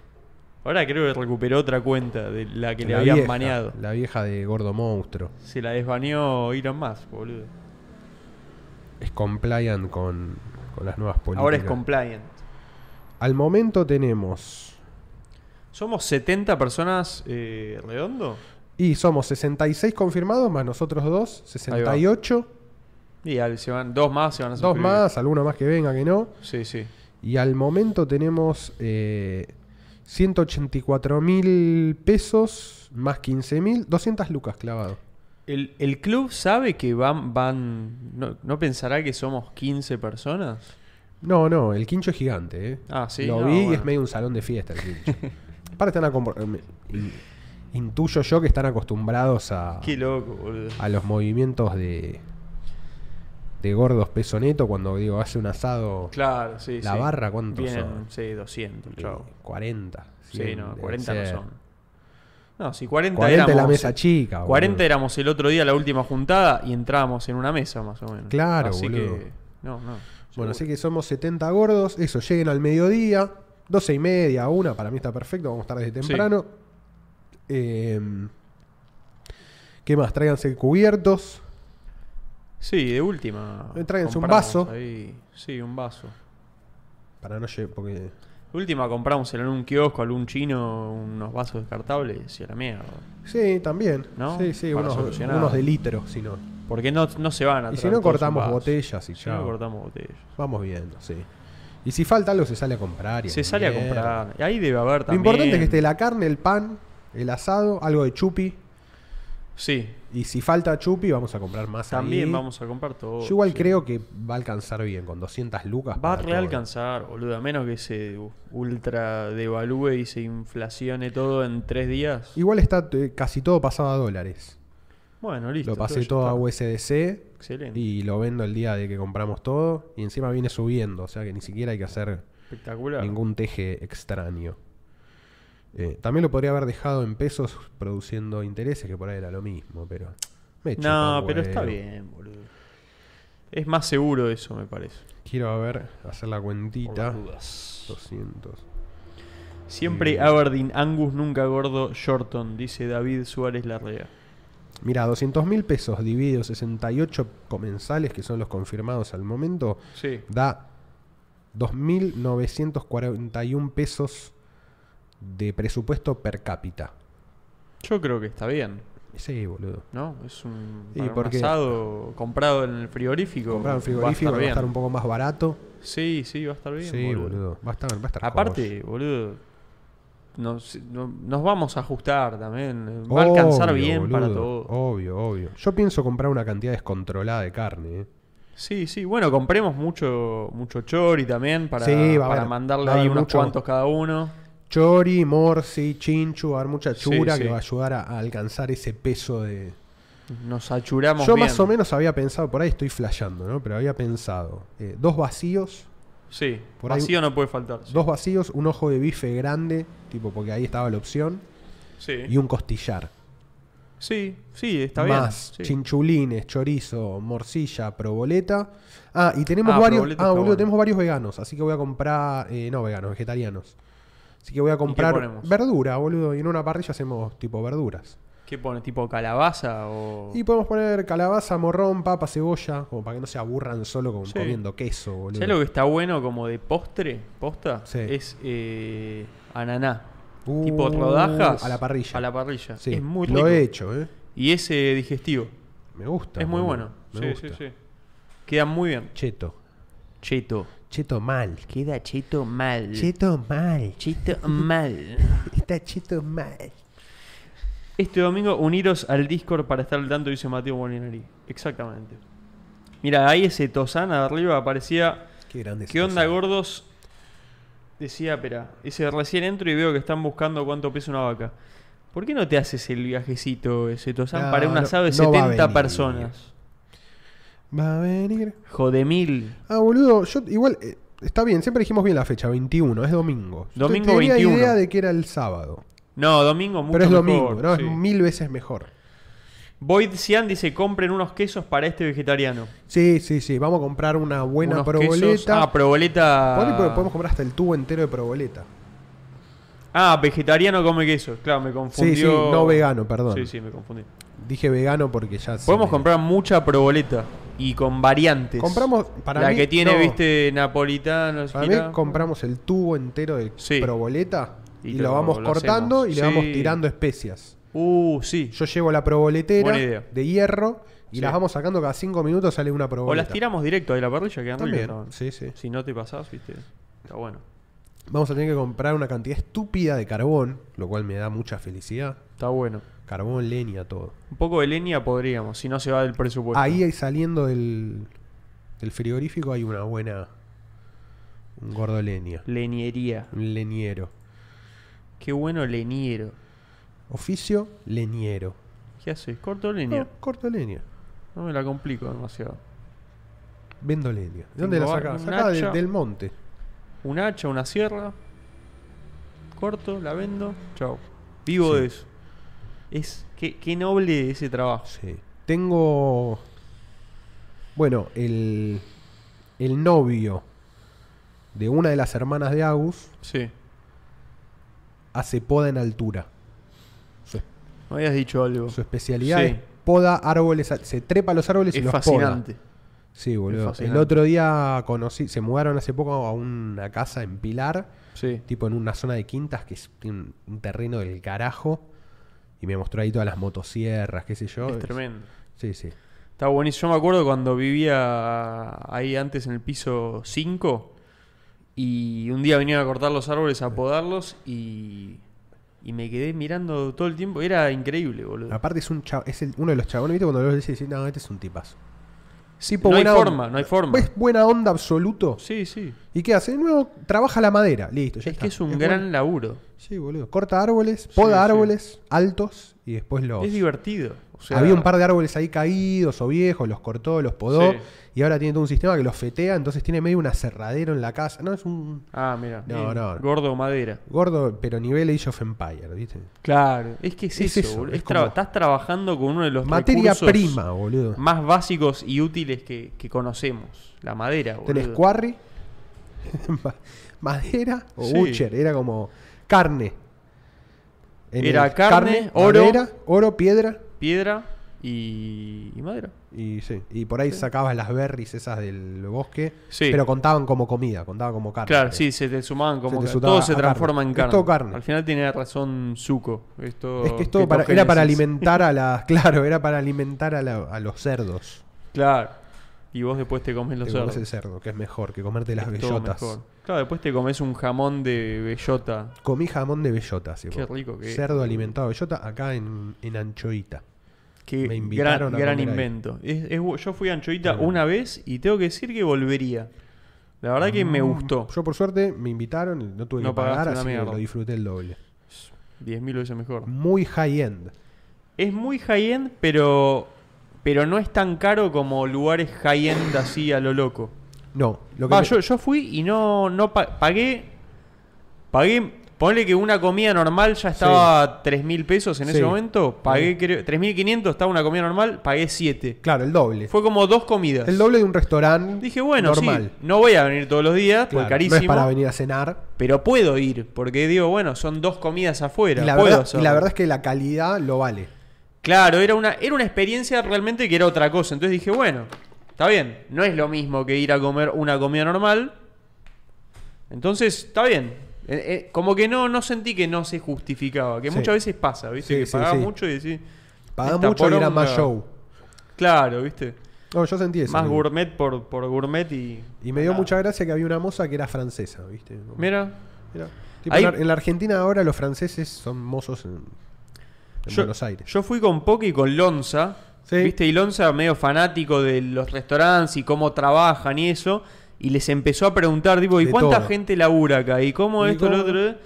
S1: Ahora creo que recuperó otra cuenta de la que le
S2: La
S1: habían
S2: vieja,
S1: baneado.
S2: La vieja de gordo monstruo.
S1: Se la desbaneó Elon Musk, boludo.
S2: Es compliant con, con las nuevas políticas.
S1: Ahora es compliant.
S2: Al momento tenemos.
S1: ¿Somos 70 personas eh, redondo?
S2: Y somos 66 confirmados, más nosotros dos, 68.
S1: Y al- se van dos más, se van a
S2: Dos
S1: suscribir.
S2: más, alguno más que venga que no.
S1: Sí, sí.
S2: Y al momento tenemos eh, 184 mil pesos más 15 mil, 200 lucas clavado.
S1: ¿El, el club sabe que van... van no, no pensará que somos 15 personas?
S2: No, no, el quincho es gigante, ¿eh?
S1: Ah, sí,
S2: Lo
S1: no,
S2: vi y
S1: bueno.
S2: es medio un salón de fiesta el
S1: <laughs>
S2: quincho. Aparte están acompor- em, in- Intuyo yo que están acostumbrados a,
S1: Qué loco, boludo.
S2: a los movimientos de, de gordos peso neto cuando digo hace un asado
S1: Claro, sí,
S2: La
S1: sí.
S2: barra, ¿cuántos
S1: Vienen,
S2: son?
S1: Sí, 200,
S2: eh,
S1: chao.
S2: 40.
S1: Sí,
S2: 100
S1: no,
S2: deben
S1: 40 no
S2: ser.
S1: son. No, si 40,
S2: 40
S1: éramos...
S2: es la mesa chica. boludo.
S1: 40 éramos el otro día la última juntada y entrábamos en una mesa más o menos.
S2: Claro,
S1: Así
S2: boludo.
S1: que... No, no.
S2: Bueno,
S1: seguro.
S2: así que somos 70 gordos. Eso, lleguen al mediodía. 12 y media, una, para mí está perfecto. Vamos a estar desde
S1: Sí.
S2: temprano. Em, ¿Qué más? Tráiganse cubiertos.
S1: Sí, de última.
S2: Eh, tráiganse un
S1: compramos
S2: vaso.
S1: ahí. Sí, un vaso.
S2: Para no llegar, porque
S1: De última compramos en un kiosco, algún chino, unos vasos descartables y a la mierda.
S2: Sí, también.
S1: ¿No?
S2: Sí, sí,
S1: Para
S2: unos,
S1: solucionar.
S2: unos de litro, si no.
S1: Porque no, no se van a
S2: Y si
S1: traer
S2: no
S1: todos un
S2: cortamos
S1: vaso.
S2: botellas y
S1: Si
S2: chao.
S1: no cortamos botellas.
S2: Vamos viendo, sí. Y si falta algo, se sale a comprar. y
S1: Se sale a
S2: mierda.
S1: comprar. Y ahí debe haber
S2: Lo
S1: también.
S2: importante es que esté la carne, el pan, el asado, algo de chupi.
S1: Sí,
S2: Y si falta chupi, vamos a comprar más
S1: también
S2: ahí.
S1: vamos a comprar todo.
S2: Yo igual
S1: sí.
S2: creo que va a alcanzar bien, con 200 lucas.
S1: Va a
S2: para todo.
S1: realcanzar, boludo. A menos que se u- ultra devalúe y se inflacione todo en tres días.
S2: Igual está eh, casi todo pasado a dólares.
S1: Bueno, listo.
S2: lo pasé
S1: ya
S2: todo a
S1: está.
S2: USDC
S1: Excelente.
S2: y lo vendo el día de que compramos todo. Y encima viene subiendo, o sea que ni siquiera hay que hacer
S1: Espectacular.
S2: ningún teje extraño. Eh, también lo podría haber dejado en pesos produciendo intereses, que por ahí era lo mismo, pero. me chupa
S1: No,
S2: un
S1: pero está
S2: huevo.
S1: bien, boludo. Es más seguro eso, me parece.
S2: Quiero a ver, hacer la
S1: por las
S2: cuentita.
S1: dudas.
S2: 200.
S1: Siempre
S2: Eh.
S1: Aberdeen, Angus nunca gordo, Shorton, dice David Suárez Larrea.
S2: Mira, 200 mil pesos dividido 68 comensales, que son los confirmados al momento,
S1: Sí.
S2: da 2.941 pesos de presupuesto per cápita.
S1: Yo creo que está bien,
S2: Sí, boludo.
S1: ¿no? Es un,
S2: Y
S1: para un
S2: porque-
S1: asado comprado en el frigorífico.
S2: Comprar un
S1: va a
S2: frigorífico
S1: estar
S2: va a
S1: bien.
S2: estar un poco más barato.
S1: Sí, sí, va a estar bien.
S2: sí,
S1: boludo.
S2: boludo. Va a estar, va a estar joya.
S1: Aparte, boludo, nos, no- nos vamos a ajustar también. Va a alcanzar
S2: Obvio,
S1: bien para
S2: boludo.
S1: todo.
S2: Obvio, obvio. Yo pienso comprar una cantidad descontrolada de carne. ¿eh?
S1: Sí, sí, bueno, compremos mucho, mucho chori también para,
S2: Sí, va a
S1: para
S2: haber-
S1: mandarle
S2: va a
S1: ahí
S2: haber
S1: unos
S2: mucho.
S1: cuantos cada uno.
S2: Chori, morsi, chinchu, va a haber mucha
S1: Sí,
S2: chura
S1: sí.
S2: que va a ayudar a- a alcanzar ese peso de,
S1: Nos achuramos
S2: Yo
S1: bien.
S2: más o menos había pensado, por ahí estoy flasheando, ¿no? Pero había pensado, eh, dos vacíos,
S1: Sí,
S2: Por ahí-
S1: vacío no puede faltar. Sí.
S2: dos vacíos, un ojo de bife grande, tipo porque ahí estaba la opción,
S1: Sí.
S2: y un costillar.
S1: sí, sí, está
S2: más
S1: bien. sí.
S2: chinchulines, chorizo, morcilla, proboleta. Ah, y tenemos
S1: Ah,
S2: varios,
S1: proboleta
S2: ah,
S1: está
S2: boludo,
S1: bueno.
S2: tenemos varios veganos, así que voy a comprar, eh, no veganos, vegetarianos. Así que voy a comprar
S1: ponemos?
S2: verdura, boludo, y en una parrilla hacemos tipo verduras.
S1: ¿Qué pone? ¿Tipo calabaza o...?
S2: Y podemos poner calabaza, morrón, papa, cebolla, como para que no se aburran solo con
S1: Sí.
S2: comiendo queso, boludo.
S1: ¿Sabes lo que está bueno como de postre? ¿Posta?
S2: Sí.
S1: Es eh, ananá.
S2: Uh,
S1: tipo rodajas.
S2: a la parrilla.
S1: A la parrilla.
S2: Sí,
S1: Es muy rico.
S2: Lo he hecho, ¿eh?
S1: Y es eh, digestivo.
S2: Me gusta.
S1: es muy bueno.
S2: boludo. Me
S1: Sí,
S2: gusta.
S1: sí, sí. Queda muy bien.
S2: Cheto.
S1: Cheto.
S2: Cheto mal.
S1: Queda cheto mal.
S2: Cheto mal.
S1: Cheto mal.
S2: Está cheto mal.
S1: Este domingo uniros al Discord para estar al tanto, dice Mateo Molinari. Exactamente. Mira, ahí ese Tosán arriba aparecía.
S2: Qué grande.
S1: ¿Qué onda, gordos? Decía, espera, ese recién entro y veo que están buscando cuánto pesa una vaca. ¿Por qué no te haces el viajecito ese Tosán
S2: No,
S1: para un
S2: no-
S1: asado de
S2: no va a
S1: 70
S2: venir.
S1: personas?
S2: Va a venir.
S1: Jodemil.
S2: Ah, boludo, yo igual. eh, está bien, siempre dijimos bien la fecha, 21, es domingo. Yo
S1: Domingo
S2: tenía
S1: 21.
S2: idea de que era el sábado.
S1: No, domingo mucho
S2: pero es domingo,
S1: mejor,
S2: ¿no?
S1: sí.
S2: Es mil veces mejor.
S1: Void Cian dice, compren unos quesos para este vegetariano.
S2: Sí, sí, sí. Vamos a comprar una buena
S1: Unos quesos-
S2: proboleta.
S1: Ah, proboleta.
S2: Ponle, pero podemos comprar hasta el tubo entero de proboleta.
S1: Ah, vegetariano come queso. Claro, me confundió.
S2: Sí, sí, no vegano, perdón.
S1: Sí, sí, me confundí.
S2: Dije vegano porque ya se
S1: Podemos
S2: me-
S1: comprar mucha proboleta y con variantes.
S2: Compramos para
S1: la
S2: mí,
S1: que tiene,
S2: no.
S1: viste, napolitano.
S2: Para mí
S1: girá.
S2: compramos el tubo entero de
S1: Sí.
S2: proboleta
S1: Y
S2: y,
S1: te
S2: lo
S1: lo-
S2: vamos
S1: lo
S2: cortando
S1: hacemos.
S2: y le vamos
S1: Sí.
S2: tirando especias.
S1: Uh, sí.
S2: Yo llevo la proboletera
S1: Buena idea.
S2: de hierro y
S1: Sí.
S2: las vamos sacando cada cinco minutos sale una
S1: O
S2: proboleta.
S1: las tiramos directo de la parrilla, quedan
S2: También,
S1: ricas, ¿no?
S2: sí, sí.
S1: Si no te pasás, viste. Está bueno.
S2: Vamos a tener que comprar una cantidad estúpida de carbón, lo cual me da mucha felicidad.
S1: Está bueno.
S2: Carbón, leña, todo.
S1: Un poco de leña podríamos, si no se va del presupuesto.
S2: Ahí ahí saliendo del, del frigorífico hay una buena... Un gordo leña.
S1: Leñería.
S2: Un leñero.
S1: Qué bueno leñero.
S2: Oficio, leñero.
S1: ¿Qué haces? ¿Corto leña?
S2: No, corto leña.
S1: No me la complico demasiado.
S2: Vendo leña. ¿De dónde la
S1: Tengo
S2: sacás?
S1: un
S2: Sacá de-
S1: hacha.
S2: del monte.
S1: Un hacha, una sierra. Corto, la vendo. Chao. Vivo
S2: Sí.
S1: de eso. Es qué, qué noble ese trabajo.
S2: Sí. Tengo. Bueno, el. El novio de una de las hermanas de Agus
S1: Sí.
S2: hace poda en altura. Su,
S1: Me habías dicho algo.
S2: su especialidad
S1: Sí.
S2: es poda árboles. al- Se trepa a los árboles y
S1: es
S2: los
S1: fascinante.
S2: poda. Sí, boludo. El
S1: fascinante.
S2: otro día conocí. Se mudaron hace poco a una casa en Pilar.
S1: Sí.
S2: tipo en una zona de quintas que es un, un terreno del carajo. Y me mostró ahí todas las motosierras, qué sé yo.
S1: Es tremendo.
S2: Sí, sí.
S1: Está buenísimo. Yo me acuerdo cuando vivía ahí antes en el piso 5 y un día vinieron a cortar los árboles, a podarlos y, y me quedé mirando todo el tiempo. Era increíble, boludo.
S2: Aparte es un cha- es el- uno de los chabones, ¿viste? Cuando lo ves decís, no, este es un tipazo. Sí,
S1: No hay forma, no hay forma.
S2: Es buena onda absoluto.
S1: Sí, sí.
S2: ¿Y qué hace? De nuevo, trabaja la madera. Listo, ya
S1: Es
S2: está.
S1: que es un
S2: bueno.
S1: gran laburo.
S2: Sí, boludo. Corta árboles, poda
S1: sí.
S2: árboles altos y después los...
S1: Es divertido. O sea,
S2: Había un par de árboles ahí caídos o viejos, los cortó, los podó.
S1: Sí.
S2: Y ahora tiene todo un sistema que los fetea, entonces tiene medio un aserradero en la casa. No, es un...
S1: Ah, mira.
S2: No,
S1: bien.
S2: no.
S1: Gordo madera.
S2: Gordo, pero nivel Age of Empire, ¿viste?
S1: Claro. Es que es,
S2: Es
S1: eso,
S2: eso,
S1: boludo.
S2: es
S1: Es tra-
S2: como-
S1: Estás trabajando con uno de los
S2: Materia
S1: recursos
S2: prima, boludo.
S1: más básicos y útiles que, que conocemos. La madera, boludo.
S2: Tenés quarry, <laughs> ma- madera o
S1: Sí.
S2: butcher, era como carne.
S1: Era
S2: el-
S1: carne, oro.
S2: madera, oro, piedra.
S1: Piedra y, y madera.
S2: Y, sí, y por ahí sacabas las berries esas del bosque,
S1: Sí.
S2: pero contaban como comida, contaban como carne.
S1: Claro, sí, se te sumaban como
S2: Ah, eh, Se te
S1: que
S2: sudaba
S1: todo
S2: a
S1: se transforma
S2: carne.
S1: en
S2: Es
S1: carne.
S2: todo carne.
S1: Al final tiene razón Zuko. Esto,
S2: Es que esto para- era
S1: ketogénesis.
S2: para alimentar
S1: <laughs>
S2: a las. Claro, era para alimentar a, la- a los cerdos.
S1: Claro. Y vos después te comes los
S2: Te comes
S1: cerdos.
S2: el cerdo, que es mejor que comerte las
S1: Es todo
S2: bellotas.
S1: mejor. Claro, después te comes un jamón de bellota.
S2: Comí jamón de bellotas.
S1: Qué rico que es.
S2: Cerdo alimentado de bellota acá en, en Anchoita.
S1: Que
S2: Me invitaron
S1: gran,
S2: a
S1: gran
S2: comer ahí.
S1: invento. Es- es bu- yo fui a Anchoita
S2: Tremendo.
S1: una vez y tengo que decir que volvería. La verdad que me
S2: Mm,
S1: gustó.
S2: Yo por suerte me invitaron, y no tuve
S1: No
S2: que pagar,
S1: pagaste una
S2: así que
S1: mierda.
S2: lo disfruté el doble.
S1: 10.000 veces mejor.
S2: Muy high end.
S1: Es muy high-end, pero, pero no es tan caro como lugares high-end así a lo loco.
S2: No, lo que
S1: Va,
S2: me-
S1: yo, yo fui y no, no pa- pagué. Pagué. Ponle que una comida normal ya estaba a 3.000 pesos en
S2: Sí.
S1: ese momento. Pagué, creo. 3.500 estaba una comida normal, pagué 7.
S2: claro, el doble.
S1: Fue como dos comidas.
S2: el doble de un restaurante.
S1: Dije, bueno,
S2: normal.
S1: sí, no voy a venir todos los días,
S2: Claro,
S1: porque carísimo.
S2: No es para venir a cenar.
S1: Pero puedo ir, porque digo, bueno, son dos comidas afuera.
S2: y, la
S1: puedo
S2: verdad, y
S1: hacerlo.
S2: la verdad es que la calidad lo vale.
S1: Claro, era una, era una experiencia realmente que era otra cosa. Entonces dije, bueno, está bien. No es lo mismo que ir a comer una comida normal. Entonces, está bien. Eh, eh, como que no, no sentí que no se justificaba. Que
S2: Sí.
S1: muchas veces pasa, ¿viste?
S2: Sí,
S1: que
S2: sí,
S1: pagás
S2: sí.
S1: mucho y decís.
S2: Pagá
S1: "Esta
S2: mucho y era
S1: poronga".
S2: más show.
S1: Claro, ¿viste?
S2: No, yo sentí eso.
S1: Más
S2: amigo.
S1: gourmet por, por gourmet y.
S2: Y me dio
S1: nada.
S2: mucha gracia que había una moza que era francesa, ¿viste? Como-
S1: Mira,
S2: Mirá. Tipo,
S1: Ahí-
S2: en la- en la Argentina ahora los franceses son mozos en, en
S1: yo,
S2: Buenos Aires.
S1: yo fui con Poki y con Lonza.
S2: Sí.
S1: ¿Viste? Y Lonza, medio fanático de los restaurantes y cómo trabajan y eso. Y les empezó a preguntar, tipo, ¿y
S2: De
S1: cuánta
S2: todo.
S1: gente labura acá? ¿Y cómo
S2: ¿Y
S1: esto, lo
S2: cómo?
S1: otro? eh?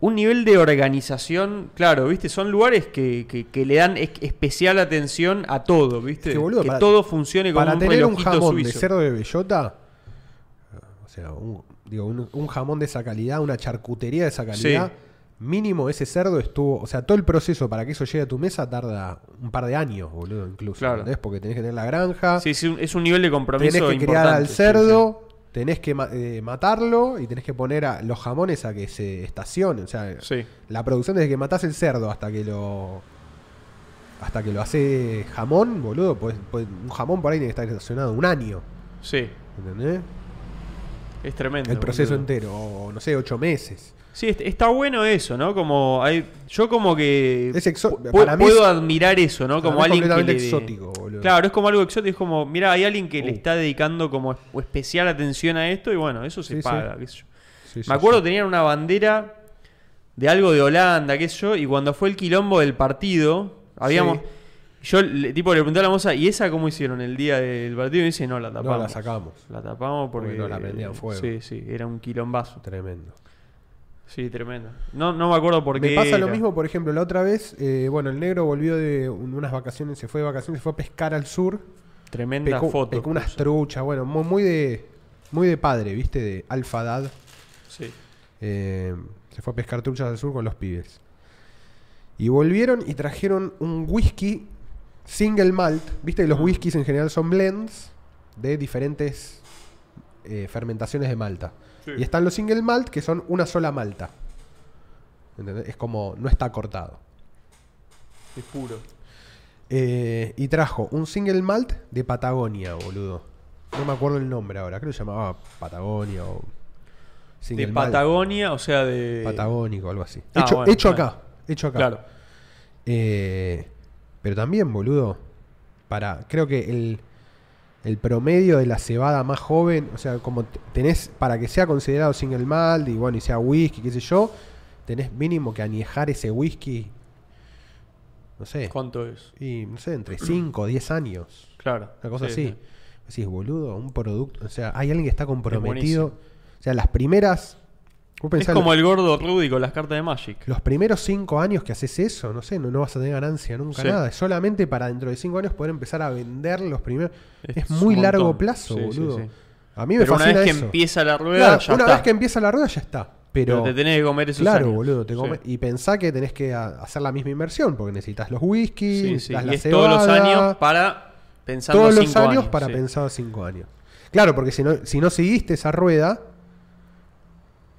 S1: Un nivel de organización, claro, ¿viste? Son lugares que, que- que le dan es- especial atención a todo, ¿viste?
S2: Es que, boludo,
S1: que
S2: para-
S1: todo funcione como
S2: Para
S1: un
S2: tener un
S1: relojito
S2: jamón de
S1: suizo.
S2: cerdo de bellota, o sea, un, digo, un, un jamón de esa calidad, una charcutería de esa calidad,
S1: Sí.
S2: mínimo ese cerdo estuvo, o sea, todo el proceso para que eso llegue a tu mesa tarda un par de años, boludo, incluso.
S1: Claro.
S2: ¿entendés? Porque tenés que tener la granja,
S1: Sí, sí, un- es un nivel de compromiso
S2: tenés que criar
S1: importante.
S2: al
S1: sí, sí.
S2: cerdo, tenés que ma- eh, matarlo y tenés que poner a los jamones a que se estacionen. O sea,
S1: Sí.
S2: la producción desde que matás el cerdo hasta que lo. Hasta que lo hace jamón, boludo, pues, pues, un jamón por ahí tiene que estar estacionado un año.
S1: Sí,
S2: ¿Entendés?
S1: es tremendo.
S2: El proceso
S1: boludo.
S2: entero, o no sé, ocho meses.
S1: Sí, est- está bueno eso, ¿no? Como hay, yo como que
S2: Es exo-
S1: pu-
S2: para mí
S1: puedo
S2: es-
S1: admirar eso, ¿no?
S2: para
S1: Como
S2: mí es
S1: alguien que
S2: completamente
S1: le-
S2: exótico, boludo.
S1: Claro, es como algo exótico, es como, mira, hay alguien que le
S2: Uh.
S1: está dedicando como es- especial atención a esto y bueno, eso se
S2: Sí, sí.
S1: paga, qué sé yo.
S2: Sí, sí,
S1: Me acuerdo
S2: sí.
S1: tenían una bandera de algo de Holanda, qué sé yo, y cuando fue el quilombo del partido, habíamos
S2: Sí.
S1: yo le, tipo le pregunté a la moza, ¿y esa cómo hicieron el día del partido? Y me dice, "No, la tapamos."
S2: No, la sacamos.
S1: La tapamos porque,
S2: Porque no la prendían fuego.
S1: Sí, sí, era un quilombazo.
S2: Tremendo.
S1: Sí, tremendo. No, no me acuerdo por qué.
S2: Me pasa lo
S1: era.
S2: mismo, por ejemplo, la otra vez, eh, bueno, el negro volvió de un- unas vacaciones, se fue de vacaciones, se fue a pescar al sur.
S1: Tremenda
S2: pecó-
S1: foto.
S2: pecó unas
S1: puso.
S2: truchas, bueno, muy, muy de muy de padre, ¿viste? De alfa dad.
S1: Sí.
S2: Eh, se fue a pescar truchas al sur con los pibes. Y volvieron y trajeron un whisky single malt. Viste que
S1: Ah.
S2: los whiskies en general son blends de diferentes eh, fermentaciones de malta.
S1: Sí.
S2: Y están los single malt que son una sola malta. ¿Entendés? Es como no está cortado.
S1: Es puro.
S2: Eh, y trajo un single malt de Patagonia, boludo. No me acuerdo el nombre ahora. Creo que se llamaba Patagonia o
S1: De
S2: single malt.
S1: Patagonia, o sea, de.
S2: Patagónico, algo así.
S1: Eh, Ah,
S2: hecho
S1: bueno,
S2: hecho
S1: claro.
S2: acá. Hecho acá.
S1: Claro.
S2: Eh, pero también, boludo, para, creo que el, el promedio de la cebada más joven, o sea, como t- tenés, para que sea considerado single malt y bueno, y sea whisky, qué sé yo, tenés mínimo que añejar ese whisky, no sé,
S1: ¿Cuánto es?
S2: y no sé, entre 5 o 10 años.
S1: Claro.
S2: Una cosa
S1: Sí,
S2: así.
S1: sí.
S2: Decís, boludo, un producto. O sea, hay alguien que está comprometido. o sea, las primeras. Vos
S1: Es
S2: pensás,
S1: como
S2: lo-
S1: el gordo Rudy con las cartas de Magic.
S2: los primeros cinco años que haces eso, no sé, no, no vas a tener ganancia nunca
S1: Sí.
S2: nada. Es solamente para dentro de cinco años poder empezar a vender los primeros.
S1: Es
S2: Es, muy
S1: un
S2: largo
S1: montón.
S2: plazo,
S1: Sí, sí,
S2: boludo.
S1: sí.
S2: A mí me
S1: Pero una
S2: fascina
S1: vez que
S2: eso.
S1: empieza la rueda,
S2: Claro,
S1: ya
S2: una
S1: está.
S2: vez que empieza la rueda ya está.
S1: Pero
S2: Pero,
S1: te tenés que comer esos
S2: claro,
S1: años.
S2: boludo, te
S1: Sí.
S2: come- y pensá que tenés que a- hacer la misma inversión porque necesitas los whisky,
S1: Sí, sí.
S2: necesitas
S1: Y
S2: la
S1: es todos los
S2: cebada,
S1: años para pensar
S2: todos los
S1: cinco
S2: años, para
S1: sí.
S2: pensar cinco años. Claro, porque si no, si no seguiste esa rueda,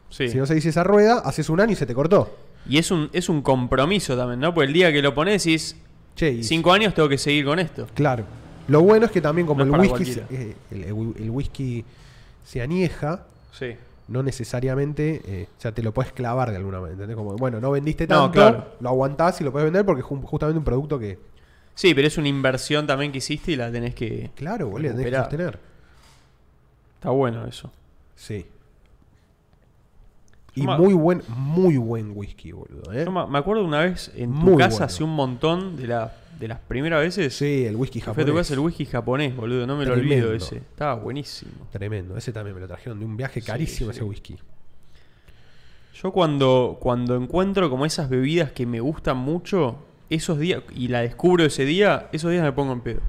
S1: Sí.
S2: si no seguís esa rueda, haces un año y se te cortó.
S1: Y es un, es un compromiso también, ¿no? Porque el día que lo pones decís,
S2: Che, y-
S1: cinco años tengo que seguir con esto.
S2: Claro. Lo bueno es que también
S1: No
S2: como
S1: es
S2: el,
S1: para
S2: whisky, se-
S1: cualquiera.
S2: eh, el, el whisky se anieja,
S1: Sí.
S2: no necesariamente, eh, o sea, te lo puedes clavar de alguna manera, ¿entendés? Como, bueno, no vendiste
S1: No,
S2: tanto,
S1: claro.
S2: lo aguantás y lo puedes vender porque es ju- justamente un producto que,
S1: Sí, pero es una inversión también que hiciste y la tenés que.
S2: claro, boludo, tenés que
S1: Recuperá.
S2: sostener.
S1: Está bueno eso.
S2: Sí. Y
S1: Yo me-
S2: muy buen, muy buen whisky, boludo, ¿eh?
S1: Yo me me acuerdo una vez en tu
S2: Muy
S1: casa,
S2: bueno.
S1: hace un montón de, la- de las primeras veces.
S2: Sí, el whisky
S1: que Fue a tu
S2: japonés.
S1: casa el whisky japonés, boludo. No me lo
S2: Tremendo.
S1: olvido ese. Estaba buenísimo.
S2: Tremendo, ese también me lo trajeron de un viaje
S1: Sí,
S2: carísimo
S1: sí.
S2: ese whisky.
S1: Yo cuando, cuando encuentro como esas bebidas que me gustan mucho, esos días, y la descubro ese día, esos días me pongo en pedo.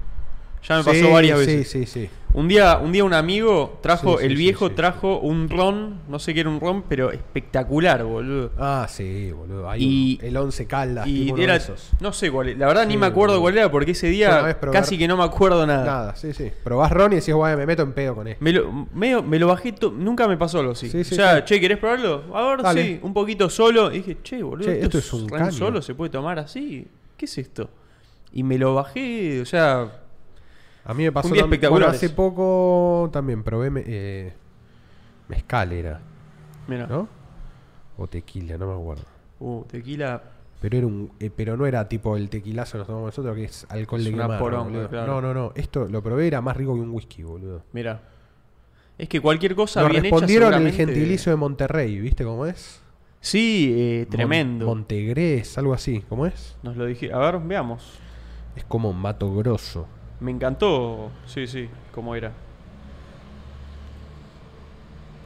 S1: Ya me
S2: Sí,
S1: pasó varias veces.
S2: Sí, sí, sí.
S1: Un día, un día un amigo trajo,
S2: Sí, sí,
S1: el
S2: sí,
S1: viejo
S2: sí.
S1: trajo un ron, no sé qué era un ron, pero espectacular, boludo.
S2: Ah, sí, boludo. Hay
S1: Y-
S2: un- el 11 caldas,
S1: y
S2: tipo uno de
S1: era,
S2: esos.
S1: no sé cuál, es, la verdad ni
S2: Sí,
S1: me acuerdo
S2: boludo.
S1: cuál era porque ese
S2: Yo una vez
S1: día
S2: probé-
S1: casi que no me acuerdo nada.
S2: Nada, sí, sí. Probás ron y decís, bueno, me meto en pedo con esto.
S1: Me lo, medio- me lo bajé, to- nunca me pasó algo así.
S2: Sí, sí,
S1: o sea,
S2: sí.
S1: che, ¿querés probarlo? A ver,
S2: Dale.
S1: sí, un poquito solo. Y dije, che, boludo,
S2: Che,
S1: esto,
S2: esto es un
S1: ran
S2: caño.
S1: solo, se puede tomar así. ¿Qué es esto? Y me lo bajé, o sea,
S2: A mí me pasó
S1: Un día
S2: también-
S1: espectacular
S2: bueno, hace
S1: eso.
S2: poco también probé me- eh, mezcal era,
S1: mira. Ah.
S2: ¿no? O tequila, no me acuerdo.
S1: Uh, tequila
S2: Pero, era un, eh, pero no era tipo el tequilazo que nos tomamos nosotros, que es alcohol
S1: Es
S2: de
S1: una
S2: quemar,
S1: poronga,
S2: boludo.
S1: claro.
S2: No, no, no. Esto lo probé, era más rico que un whisky, boludo.
S1: Mira. Es que cualquier cosa
S2: Nos
S1: bien hecha
S2: respondieron el
S1: seguramente-
S2: gentilicio de Monterrey, ¿viste cómo es?
S1: Sí, eh, tremendo.
S2: Mon- Montegrés, algo así, ¿cómo es?
S1: Nos lo dije. A ver, veamos.
S2: Es como Mato Grosso.
S1: Me encantó. Sí, sí, cómo era.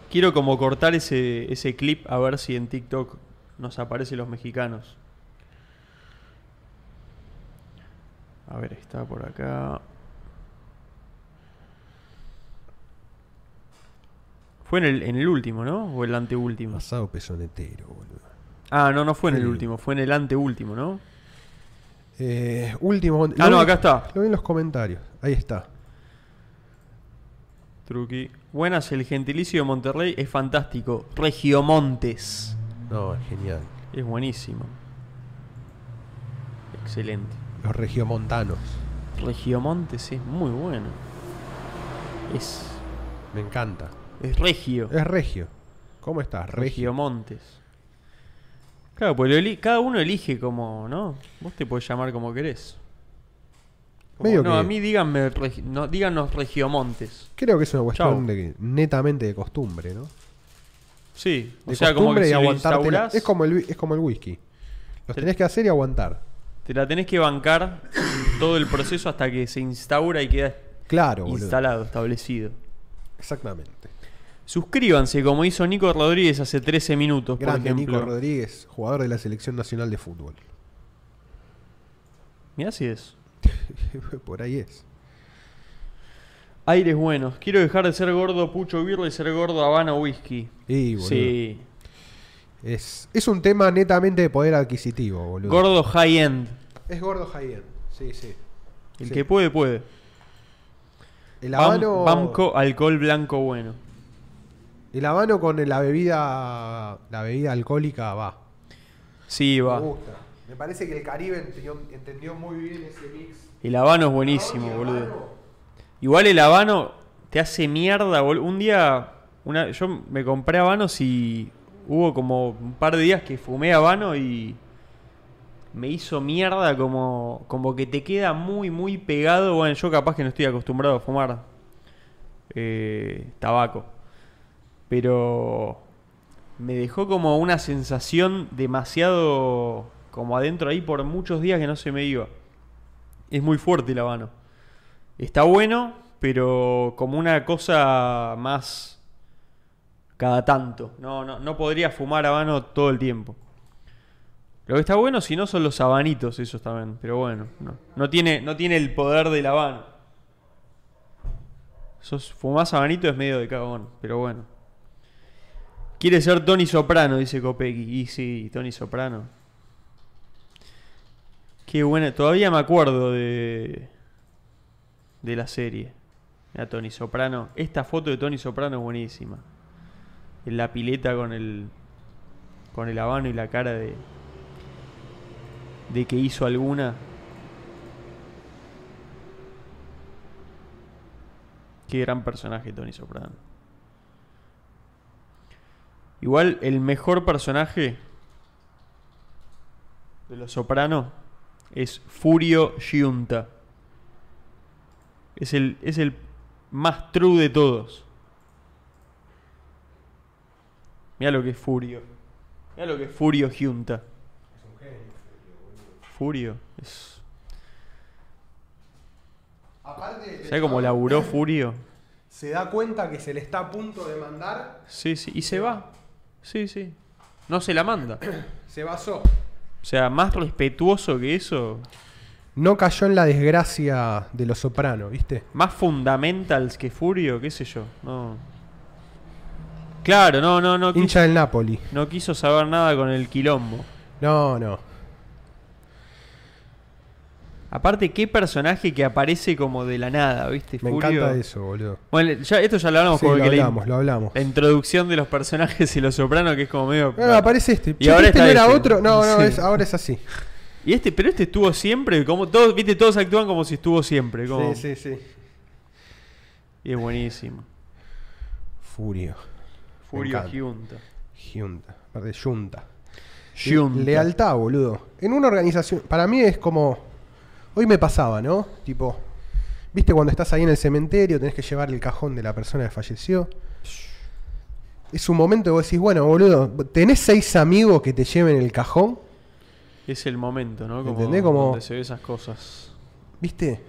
S1: Quiero como cortar ese, ese clip a ver si en TikTok nos aparecen los mexicanos. A ver, está por acá. Fue en el, en el último, ¿no? O el anteúltimo.
S2: Asado pezonetero, boludo.
S1: Ah, no, no fue en el
S2: Sí.
S1: último, fue en el anteúltimo, ¿no?
S2: Eh, último. lo
S1: Ah, no,
S2: vi-
S1: acá está.
S2: Lo vi en los comentarios. Ahí está.
S1: Truqui. Buenas, el gentilicio de Monterrey es fantástico. Regiomontes.
S2: No, es genial.
S1: Es buenísimo. Excelente.
S2: Los regiomontanos.
S1: Regiomontes es muy bueno. Es,
S2: Me encanta.
S1: es regio.
S2: Es regio. ¿Cómo estás, regio?
S1: Regiomontes. Claro, pues lo eli- cada uno elige como, ¿no? Vos te podés llamar como querés. Como,
S2: Medio
S1: no,
S2: que-
S1: a mí díganme, regi- no, díganos Regiomontes.
S2: Creo que es una cuestión
S1: Chau.
S2: de que- netamente de costumbre, ¿no?
S1: Sí, o
S2: De
S1: sea, como
S2: costumbre
S1: que si lo
S2: y aguantarte. la-
S1: instaurás,
S2: Es, como el, vi- es como el whisky. Los
S1: Te-
S2: tenés que hacer y aguantar.
S1: te la tenés que bancar todo el proceso hasta que se instaura y queda
S2: Claro, boludo.
S1: instalado, establecido.
S2: Exactamente.
S1: Suscríbanse, como hizo Nico Rodríguez hace 13 minutos, por
S2: Grande
S1: ejemplo.
S2: Nico Rodríguez, jugador de la Selección Nacional de Fútbol. <laughs>
S1: Mirá si es.
S2: Por ahí es.
S1: Aires buenos. Quiero dejar de ser gordo pucho birra y ser gordo habano whisky.
S2: Y, boludo,
S1: sí.
S2: Es, es un tema netamente de poder adquisitivo, boludo.
S1: Gordo high end.
S2: Es gordo Javier. Sí, sí.
S1: El
S2: Sí.
S1: que puede, puede.
S2: El
S1: Bam-
S2: habano,
S1: Bamco, alcohol blanco bueno.
S2: el habano con la bebida la bebida alcohólica va.
S1: Sí, va.
S2: Me gusta. Me parece que el Caribe entendió, entendió muy bien ese mix.
S1: El habano es buenísimo,
S2: Habano y
S1: boludo.
S2: habano.
S1: Igual el habano te hace mierda, boludo. Un día, una, yo me compré habanos y hubo como un par de días que fumé habano y me hizo mierda como, como que te queda muy, muy pegado. Bueno, yo capaz que no estoy acostumbrado a fumar eh, tabaco. Pero me dejó como una sensación demasiado como adentro ahí por muchos días que no se me iba. Es muy fuerte el habano. Está bueno, pero como una cosa más cada tanto. No, no, no podría fumar habano todo el tiempo. Lo que está bueno si no son los habanitos, esos también. Pero bueno, no, no, tiene, no tiene el poder del habano. Sos, fumás habanito es medio de cagón, pero bueno. Quiere ser Tony Soprano, dice Copecki. Y sí, Tony Soprano. Qué buena. Todavía me acuerdo de, de la serie. Mirá, Tony Soprano. Esta foto de Tony Soprano es buenísima. En la pileta con el. con el habano y la cara de. de que hizo alguna. Qué gran personaje Tony Soprano. Igual el mejor personaje de los Soprano es Furio Giunta. Es el, es el más true de todos. Mira lo que es Furio. Mira lo que es Furio Giunta. Furio. Es...
S2: Aparte,
S1: ¿Sabes cómo laburó Furio?
S2: se da cuenta que se le está a punto de mandar,
S1: Sí, sí. Y se va. Sí, sí. No se la manda.
S2: se basó.
S1: O sea, más respetuoso que eso.
S2: No cayó en la desgracia de los soprano, ¿viste?
S1: Más fundamentals que Furio, qué sé yo. No. Claro, no, no, no.
S2: Hincha
S1: Quiso,
S2: del Napoli.
S1: no quiso saber nada con el quilombo.
S2: No, no.
S1: Aparte, qué personaje que aparece como de la nada, ¿viste?
S2: Me
S1: Furio?
S2: encanta eso, boludo.
S1: Bueno, le- ya, esto ya lo hablamos
S2: Sí,
S1: porque
S2: lo
S1: la in-
S2: hablamos, lo hablamos.
S1: la introducción de los personajes y los sopranos, que es como medio.
S2: Ah, aparece este.
S1: Y
S2: Che,
S1: ahora
S2: este
S1: está
S2: no era
S1: ese.
S2: otro. No, no,
S1: Sí.
S2: es- ahora es así.
S1: Y este, pero este estuvo siempre, como todos, viste, todos actúan como si estuvo siempre. Como...
S2: Sí, sí, sí.
S1: Y es buenísimo.
S2: Furio.
S1: Furio
S2: encanta.
S1: Giunta.
S2: Junta. Aparte, Junta.
S1: Yunta.
S2: Lealtad, boludo. En una organización, para mí es como. Hoy me pasaba, ¿no? Tipo, viste cuando estás ahí en el cementerio, tenés que llevar el cajón de la persona que falleció. Es un momento que vos decís, bueno, boludo, tenés seis amigos que te lleven el cajón,
S1: Es el momento, ¿no? Como,
S2: ¿Entendés? Como-
S1: Donde se ve esas cosas.
S2: viste.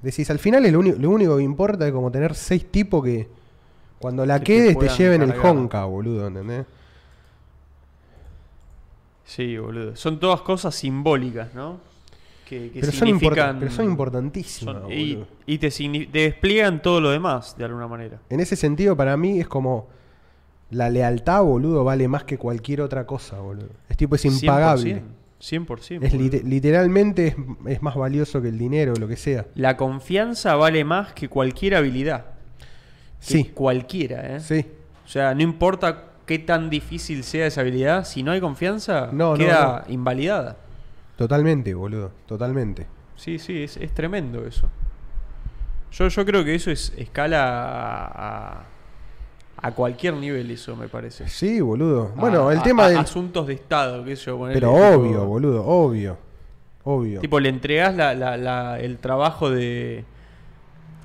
S2: Decís, al final es lo, uni- lo único que importa es como tener seis tipos que cuando la
S1: Que te
S2: quedes te
S1: puedan
S2: lleven el
S1: cargar.
S2: honka, boludo, ¿entendés?
S1: Sí, boludo. Son todas cosas simbólicas, ¿no? Que, que
S2: Pero son,
S1: significan.
S2: importan- pero son importantísimas,
S1: son- y
S2: Ah, boludo.
S1: y te, signi- te despliegan todo lo demás, de alguna manera.
S2: En ese sentido, para mí es como. La lealtad, boludo, vale más que cualquier otra cosa, boludo. Es tipo, es impagable.
S1: 100%. 100%,
S2: Es
S1: boludo.
S2: lite- literalmente es, es más valioso que el dinero, lo que sea.
S1: La confianza vale más que cualquier habilidad. Que
S2: Sí,
S1: Cualquiera, ¿eh?
S2: sí.
S1: O sea, no importa qué tan difícil sea esa habilidad, si no hay confianza,
S2: No, no,
S1: queda
S2: no.
S1: invalidada.
S2: Totalmente, boludo. Totalmente.
S1: Sí, sí, es, es tremendo eso. Yo, yo creo que eso es escala a, a- a cualquier nivel, eso me parece.
S2: Sí, boludo. Bueno,
S1: Ah, A-
S2: el
S1: a-
S2: tema
S1: a
S2: del.
S1: Asuntos de Estado, qué sé yo. ponele,
S2: Pero
S1: tipo-
S2: obvio, boludo, obvio. Obvio.
S1: Tipo, le entregás la- la- la- el trabajo de.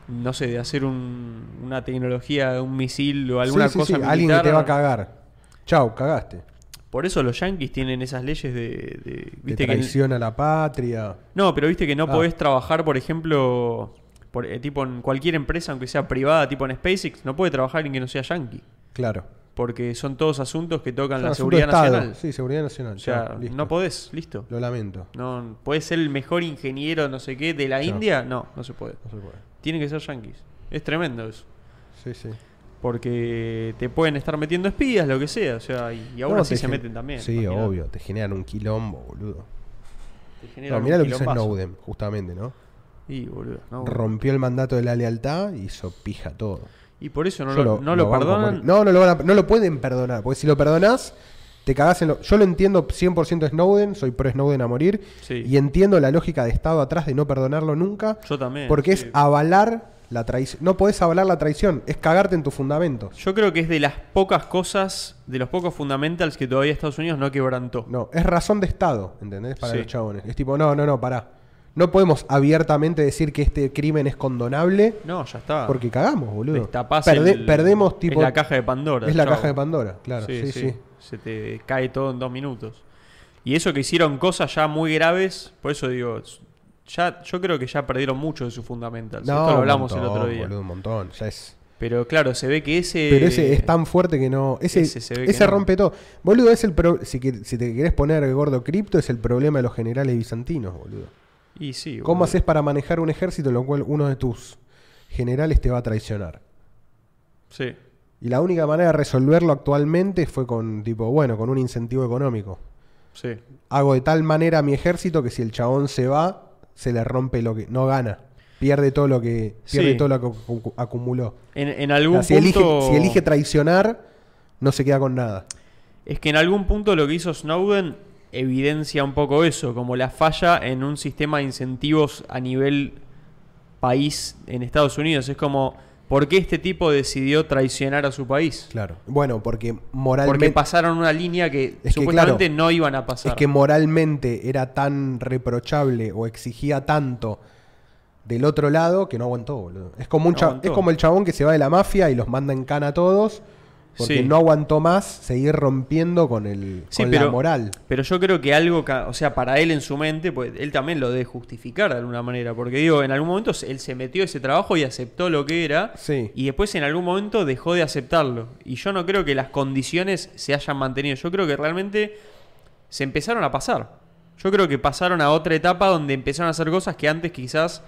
S1: No sé, de hacer un- una tecnología, un misil o alguna
S2: Sí, sí,
S1: cosa.
S2: sí, Alguien que te
S1: militar.
S2: va a cagar. Chau, cagaste.
S1: Por eso los yanquis tienen esas leyes de. de- viste
S2: te
S1: que
S2: traiciona la patria.
S1: no, pero viste que no
S2: Ah.
S1: podés trabajar, por ejemplo. por- eh, tipo en cualquier empresa, aunque sea privada, tipo en SpaceX, no puede trabajar en que no sea yanqui.
S2: Claro.
S1: Porque son todos asuntos que tocan
S2: Son
S1: la
S2: asunto
S1: seguridad
S2: de Estado.
S1: nacional.
S2: Sí, seguridad nacional.
S1: o sea,
S2: ya, listo.
S1: no podés, listo.
S2: Lo lamento.
S1: No, podés ser el mejor ingeniero, no sé qué, de la
S2: Claro.
S1: India. No, no se puede.
S2: No se puede.
S1: Tienen que ser yanquis. Es tremendo eso.
S2: Sí, sí.
S1: Porque te pueden estar metiendo espías, lo que sea. O sea, y, y aún
S2: No,
S1: así
S2: te
S1: se
S2: gen-
S1: meten también.
S2: Sí,
S1: imagínate.
S2: obvio. Te generan un quilombo, boludo.
S1: Te
S2: No,
S1: generan
S2: mirá
S1: un
S2: lo que hizo
S1: quilombazo.
S2: Snowden, justamente, ¿no?
S1: Y, boludo, no, boludo.
S2: Rompió el mandato de la lealtad y hizo pija todo.
S1: Y por eso no
S2: Yo
S1: lo, no lo
S2: banco a
S1: perdonan.
S2: morir. No, no lo, van a- no lo pueden perdonar. Porque si lo perdonás, te cagás en lo. Yo lo entiendo 100% Snowden, soy pro Snowden a morir.
S1: Sí.
S2: Y entiendo la lógica de Estado atrás de no perdonarlo nunca.
S1: Yo también.
S2: porque
S1: sí.
S2: es avalar la traición. No podés avalar la traición, es cagarte en tus fundamentos.
S1: Yo creo que es de las pocas cosas, de los pocos fundamentals que todavía Estados Unidos no quebrantó.
S2: No, es razón de Estado, ¿entendés? Para
S1: Sí.
S2: los chabones. Es tipo, no, no, no, pará. No podemos abiertamente decir que este crimen es condonable.
S1: No, ya está.
S2: Porque cagamos, boludo.
S1: Ah. Destapás
S2: Perde-
S1: el-
S2: perdemos tipo.
S1: Es la caja de Pandora.
S2: Es la
S1: chau.
S2: caja de Pandora, claro. Sí, sí.
S1: Se te cae todo en dos minutos. Y eso que hicieron cosas ya muy graves, por eso digo, ya, yo creo que ya perdieron mucho de sus fundamentals. Esto lo
S2: un
S1: hablamos el
S2: montón,
S1: otro día.
S2: boludo, un montón. Ya es.
S1: Pero claro, se ve que ese.
S2: Pero ese es tan fuerte que no. Ese,
S1: ese se ve que
S2: ese
S1: no.
S2: rompe todo. Boludo, es el pro- si, que- si te querés poner gordo cripto, es el problema de los generales bizantinos, boludo.
S1: Y sí, boludo.
S2: ¿Cómo haces para manejar un ejército en lo cual uno de tus generales te va a traicionar?
S1: Sí.
S2: Y la única manera de resolverlo actualmente fue con, tipo, bueno, con un incentivo económico.
S1: Sí.
S2: Hago de tal manera a mi ejército que si el chabón se va, se le rompe lo que. No gana. Pierde todo lo que. Pierde
S1: Sí.
S2: todo lo que acu- acumuló.
S1: En, en
S2: O
S1: algún
S2: sea, si,
S1: punto.
S2: elige, si elige traicionar, no se queda con nada.
S1: Es que en algún punto lo que hizo Snowden evidencia un poco eso, como la falla en un sistema de incentivos a nivel país en Estados Unidos. Es como, ¿por qué este tipo decidió traicionar a su país?
S2: Claro. Bueno, porque
S1: Porque
S2: moralmente.
S1: pasaron una línea que
S2: que,
S1: supuestamente
S2: claro,
S1: no iban a pasar.
S2: es que moralmente era tan reprochable o exigía tanto del otro lado que no aguantó, boludo. Es como, un
S1: No
S2: cha-
S1: aguantó.
S2: es como el chabón que se va de la mafia y los manda en cana a todos. Porque
S1: Sí.
S2: no aguantó más seguir rompiendo con, el,
S1: Sí,
S2: con la
S1: pero-
S2: moral.
S1: Pero yo creo que algo, ca- o sea, para él en su mente, pues él también lo debe justificar de alguna manera. Porque digo, en algún momento se- él se metió a ese trabajo y aceptó lo que era.
S2: Sí.
S1: Y después en algún momento dejó de aceptarlo. Y yo no creo que las condiciones se hayan mantenido. Yo creo que realmente se empezaron a pasar. Yo creo que pasaron a otra etapa donde empezaron a hacer cosas que antes quizás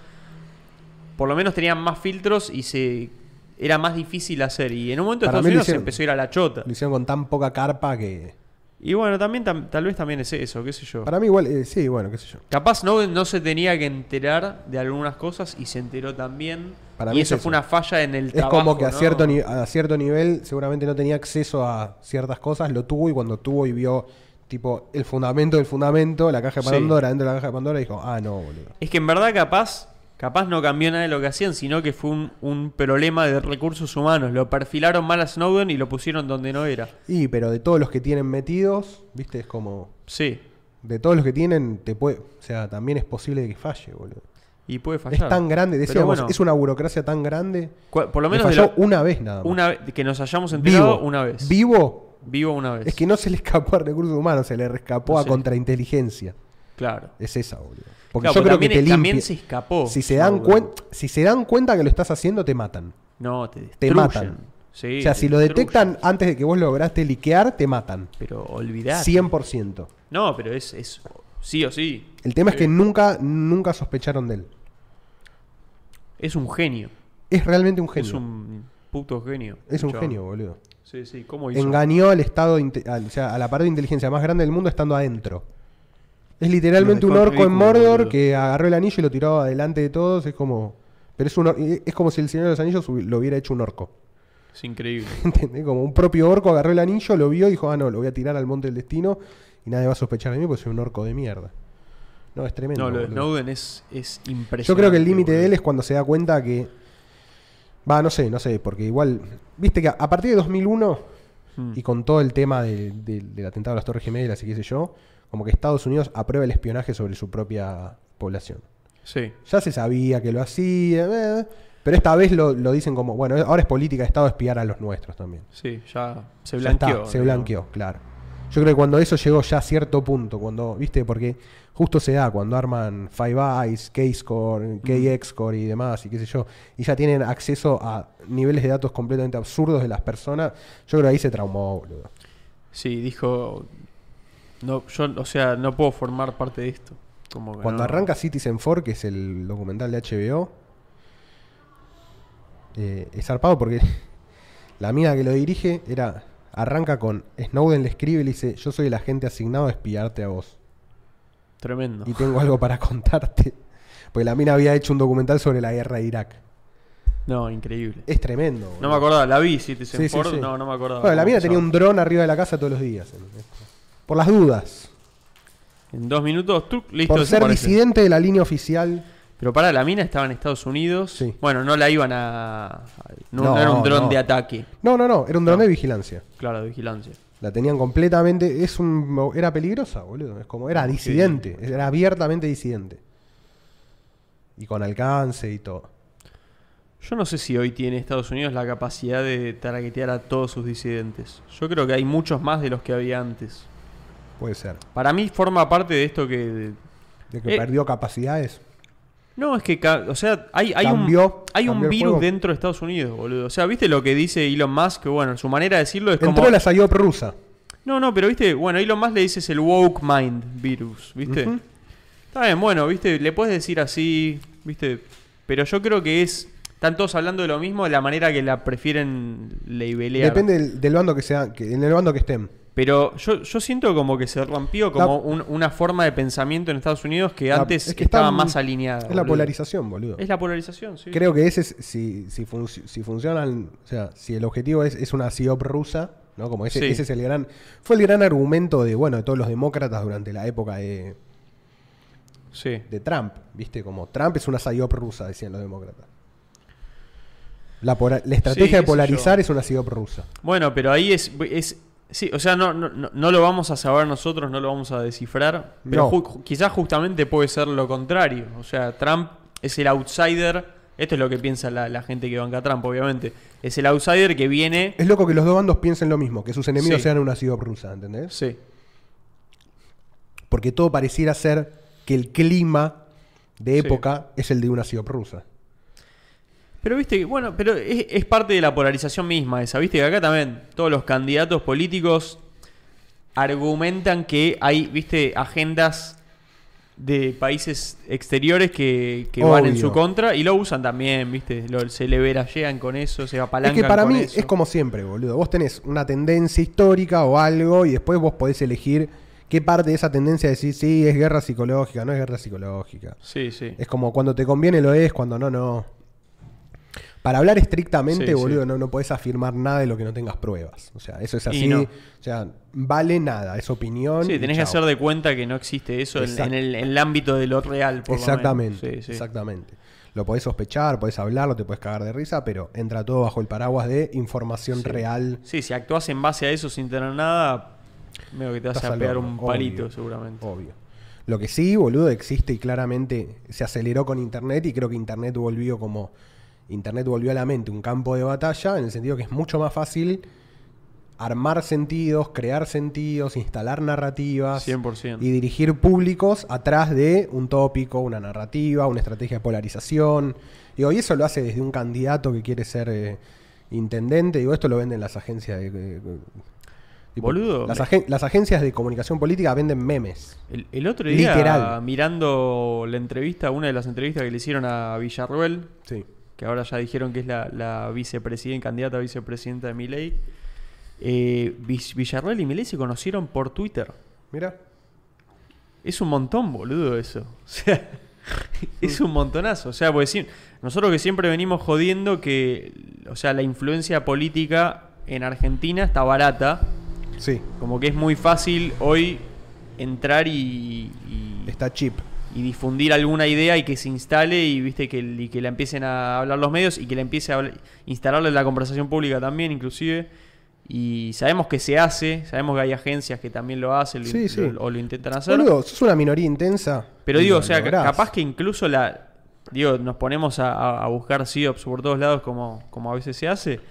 S1: por lo menos tenían más filtros y se era más difícil hacer. Y en un momento
S2: Para
S1: Estados
S2: mí lo
S1: Unidos se
S2: hicieron-
S1: empezó a ir a la chota.
S2: Lo hicieron con tan poca carpa que.
S1: Y bueno, también tam- tal vez también es eso, qué sé yo.
S2: Para mí, igual. eh, sí, bueno, qué sé yo.
S1: Capaz no, no se tenía que enterar de algunas cosas y se enteró también.
S2: Para
S1: y
S2: mí es
S1: eso,
S2: eso.
S1: fue una falla en el
S2: Es
S1: trabajo.
S2: como que a,
S1: ¿no?
S2: cierto ni- a cierto nivel seguramente no tenía acceso a ciertas cosas, lo tuvo y cuando tuvo y vio tipo el fundamento del fundamento, la caja de
S1: Sí.
S2: Pandora, dentro de la caja de Pandora, dijo, ah, no, boludo.
S1: Es que en verdad capaz, Capaz no cambió nada de lo que hacían, sino que fue un, un problema de recursos humanos. Lo perfilaron mal a Snowden y lo pusieron donde no era.
S2: Y, pero de todos los que tienen metidos, viste, es como.
S1: Sí,
S2: De todos los que tienen, te puede. O sea, también es posible que falle, boludo.
S1: y puede
S2: Es
S1: fallar.
S2: tan grande,
S1: Pero
S2: decíamos,
S1: bueno,
S2: es una burocracia tan grande.
S1: cua- por lo
S2: Me
S1: menos de
S2: falló
S1: la-
S2: una vez nada más.
S1: una ve- que nos hayamos enterado
S2: Vivo.
S1: una vez.
S2: Vivo,
S1: Vivo una vez.
S2: es que no se le escapó a recursos humanos, se le escapó
S1: No
S2: a
S1: sé.
S2: contrainteligencia.
S1: Claro.
S2: Es esa, boludo. Porque
S1: Claro,
S2: yo
S1: porque
S2: creo
S1: también,
S2: que te
S1: también
S2: limpia-
S1: se escapó.
S2: Si se, dan
S1: Snowden.
S2: cuen- si se dan cuenta que lo estás haciendo, te matan.
S1: No, te,
S2: Te
S1: destruyen.
S2: matan.
S1: Sí,
S2: o sea,
S1: te
S2: si lo
S1: destruyen.
S2: detectan antes de que vos lograste liquear, te matan.
S1: Pero olvidar.
S2: 100%.
S1: No, pero es, es sí o sí.
S2: El tema es
S1: Eh,
S2: que nunca, nunca sospecharon de él.
S1: Es un genio.
S2: Es realmente un genio.
S1: Es un puto genio. Chabón.
S2: genio, boludo.
S1: Sí, sí. ¿Cómo hizo?
S2: Engañó al estado, de inte- al- o sea, a la parte de inteligencia más grande del mundo estando adentro. Es literalmente
S1: Lo
S2: un
S1: dejó
S2: orco en
S1: ridículo,
S2: Mordor
S1: boludo.
S2: que agarró el anillo y lo tiró adelante de todos. Es como. Pero es, un or- es como si el Señor de los Anillos hubi- lo hubiera hecho un orco. <laughs>
S1: Es increíble.
S2: ¿Entendés? Como un propio orco agarró el anillo, lo vio y dijo, ah, no, lo voy a tirar al monte del destino y nadie va a sospechar de mí porque soy un orco de mierda. No, es tremendo.
S1: No, lo de
S2: boludo.
S1: Snowden es, es impresionante.
S2: Yo creo que el límite de él
S1: boludo.
S2: es cuando se da cuenta que. Va, no sé, no sé, porque igual. Viste que a, a partir de 2001
S1: Mm.
S2: y con todo el tema del- del- del atentado a las Torres Gemelas y qué sé yo, como que Estados Unidos aprueba el espionaje sobre su propia población.
S1: Sí.
S2: Ya se sabía que lo hacía, eh, pero esta vez lo, lo dicen como, bueno, ahora es política de Estado espiar a los nuestros también.
S1: Sí, ya se
S2: Ya está,
S1: blanqueó.
S2: se
S1: ¿no?
S2: blanqueó, claro. Yo creo que cuando eso llegó ya a cierto punto, cuando, viste, porque justo se da cuando arman Five Eyes, K-Score, K-Xcore y demás, y qué sé yo, y ya tienen acceso a niveles de datos completamente absurdos de las personas, yo creo que ahí se traumó, boludo.
S1: Sí, dijo no yo, o sea, no puedo formar parte de esto. Como que
S2: Cuando
S1: no.
S2: arranca Citizen 4, que es el documental de HBO, eh, es zarpado porque <laughs> la mina que lo dirige era. Arranca con Snowden le escribe y le dice: Yo soy el agente asignado a espiarte a vos.
S1: tremendo.
S2: Y tengo algo para <laughs> contarte. Porque la mina había hecho un documental sobre la guerra de Irak.
S1: No, increíble.
S2: Es tremendo. boludo.
S1: No me acordaba, la vi, si te
S2: Eh, Sí, sí, sí.
S1: no, no me acordaba.
S2: Bueno, la
S1: ¿Cómo
S2: mina
S1: se
S2: tenía
S1: llama?
S2: un dron arriba de la casa todos los días. Por las dudas.
S1: En dos minutos, tuc, listo.
S2: por ser
S1: desaparece.
S2: disidente de la línea oficial.
S1: Pero para la mina estaba en Estados Unidos.
S2: Sí.
S1: Bueno, no la iban a. No,
S2: No,
S1: no era un dron
S2: no.
S1: de ataque.
S2: No, no, no. Era un dron de vigilancia.
S1: Claro, de vigilancia.
S2: La tenían completamente. Es un, era peligrosa, boludo. Es como, era disidente. Era abiertamente disidente. Y con alcance y todo.
S1: Yo no sé si hoy tiene Estados Unidos la capacidad de targetear a todos sus disidentes. Yo creo que hay muchos más de los que había antes.
S2: Puede ser.
S1: Para mí forma parte de esto que.
S2: De que
S1: Eh,
S2: perdió capacidades.
S1: No, es que. ca- O sea, hay, hay un,
S2: Cambió,
S1: hay un
S2: cambió el
S1: virus
S2: juego.
S1: dentro de Estados Unidos, boludo. O sea, ¿viste lo que dice Elon Musk? Que bueno, su manera de decirlo es
S2: Entró
S1: como.
S2: la Sayop rusa.
S1: No, no, pero viste, bueno, Elon Musk le dices el woke mind virus, ¿viste?
S2: Ujú.
S1: Está bien, bueno, viste, le puedes decir así, ¿viste? Pero yo creo que es. Están todos hablando de lo mismo de la manera que la prefieren labelear.
S2: Depende del, del bando que sea, que- en el bando que estén.
S1: Pero yo, yo siento como que se rompió como un- una forma de pensamiento en Estados Unidos que
S2: La-
S1: antes
S2: es que
S1: estaba
S2: están-
S1: más alineada.
S2: Es la
S1: boludo.
S2: polarización, boludo.
S1: Es la polarización, sí.
S2: Creo que ese es, si, si, func- si funcionan, o sea, si el objetivo es, es una CIOP rusa, ¿no? Como ese,
S1: Sí.
S2: ese es el gran, fue el gran argumento de, bueno, de todos los demócratas durante la época de,
S1: Sí.
S2: de Trump, ¿viste? Como Trump es una CIOP rusa, decían los demócratas. La, pora- la estrategia
S1: Sí, qué
S2: de
S1: sé
S2: polarizar
S1: yo.
S2: es una CIOP rusa.
S1: Bueno, pero ahí es. es sí, o sea, no, no, no- no lo vamos a saber nosotros, no lo vamos a descifrar. Pero
S2: No.
S1: ju- ju- quizás justamente puede ser lo contrario. O sea, Trump es el outsider. Esto es lo que piensa la, la gente que banca a Trump, obviamente. Es el outsider que viene.
S2: Es loco que los dos bandos piensen lo mismo, que sus enemigos
S1: Sí.
S2: sean una CIOP rusa, ¿entendés?
S1: Sí,
S2: Porque todo pareciera ser que el clima de
S1: Sí.
S2: época es el de una CIOP rusa.
S1: Pero viste que, bueno, pero es, es parte de la polarización misma esa, viste que acá también todos los candidatos políticos argumentan que hay, viste, agendas de países exteriores que, que van en
S2: Obvio.
S1: su contra y lo usan también, viste, lo, se le verayean con eso, se apalancan
S2: Es que para
S1: con
S2: mí
S1: eso.
S2: es como siempre, boludo. Vos tenés una tendencia histórica o algo y después vos podés elegir qué parte de esa tendencia decir, sí, es guerra psicológica, no es guerra psicológica.
S1: Sí, sí.
S2: Es como cuando te conviene lo es, cuando no, no. Para hablar estrictamente,
S1: Sí, sí.
S2: boludo, No, no podés afirmar nada de lo que no tengas pruebas. O sea, eso es
S1: Y
S2: así.
S1: no.
S2: O sea, vale nada, es opinión.
S1: Sí,
S2: y
S1: tenés que
S2: chao.
S1: hacer de cuenta que no existe eso en,
S2: Exacto.
S1: en el, en el ámbito de lo real, por lo menos.
S2: Exactamente,
S1: Sí, sí.
S2: exactamente. Lo podés sospechar, podés hablarlo, te podés cagar de risa, pero entra todo bajo el paraguas de información real.
S1: Sí, si actúas en base a eso sin tener nada, medio que te vas
S2: Estás
S1: a
S2: al
S1: pegar
S2: horno,
S1: un palito
S2: obvio,
S1: seguramente.
S2: Obvio. Lo que sí, boludo, existe y claramente se aceleró con Internet y creo que Internet volvió como... Internet volvió a la mente un campo de batalla en el sentido que es mucho más fácil armar sentidos, crear sentidos, instalar narrativas
S1: 100%.
S2: y dirigir públicos atrás de un tópico, una narrativa, una estrategia de polarización. Digo, y eso lo hace desde un candidato que quiere ser eh, intendente. Digo, esto lo venden las agencias de... de- de- tipo,
S1: Boludo,
S2: Las,
S1: me-
S2: agen- las agencias de comunicación política venden memes.
S1: El, el otro día,
S2: Literal.
S1: mirando la entrevista, una de las entrevistas que le hicieron a Villarruel,
S2: Sí.
S1: que ahora ya dijeron que es la, la vicepresidenta, candidata a vicepresidenta de Milei, eh, Villarruel y Milei se conocieron por Twitter.
S2: Mira.
S1: Es un montón, boludo, eso. <laughs> O sea, es un montonazo. O sea, porque si- nosotros que siempre venimos jodiendo que, o sea, la influencia política en Argentina está barata.
S2: Sí.
S1: Como que es muy fácil hoy entrar y, y-
S2: Está chip.
S1: y difundir alguna idea y que se instale y viste que, y que la empiecen a hablar los medios y que la empiece a habl- instalarla en la conversación pública también, inclusive. Y sabemos que se hace, sabemos que hay agencias que también lo hacen lo in-
S2: Sí, sí.
S1: lo- o lo intentan hacer.
S2: Boludo, sos una minoría intensa.
S1: Pero
S2: y
S1: digo,
S2: lo
S1: o sea, ca-
S2: lográs.
S1: capaz que incluso la. Digo, nos ponemos a- a, a buscar SIOPs por todos lados como, como a veces se hace.
S2: Y en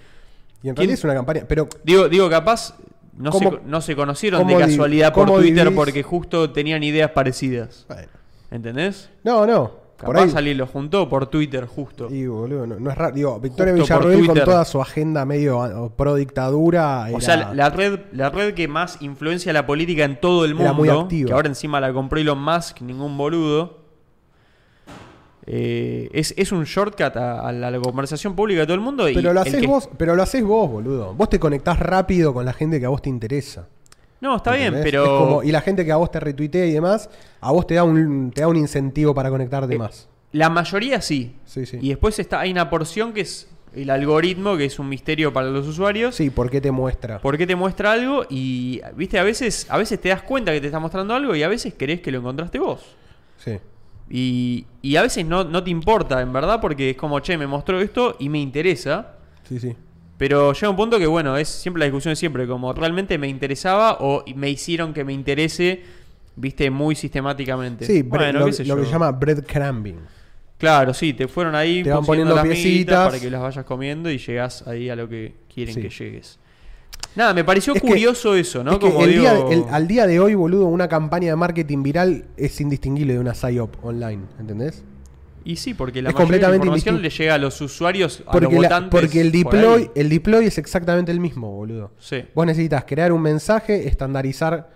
S1: ¿quién-
S2: realidad es una campaña. Pero
S1: Digo, digo capaz no, se,
S2: ¿Cómo-
S1: co- no se conocieron de
S2: cómo di-
S1: casualidad por
S2: cómo
S1: Twitter
S2: dividís?
S1: porque justo tenían ideas parecidas.
S2: bueno.
S1: ¿Entendés?
S2: No, no. Por
S1: Capaz
S2: ahí.
S1: alguien lo juntó por Twitter justo.
S2: Y boludo, no, no es raro. Digo, Victoria
S1: Justo por
S2: Villarroel con
S1: Twitter.
S2: toda su agenda medio ah, pro dictadura.
S1: O sea, la- la red, la red que más influencia la política en todo el
S2: Era
S1: mundo,
S2: muy activa.
S1: que ahora encima la compró Elon Musk, ningún boludo, eh, es, es un shortcut a, a la la conversación pública de todo el mundo. y
S2: Pero lo
S1: el
S2: haces
S1: que-
S2: vos, pero lo haces vos, boludo. Vos te conectás rápido con la gente que a vos te interesa.
S1: No, está bien,
S2: ¿entendés?
S1: pero...
S2: Es como- y la gente que a vos te retuitea y demás, a vos te da un, te da un incentivo para conectarte
S1: Eh,
S2: más.
S1: La mayoría sí.
S2: Sí, sí.
S1: Y después está, hay una porción que es el algoritmo, que es un misterio para los usuarios.
S2: Sí, ¿por qué te muestra?
S1: ¿Por qué te muestra algo? Y, viste, a veces, a veces te das cuenta que te está mostrando algo y a veces crees que lo encontraste vos.
S2: Sí.
S1: Y, y a veces no, no te importa, en verdad, porque es como, che, me mostró esto y me interesa.
S2: Sí, sí.
S1: Pero llega un punto que, bueno, es siempre la discusión de siempre, como realmente me interesaba o me hicieron que me interese, viste, muy sistemáticamente.
S2: Sí, bre-
S1: Bueno,
S2: lo,
S1: qué sé
S2: lo que
S1: yo.
S2: se llama breadcrumbing.
S1: Claro, sí, te fueron ahí
S2: Te van
S1: pusiendo
S2: poniendo
S1: las miguitas
S2: piecitas.
S1: para que las vayas comiendo y llegás ahí a lo que quieren
S2: Sí.
S1: que llegues. Nada, me pareció
S2: Es que-
S1: curioso eso, ¿no?
S2: Es que
S1: Como
S2: el
S1: digo,
S2: día- el- al día de hoy, boludo, una campaña de marketing viral es indistinguible de una PSYOP online, ¿entendés?
S1: y sí, porque la mayoría de
S2: es
S1: la
S2: completamente
S1: información
S2: indistin-
S1: le llega a los usuarios, a los
S2: Porque, la-
S1: votantes.
S2: porque el,
S1: por
S2: deploy,
S1: ahí.
S2: el deploy es exactamente el mismo, boludo.
S1: Sí.
S2: Vos necesitas crear un mensaje, estandarizar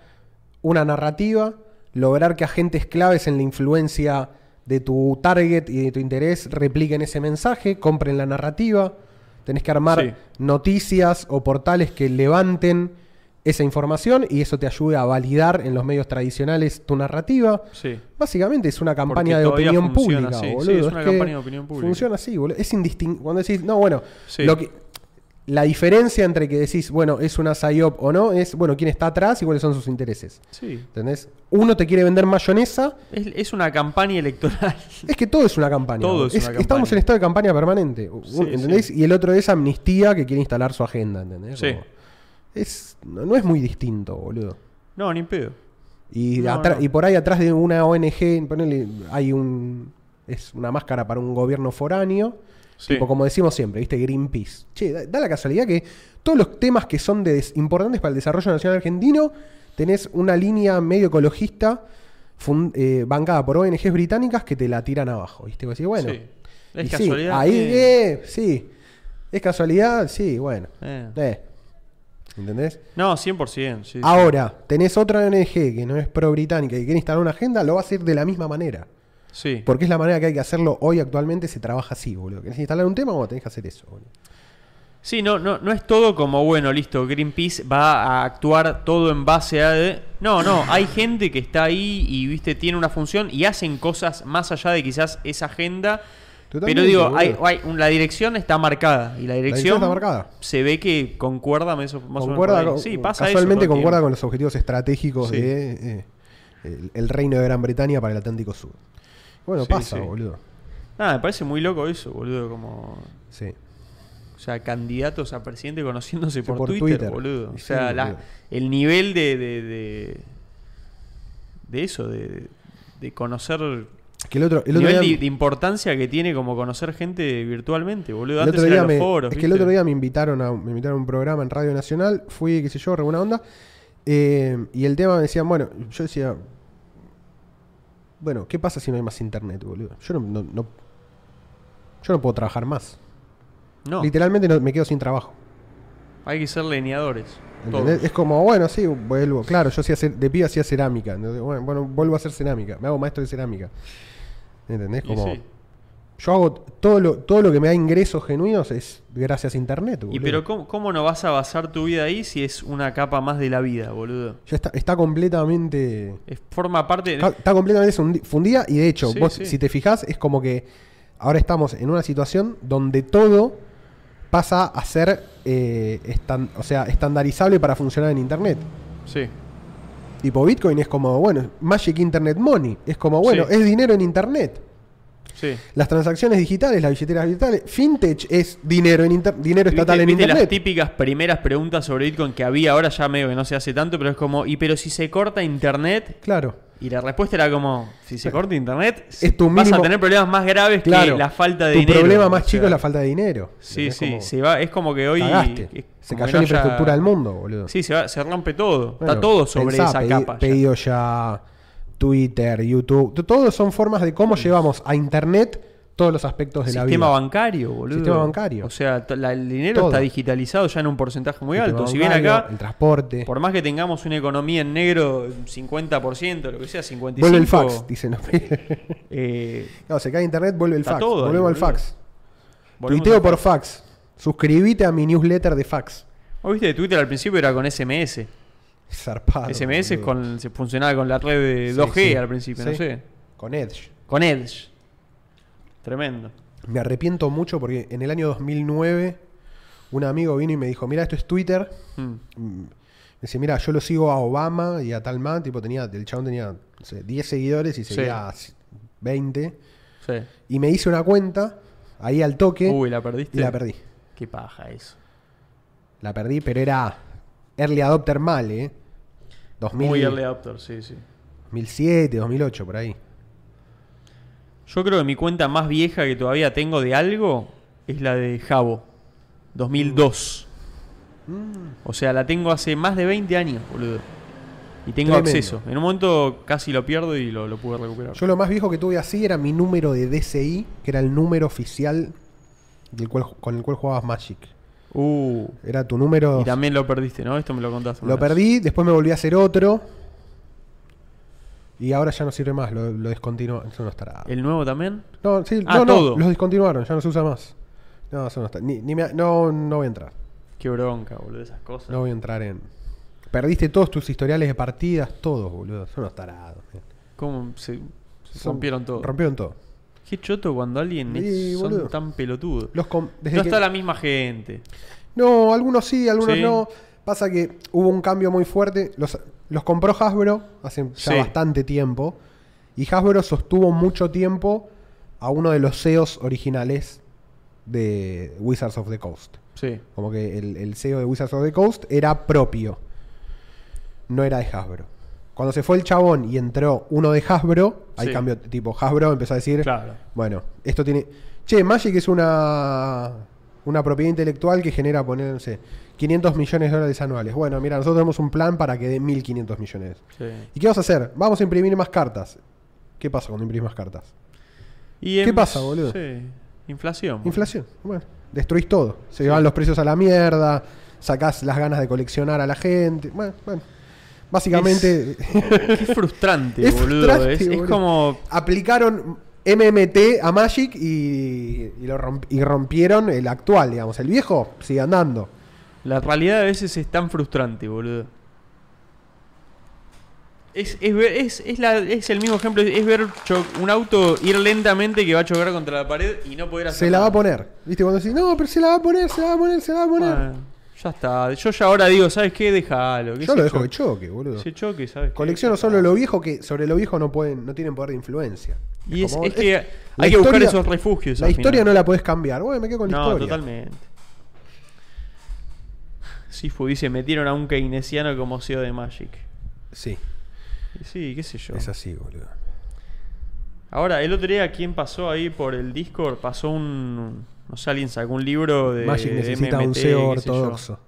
S2: una narrativa, lograr que agentes claves en la influencia de tu target y de tu interés repliquen ese mensaje, compren la narrativa. Tenés que armar
S1: Sí.
S2: noticias o portales que levanten esa información y eso te ayude a validar en los medios tradicionales tu narrativa.
S1: Sí.
S2: Básicamente es una campaña de
S1: todavía
S2: opinión
S1: funciona
S2: pública,
S1: así. Sí,
S2: boludo.
S1: es una
S2: que
S1: campaña de opinión pública.
S2: Funciona así, boludo. Es indistinto. Cuando decís, no, bueno,
S1: Sí.
S2: lo que, la diferencia entre que decís, bueno, es una PSYOP o no, es, bueno, quién está atrás y cuáles son sus intereses.
S1: Sí.
S2: ¿Entendés? Uno te quiere vender mayonesa,
S1: Es, es una campaña electoral.
S2: es que todo es una campaña.
S1: Todo
S2: boludo.
S1: es una campaña.
S2: Estamos en estado de campaña permanente, un-
S1: Sí,
S2: ¿entendés?
S1: sí.
S2: Y el otro es amnistía que quiere instalar su agenda, ¿entendés?
S1: Sí.
S2: es, no, no es muy distinto, boludo.
S1: <laughs> No, ni pedo.
S2: Y,
S1: No,
S2: atra-
S1: no.
S2: y por ahí atrás de una ONG, ponele, hay un. Es una máscara para un gobierno foráneo.
S1: Sí.
S2: Tipo, como decimos siempre, ¿viste? Greenpeace. Che, da, da la casualidad que todos los temas que son de des- importantes para el desarrollo nacional argentino, tenés una línea medio ecologista fun- eh, bancada por ONGs británicas que te la tiran abajo, ¿viste? Y vos decís, bueno.
S1: Sí. Es
S2: y sí,
S1: casualidad.
S2: ahí,
S1: eh.
S2: eh, sí. Es casualidad, sí, bueno.
S1: Eh.
S2: Eh. ¿Entendés?
S1: No, 100%. Sí, sí.
S2: Ahora, tenés otra ONG que no es pro británica y quiere instalar una agenda, lo va a hacer de la misma manera.
S1: Sí.
S2: Porque es la manera que hay que hacerlo hoy actualmente, se trabaja así, boludo. ¿Querés instalar un tema? Bueno, tenés que hacer eso, boludo.
S1: Sí, no, no, no es todo como, bueno, listo, Greenpeace va a actuar todo en base a... de- No, no, hay gente que está ahí y, viste, tiene una función y hacen cosas más allá de quizás esa agenda.
S2: Totalmente,
S1: pero digo,
S2: boludo.
S1: hay, hay un- la dirección está marcada y la dirección,
S2: está marcada.
S1: se ve que concuerda más o más o menos
S2: Concuerda
S1: por ahí.
S2: con-
S1: Sí, pasa eso
S2: casualmente
S1: todo el
S2: concuerda
S1: tiempo.
S2: con los objetivos estratégicos
S1: Sí.
S2: de eh, el, el reino de Gran Bretaña para el Atlántico Sur. Bueno,
S1: Sí,
S2: pasa,
S1: sí.
S2: boludo.
S1: Nada, Ah, me parece muy loco eso, boludo. Como.
S2: Sí.
S1: O sea, candidatos a presidente conociéndose por,
S2: por
S1: Twitter,
S2: Twitter.
S1: boludo. O
S2: Sí,
S1: sea, la-
S2: boludo.
S1: el nivel de. de, de, de eso, de, de conocer.
S2: Que el otro, el
S1: el
S2: otro
S1: nivel
S2: día-
S1: de, de importancia que tiene como conocer gente virtualmente, boludo.
S2: El
S1: Antes
S2: otro día
S1: eran los
S2: me,
S1: foros.
S2: es que el otro
S1: ¿viste?
S2: día me invitaron a, me invitaron a un programa en Radio Nacional, fui, qué sé yo, re buena onda. eh, y el tema me decían, bueno, yo decía, bueno, ¿qué pasa si no hay más internet, boludo? Yo no, no- no- yo no puedo trabajar más.
S1: No,
S2: Literalmente no- me quedo sin trabajo.
S1: hay que ser leñadores.
S2: ¿entendés?
S1: todos.
S2: Es como, bueno, sí, vuelvo. Claro, yo hacía cer- de pibe hacía cerámica. entonces, bueno, bueno, vuelvo a hacer cerámica. Me hago maestro de cerámica. ¿Entendés?
S1: Y
S2: Como,
S1: sí.
S2: Yo hago todo lo, todo lo que me da ingresos genuinos es gracias a internet.
S1: Y
S2: boludo.
S1: pero ¿cómo, cómo no vas a basar tu vida ahí si es una capa más de la vida, boludo?
S2: Ya está, está completamente.
S1: Es, forma parte...
S2: Está, está completamente fundi- fundida. Y de hecho,
S1: Sí,
S2: vos,
S1: sí.
S2: si te fijás, es como que ahora estamos en una situación donde todo pasa a ser eh, estan- o sea, estandarizable para funcionar en internet.
S1: Sí.
S2: Tipo Bitcoin es como, bueno, Magic Internet Money. Es como, bueno,
S1: Sí.
S2: es dinero en internet.
S1: Sí.
S2: Las transacciones digitales, las billeteras digitales, fintech es dinero en inter- dinero estatal
S1: ¿Viste-
S2: en
S1: viste las
S2: internet.
S1: típicas primeras preguntas sobre Bitcoin que había, ahora ya medio que no se hace tanto, pero es como, ¿y pero si se corta internet?
S2: Claro.
S1: Y la respuesta era como, si se corta internet,
S2: Es tu
S1: vas
S2: mínimo-
S1: a tener problemas más graves
S2: Claro.
S1: que la falta de
S2: tu
S1: dinero.
S2: problema más
S1: O
S2: chico
S1: sea,
S2: es la falta de dinero.
S1: Sí,
S2: Es
S1: sí,
S2: como,
S1: se va, es como que hoy...
S2: cagaste.
S1: es
S2: Se
S1: como que no
S2: cayó la
S1: haya-
S2: infraestructura del mundo, boludo.
S1: Sí, se, va- se rompe todo.
S2: Bueno,
S1: Está todo sobre
S2: pensá,
S1: esa
S2: pedi-
S1: capa. ya.
S2: Pedido ya, Twitter, YouTube. t- Todos son formas de cómo llevamos a internet todos los aspectos de la vida.
S1: Mm. Sistema bancario, boludo.
S2: Sistema bancario.
S1: O sea, to- la- el dinero
S2: Todo.
S1: está digitalizado ya en un porcentaje muy
S2: Sistema
S1: alto. si bien
S2: bancario,
S1: acá,
S2: El transporte.
S1: por más que tengamos una economía en negro, un 50%, lo que sea, 55%.
S2: Vuelve el fax, dicen <laughs> los pibes.
S1: eh,
S2: No, se cae internet, vuelve el
S1: Está
S2: fax.
S1: todo ahí,
S2: Volvemos al
S1: boludo.
S2: fax.
S1: volvemos
S2: Tuiteo
S1: a-
S2: por fax. Suscribite a mi newsletter de fax.
S1: Vos viste, Twitter al principio era con SMS.
S2: Zarpado.
S1: SMS es
S2: Ah, boludo.
S1: con, se funcionaba con la red de
S2: Sí,
S1: 2G
S2: sí.
S1: al principio, no
S2: Sí.
S1: sé.
S2: Con Edge.
S1: Con Edge. Tremendo.
S2: Me arrepiento mucho porque en el año 2009 un amigo vino y me dijo, mira, esto es Twitter.
S1: Mm.
S2: Mm. Me dice, mira, yo lo sigo a Obama y a tal man. Tipo, tenía, el chabón tenía no sé, 10 seguidores y
S1: Sí.
S2: seguía a 20.
S1: Sí.
S2: Y me hice una cuenta ahí al toque
S1: Uy, la perdiste.
S2: y la perdí.
S1: Qué paja eso.
S2: La perdí, pero era early adopter mal, ¿eh? 2000,
S1: Muy early adopter, sí, sí.
S2: 2007, 2008, por ahí.
S1: Yo creo que mi cuenta más vieja que todavía tengo de algo es la de Jabo, 2002.
S2: Mm.
S1: O sea, la tengo hace más de 20 años, boludo. Y tengo
S2: Tremendo.
S1: acceso. En un momento casi lo pierdo y lo, lo pude recuperar.
S2: Yo lo más viejo que tuve así era mi número de DCI, que era el número oficial del cual, con el cual jugabas Magic.
S1: Uh,
S2: Era tu número.
S1: y también lo perdiste, ¿no? Esto me lo contaste. una
S2: Lo
S1: vez.
S2: perdí, después me volví a hacer otro. Y ahora ya no sirve más, lo, lo descontinuaron. Eso no estará.
S1: ¿El nuevo también?
S2: No, sí,
S1: Ah,
S2: no, no,
S1: todo.
S2: los descontinuaron, ya no se usa más. No, eso no está. Ni, ni me- no, no voy a entrar.
S1: Qué bronca, boludo, esas cosas.
S2: No voy a entrar en. Perdiste todos tus historiales de partidas, todos, boludo. Son unos tarados. man.
S1: ¿Cómo se, se
S2: Son-
S1: rompieron todo?
S2: eh. Rompieron todo.
S1: Qué choto cuando alguien es-
S2: Sí, boludo.
S1: son tan pelotudos.
S2: Los com- desde
S1: No
S2: que-
S1: está la misma gente.
S2: No, algunos sí, algunos
S1: Sí.
S2: no. Pasa que hubo un cambio muy fuerte. Los, los compró Hasbro hace ya
S1: Sí.
S2: bastante tiempo. Y Hasbro sostuvo mucho tiempo a uno de los CEOs originales de Wizards of the Coast.
S1: Sí.
S2: Como que el, el CEO de Wizards of the Coast era propio. No era de Hasbro. Cuando se fue el chabón y entró uno de Hasbro, ahí
S1: Sí.
S2: cambió. Tipo, Hasbro empezó a decir,
S1: Claro.
S2: bueno, esto tiene... Che, Magic es una, una propiedad intelectual que genera, poner, no sé, 500 millones de dólares anuales. Bueno, mira, nosotros tenemos un plan para que dé 1.500 millones.
S1: Sí.
S2: ¿Y qué vas a hacer? Vamos a imprimir más cartas. ¿Qué pasa cuando imprimís más cartas?
S1: Y
S2: ¿Qué
S1: en-
S2: pasa, boludo?
S1: Sí. Inflación. boludo.
S2: Inflación. Bueno, destruís todo. Se van los precios a la mierda, sacás las ganas de coleccionar a la gente. Bueno, bueno. Básicamente
S1: <laughs> Qué frustrante,
S2: <laughs> Es
S1: boludo.
S2: frustrante,
S1: es, es
S2: boludo.
S1: como.
S2: <laughs> aplicaron MMT a Magic y, y lo romp- y rompieron el actual, digamos. El viejo sigue andando.
S1: La realidad a veces es tan frustrante, boludo. Es, es, ver- es, es la- es el mismo ejemplo. Es ver cho- un auto ir lentamente que va a chocar contra la pared y no poder hacer.
S2: Se la va a
S1: nada.
S2: poner. ¿Viste? Cuando decís, no, pero se la va a poner, se la va a poner, se la va a poner.
S1: Ah, Ya está. Yo ya ahora digo, ¿sabes qué? Déjalo.
S2: Yo lo dejo que choque, boludo.
S1: Se choque, ¿sabes? qué?
S2: Colecciono solo lo viejo que sobre lo viejo no pueden, no tienen poder de influencia.
S1: Y es,
S2: Como
S1: es
S2: vos-
S1: que
S2: es- la
S1: hay que buscar
S2: historia-
S1: esos refugios.
S2: La
S1: al
S2: historia
S1: final.
S2: no la podés cambiar. Bueno, me quedo con la
S1: No,
S2: historia.
S1: totalmente. Sifu dice, metieron a un keynesiano como CEO de Magic.
S2: Sí,
S1: Y Sí, qué sé yo.
S2: es así, boludo.
S1: Ahora, el otro día, ¿quién pasó ahí por el Discord? Pasó un... No sé, alguien sacó un libro de
S2: Magic necesita
S1: MMT,
S2: un CEO
S1: qué sé yo.
S2: ortodoxo.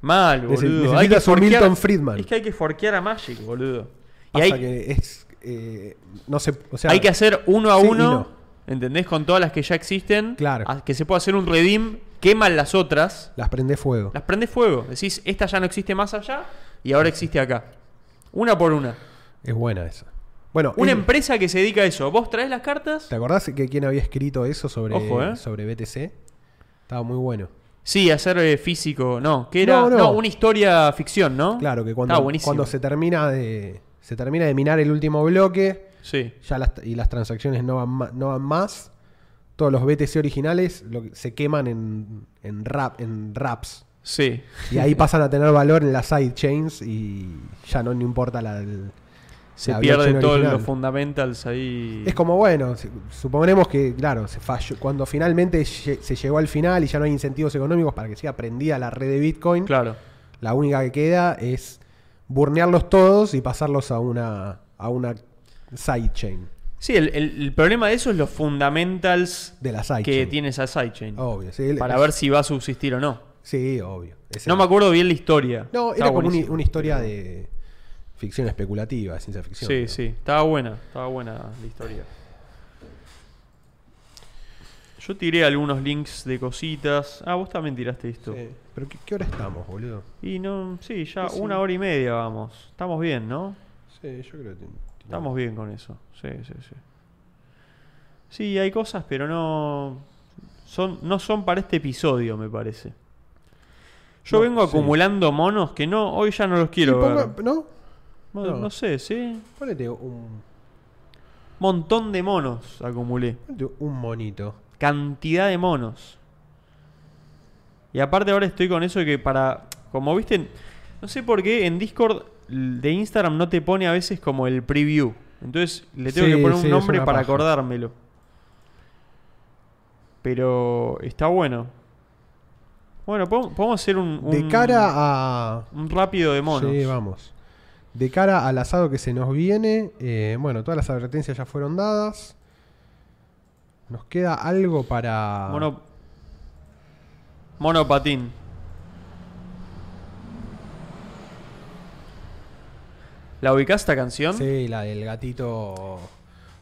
S1: Mal,
S2: Nece-
S1: boludo.
S2: necesitas un Milton Friedman.
S1: Es que hay que forquear a Magic, boludo. Y
S2: Pasa
S1: hay,
S2: que es. eh, no sé. O sea,
S1: hay que hacer uno a
S2: sí y
S1: uno,
S2: no.
S1: ¿entendés? Con todas las que ya existen.
S2: Claro.
S1: a- que se pueda hacer un redeem, queman las otras,
S2: Las prende fuego.
S1: las prende fuego. Decís, esta ya no existe más allá y ahora existe acá. Una por una.
S2: Es buena esa. Bueno,
S1: Una
S2: él-
S1: empresa que se dedica a eso. Vos traes las cartas.
S2: ¿te acordás que quién había escrito eso sobre,
S1: Ojo, eh.
S2: sobre BTC? Estaba muy bueno.
S1: Sí, hacer eh, físico, no. Que era
S2: No,
S1: no,
S2: no.
S1: una historia ficción, ¿no?
S2: Claro que
S1: Está
S2: cuando,
S1: buenísimo.
S2: cuando se termina de. Se termina de minar el último bloque.
S1: Sí.
S2: ya las, y las transacciones no van, ma- no van más. Todos los BTC originales lo que- se queman en, en, rap, en raps.
S1: Sí. <laughs>
S2: Y ahí pasan a tener valor en las sidechains y ya no, no importa la... el-
S1: Se
S2: la
S1: pierde
S2: blockchain
S1: todos
S2: original.
S1: los fundamentals ahí.
S2: Es como, bueno, si- suponemos que, claro, se falló, cuando finalmente lle- se llegó al final y ya no hay incentivos económicos para que siga prendida la red de Bitcoin,
S1: Claro.
S2: la única que queda es burnearlos todos y pasarlos a una, a una sidechain.
S1: Sí, el, el- el problema de eso es los fundamentals
S2: De la
S1: que
S2: sidechain. Oh,
S1: tiene esa sidechain.
S2: Obvio, sí. el-
S1: para ver si va a subsistir o no.
S2: Sí, obvio. Es
S1: No
S2: el-
S1: me acuerdo bien la historia.
S2: No,
S1: Estaba
S2: era como una,
S1: buenísimo.
S2: una historia de ficción especulativa, de ciencia ficción.
S1: Sí,
S2: ¿no?
S1: sí, estaba buena, estaba buena la historia. Yo tiré algunos links de cositas. Ah, vos también tiraste esto.
S2: Sí. Pero ¿qué, qué hora estamos, boludo?
S1: Y no, sí, ya
S2: Sí, sí.
S1: una hora y media vamos. Estamos bien, ¿no?
S2: Sí, yo creo que...
S1: Estamos bien con eso. Sí, sí, sí. Sí, hay cosas, pero no son no son para este episodio, me parece. Yo
S2: No,
S1: vengo
S2: sí.
S1: acumulando monos que no hoy ya no los quiero ver.
S2: ¿No?
S1: No,
S2: no.
S1: no sé, sí.
S2: Ponete un,
S1: Montón de monos acumulé.
S2: ponete un monito.
S1: Cantidad de monos. Y aparte ahora estoy con eso que para... Como viste, no sé por qué en Discord de Instagram no te pone a veces como el preview. Entonces le tengo
S2: Sí,
S1: que poner un
S2: sí, es
S1: nombre
S2: una
S1: para
S2: paja.
S1: acordármelo. Pero está bueno. Bueno, podemos podemos hacer un,
S2: De
S1: un-
S2: cara a...
S1: un rápido de monos.
S2: Sí, vamos. De cara al asado que se nos viene, eh, bueno, todas las advertencias ya fueron dadas. Nos queda algo para...
S1: Mono... Monopatín. ¿La ubicás esta canción?
S2: Sí, la del gatito.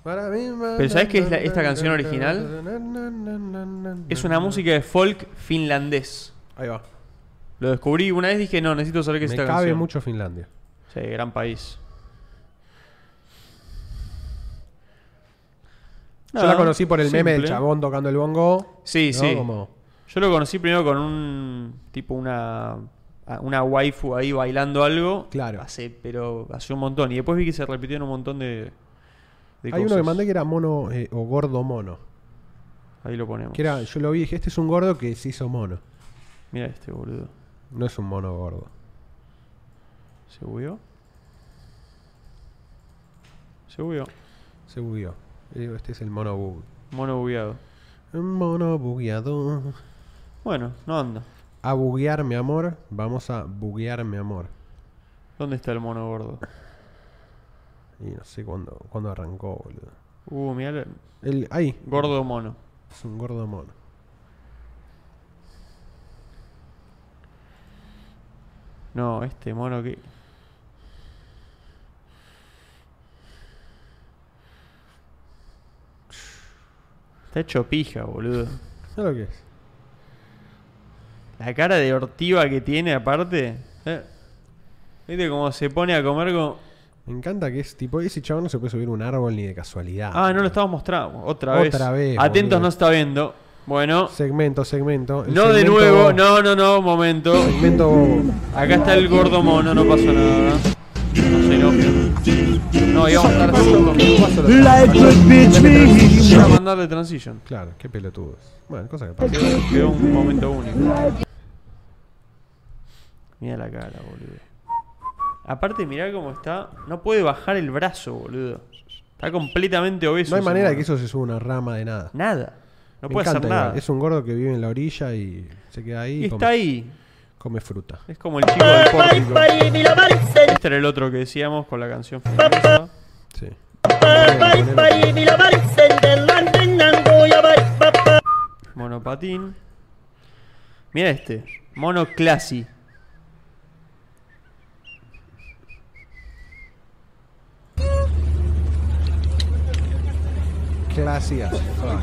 S2: Pero
S1: Pero ¿sabés qué es la- esta canción
S2: original?
S1: Es una música de folk finlandés.
S2: Ahí va.
S1: Lo descubrí una vez dije, no, necesito saber qué
S2: Me
S1: es
S2: cabe
S1: esta canción.
S2: mucho Finlandia.
S1: Sí, gran país.
S2: Yo la
S1: Nada,
S2: conocí por el meme del
S1: Ah, simple.
S2: chabón tocando el bongo.
S1: Sí,
S2: ¿no?
S1: sí.
S2: Como-
S1: Yo lo conocí primero con un tipo, una, a- una waifu ahí bailando algo.
S2: Claro.
S1: Hace, pero hace un montón. Y después vi que se repitió en un montón de, de
S2: Hay
S1: cosas.
S2: uno que mandé que era mono eh, o gordo mono.
S1: Ahí lo ponemos.
S2: Que era, yo lo vi y dije, este es un gordo que se hizo mono.
S1: Mira este boludo.
S2: No es un mono gordo.
S1: ¿Se bugueó? Se bugueó.
S2: Se bugueó. Yo digo, este es el mono bug.
S1: Mono bugueado.
S2: Un mono bugueado.
S1: Bueno, no anda.
S2: A buguear, mi amor. Vamos a buguear, mi amor.
S1: ¿Dónde está el mono gordo?
S2: Y no sé cuándo, cuándo arrancó, boludo.
S1: Uh, mirá, el-
S2: El, ahí.
S1: gordo mono.
S2: Es un gordo mono.
S1: No, este mono que. Está hecho pija, boludo.
S2: ¿Sabes lo que es?
S1: La cara de ortiva que tiene, aparte. Eh. ¿Viste cómo se pone a comer con.
S2: Me encanta que es tipo, ese chabón no se puede subir a un árbol ni de casualidad.
S1: Ah, no lo estamos mostrando. Otra vez.
S2: Otra vez,
S1: Atentos,
S2: boludo.
S1: no está viendo. Bueno.
S2: Segmento, segmento. El
S1: No de
S2: segmento-
S1: nuevo. No, no, no. Momento.
S2: Segmento bobo.
S1: Acá está el gordo mono, no pasó nada. No se enojen. No, íbamos a estar cinco minutos.
S3: Life would be dream.
S1: Voy a mandarle transition.
S2: Claro, qué pelotudos. Bueno, cosa que pasa.
S1: Quedó un momento único. Mira la cara, boludo. Aparte, mirá cómo está. No puede bajar el brazo, boludo. Está completamente obeso.
S2: No hay
S1: ese
S2: manera de
S1: mono.
S2: que eso se suba una rama de nada.
S1: Nada. No
S2: Me
S1: puede hacer
S2: encanta igual.
S1: nada.
S2: Es un gordo que vive en la orilla y se queda ahí
S1: Y
S2: y,
S1: está
S2: come,
S1: ahí.
S2: come fruta.
S1: Es como el chico del pórtico.
S4: Di la Marcel,
S1: Este era el otro que decíamos con la canción famosa.
S2: Sí.
S4: di la Marcel, del Landenango, ya va, va, va.
S1: Monopatín. Mira este. Mono
S2: <laughs>
S1: classy.
S2: Gracias. Ah,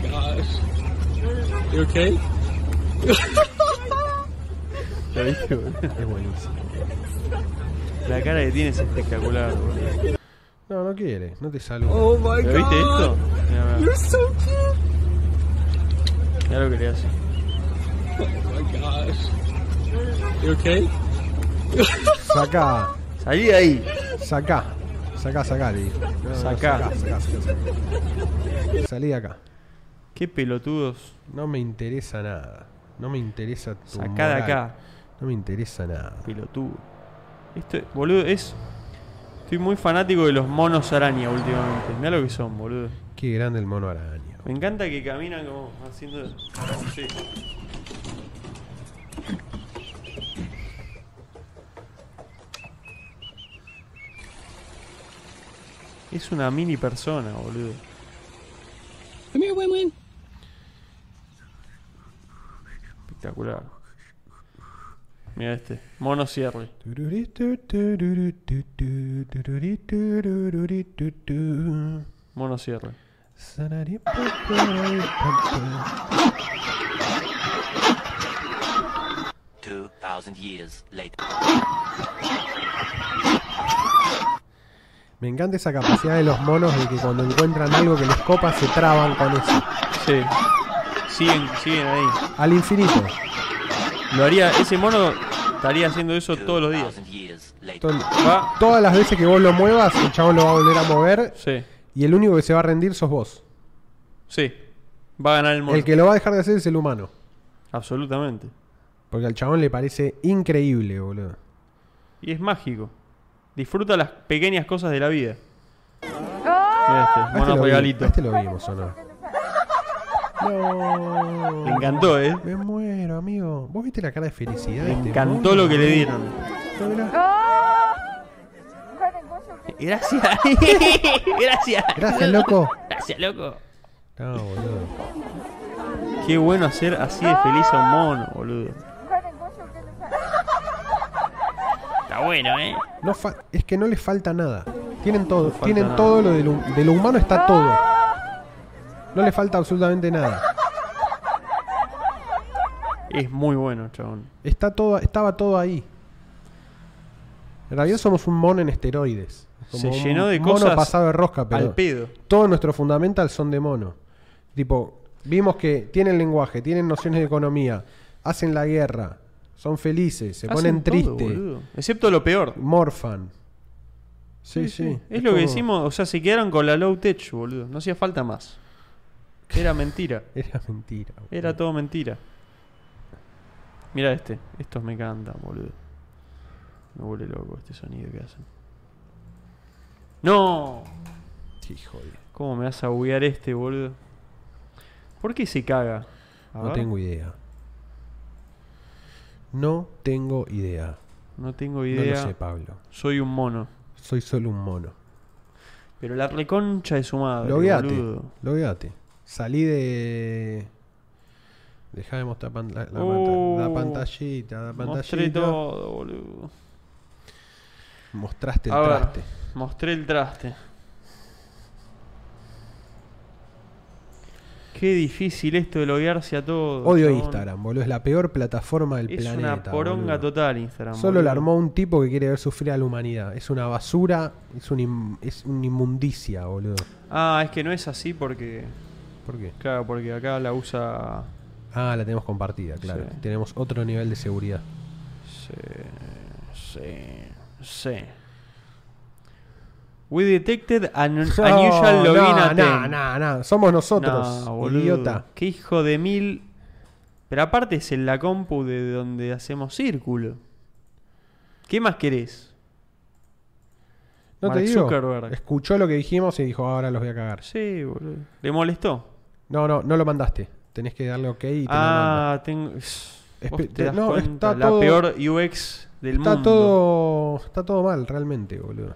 S1: ¿Lo viste, boludo?
S2: Es buenísimo.
S1: La cara que tiene es espectacular, boludo.
S2: No, no quiere. No te saluda.
S1: ¿Lo viste esto? Mira, mira. Mira lo que le hace.
S2: Sacá.
S1: Salí de ahí.
S2: Sacá. Sacá, sacá, le dijo. No, no,
S1: Sacá.
S2: sacá, sacá, sacá. Salí de acá.
S1: Qué pelotudos.
S2: No me interesa nada. No me interesa tu
S1: Sacá de
S2: moral.
S1: acá.
S2: No me interesa nada.
S1: Pelotudo. Esto, boludo, es. Estoy muy fanático de los monos araña últimamente. Mira lo que son, boludo.
S2: Qué grande el mono araña.
S1: Me encanta que caminan como haciendo. Sí. Es una mini persona, boludo. Espectacular. Mira este, mono cierre. Mono cierre.
S2: Sanaripa-
S5: 2,000 years later.
S2: Me encanta esa capacidad de los monos de que cuando encuentran algo que les copa se traban con eso.
S1: Sí. Siguen, siguen ahí.
S2: Al infinito.
S1: Lo haría, ese mono estaría haciendo eso todos los días.
S5: 2,000 years later.
S2: Todo-
S1: Va.
S2: todas las veces que vos lo muevas, el chabón lo va a volver a mover
S1: Sí,
S2: y el único que se va a rendir sos vos.
S1: sí. Va a ganar el mono.
S2: El que lo va a dejar de hacer es el humano.
S1: Absolutamente.
S2: Porque al chabón le parece increíble, boludo.
S1: Y es mágico. Disfruta las pequeñas cosas de la vida. Mira este,
S2: A este
S1: mono
S2: lo vi-
S1: regalito.
S2: a este lo vimos, ¿o no? No.
S1: Le encantó, eh.
S2: Me muero, amigo. ¿Vos viste la cara de este felicidad?
S1: Le encantó lo que le dieron. Gracias. <laughs> Gracias.
S2: Gracias, loco.
S1: Gracias, loco.
S2: No, boludo.
S1: Qué bueno hacer así de feliz a un mono, boludo. Está bueno, eh.
S2: No fa- es que no les falta nada. Tienen todo,
S1: falta
S2: tienen
S1: nada.
S2: todo lo de lo, de lo humano está todo. No les falta absolutamente nada.
S1: Es muy bueno, chabón.
S2: Está todo, estaba todo ahí. En realidad somos un mono en esteroides.
S1: Se
S2: Como un
S1: llenó de
S2: mono
S1: cosas
S2: pasado de rosca, pero
S1: Al pedo.
S2: todos nuestros fundamentals son de mono. Tipo, vimos que tienen lenguaje, tienen nociones de economía, hacen la guerra, son felices, se
S1: Hacen
S2: ponen
S1: todo,
S2: tristes,
S1: boludo. Excepto lo peor.
S2: morfan. Sí, sí.
S1: Es lo que
S2: como-
S1: decimos, o sea, se quedaron con la low tech, boludo. No hacía falta más. Era mentira.
S2: <laughs> Era mentira. boludo.
S1: Era todo mentira. Mira este. Estos me encantan, boludo. Me vuelve loco este sonido que hacen. ¡No!
S2: Hijo de-
S1: ¿Cómo me vas a buguear este, boludo? ¿Por qué se caga? A
S2: No
S1: ver.
S2: tengo idea. No tengo idea.
S1: No tengo
S2: No
S1: idea.
S2: lo sé, Pablo.
S1: Soy un mono.
S2: Soy solo un mono.
S1: Pero la reconcha de su madre,
S2: Logueate.
S1: boludo.
S2: Logueate. Salí de. Dejá de mostrar pan- la, la
S1: Oh.
S2: panta- la pantallita. La
S1: Mostré
S2: pantallita.
S1: todo, boludo.
S2: Mostraste el
S1: A ver,
S2: traste.
S1: mostré el traste. Qué difícil esto de loguearse a todo.
S2: Odio
S1: chabón.
S2: Instagram, boludo. Es la peor plataforma del
S1: Es
S2: planeta.
S1: una poronga
S2: boludo.
S1: total Instagram.
S2: Solo
S1: boludo.
S2: la armó un tipo que quiere ver sufrir a la humanidad. Es una basura, es, un im- es una inmundicia, boludo.
S1: Ah, es que no es así porque...
S2: ¿Por qué?
S1: Claro, porque acá la usa...
S2: Ah, la tenemos compartida, claro.
S1: Sí.
S2: Tenemos otro nivel de seguridad.
S1: Sí, sí. We detected an
S2: <laughs> No,
S1: unusual login
S2: no,
S1: attempt.
S2: no, no, no. Somos nosotros,
S1: No, boludo.
S2: idiota.
S1: Qué hijo de mil. Pero aparte es en la compu de donde hacemos círculo. ¿Qué más querés?
S2: No te
S1: Mark
S2: digo.
S1: Zuckerberg.
S2: Escuchó lo que dijimos y dijo, ahora los voy a cagar.
S1: Sí, boludo. ¿Le molestó?
S2: No, no, no lo mandaste. Tenés que darle ok y te lo manda.
S1: Ah, tengo. Vos
S2: Espe-
S1: te das
S2: no,
S1: cuenta,
S2: está
S1: la
S2: todo-
S1: peor UX del
S2: Está
S1: mundo.
S2: todo, está todo mal, realmente, boludo.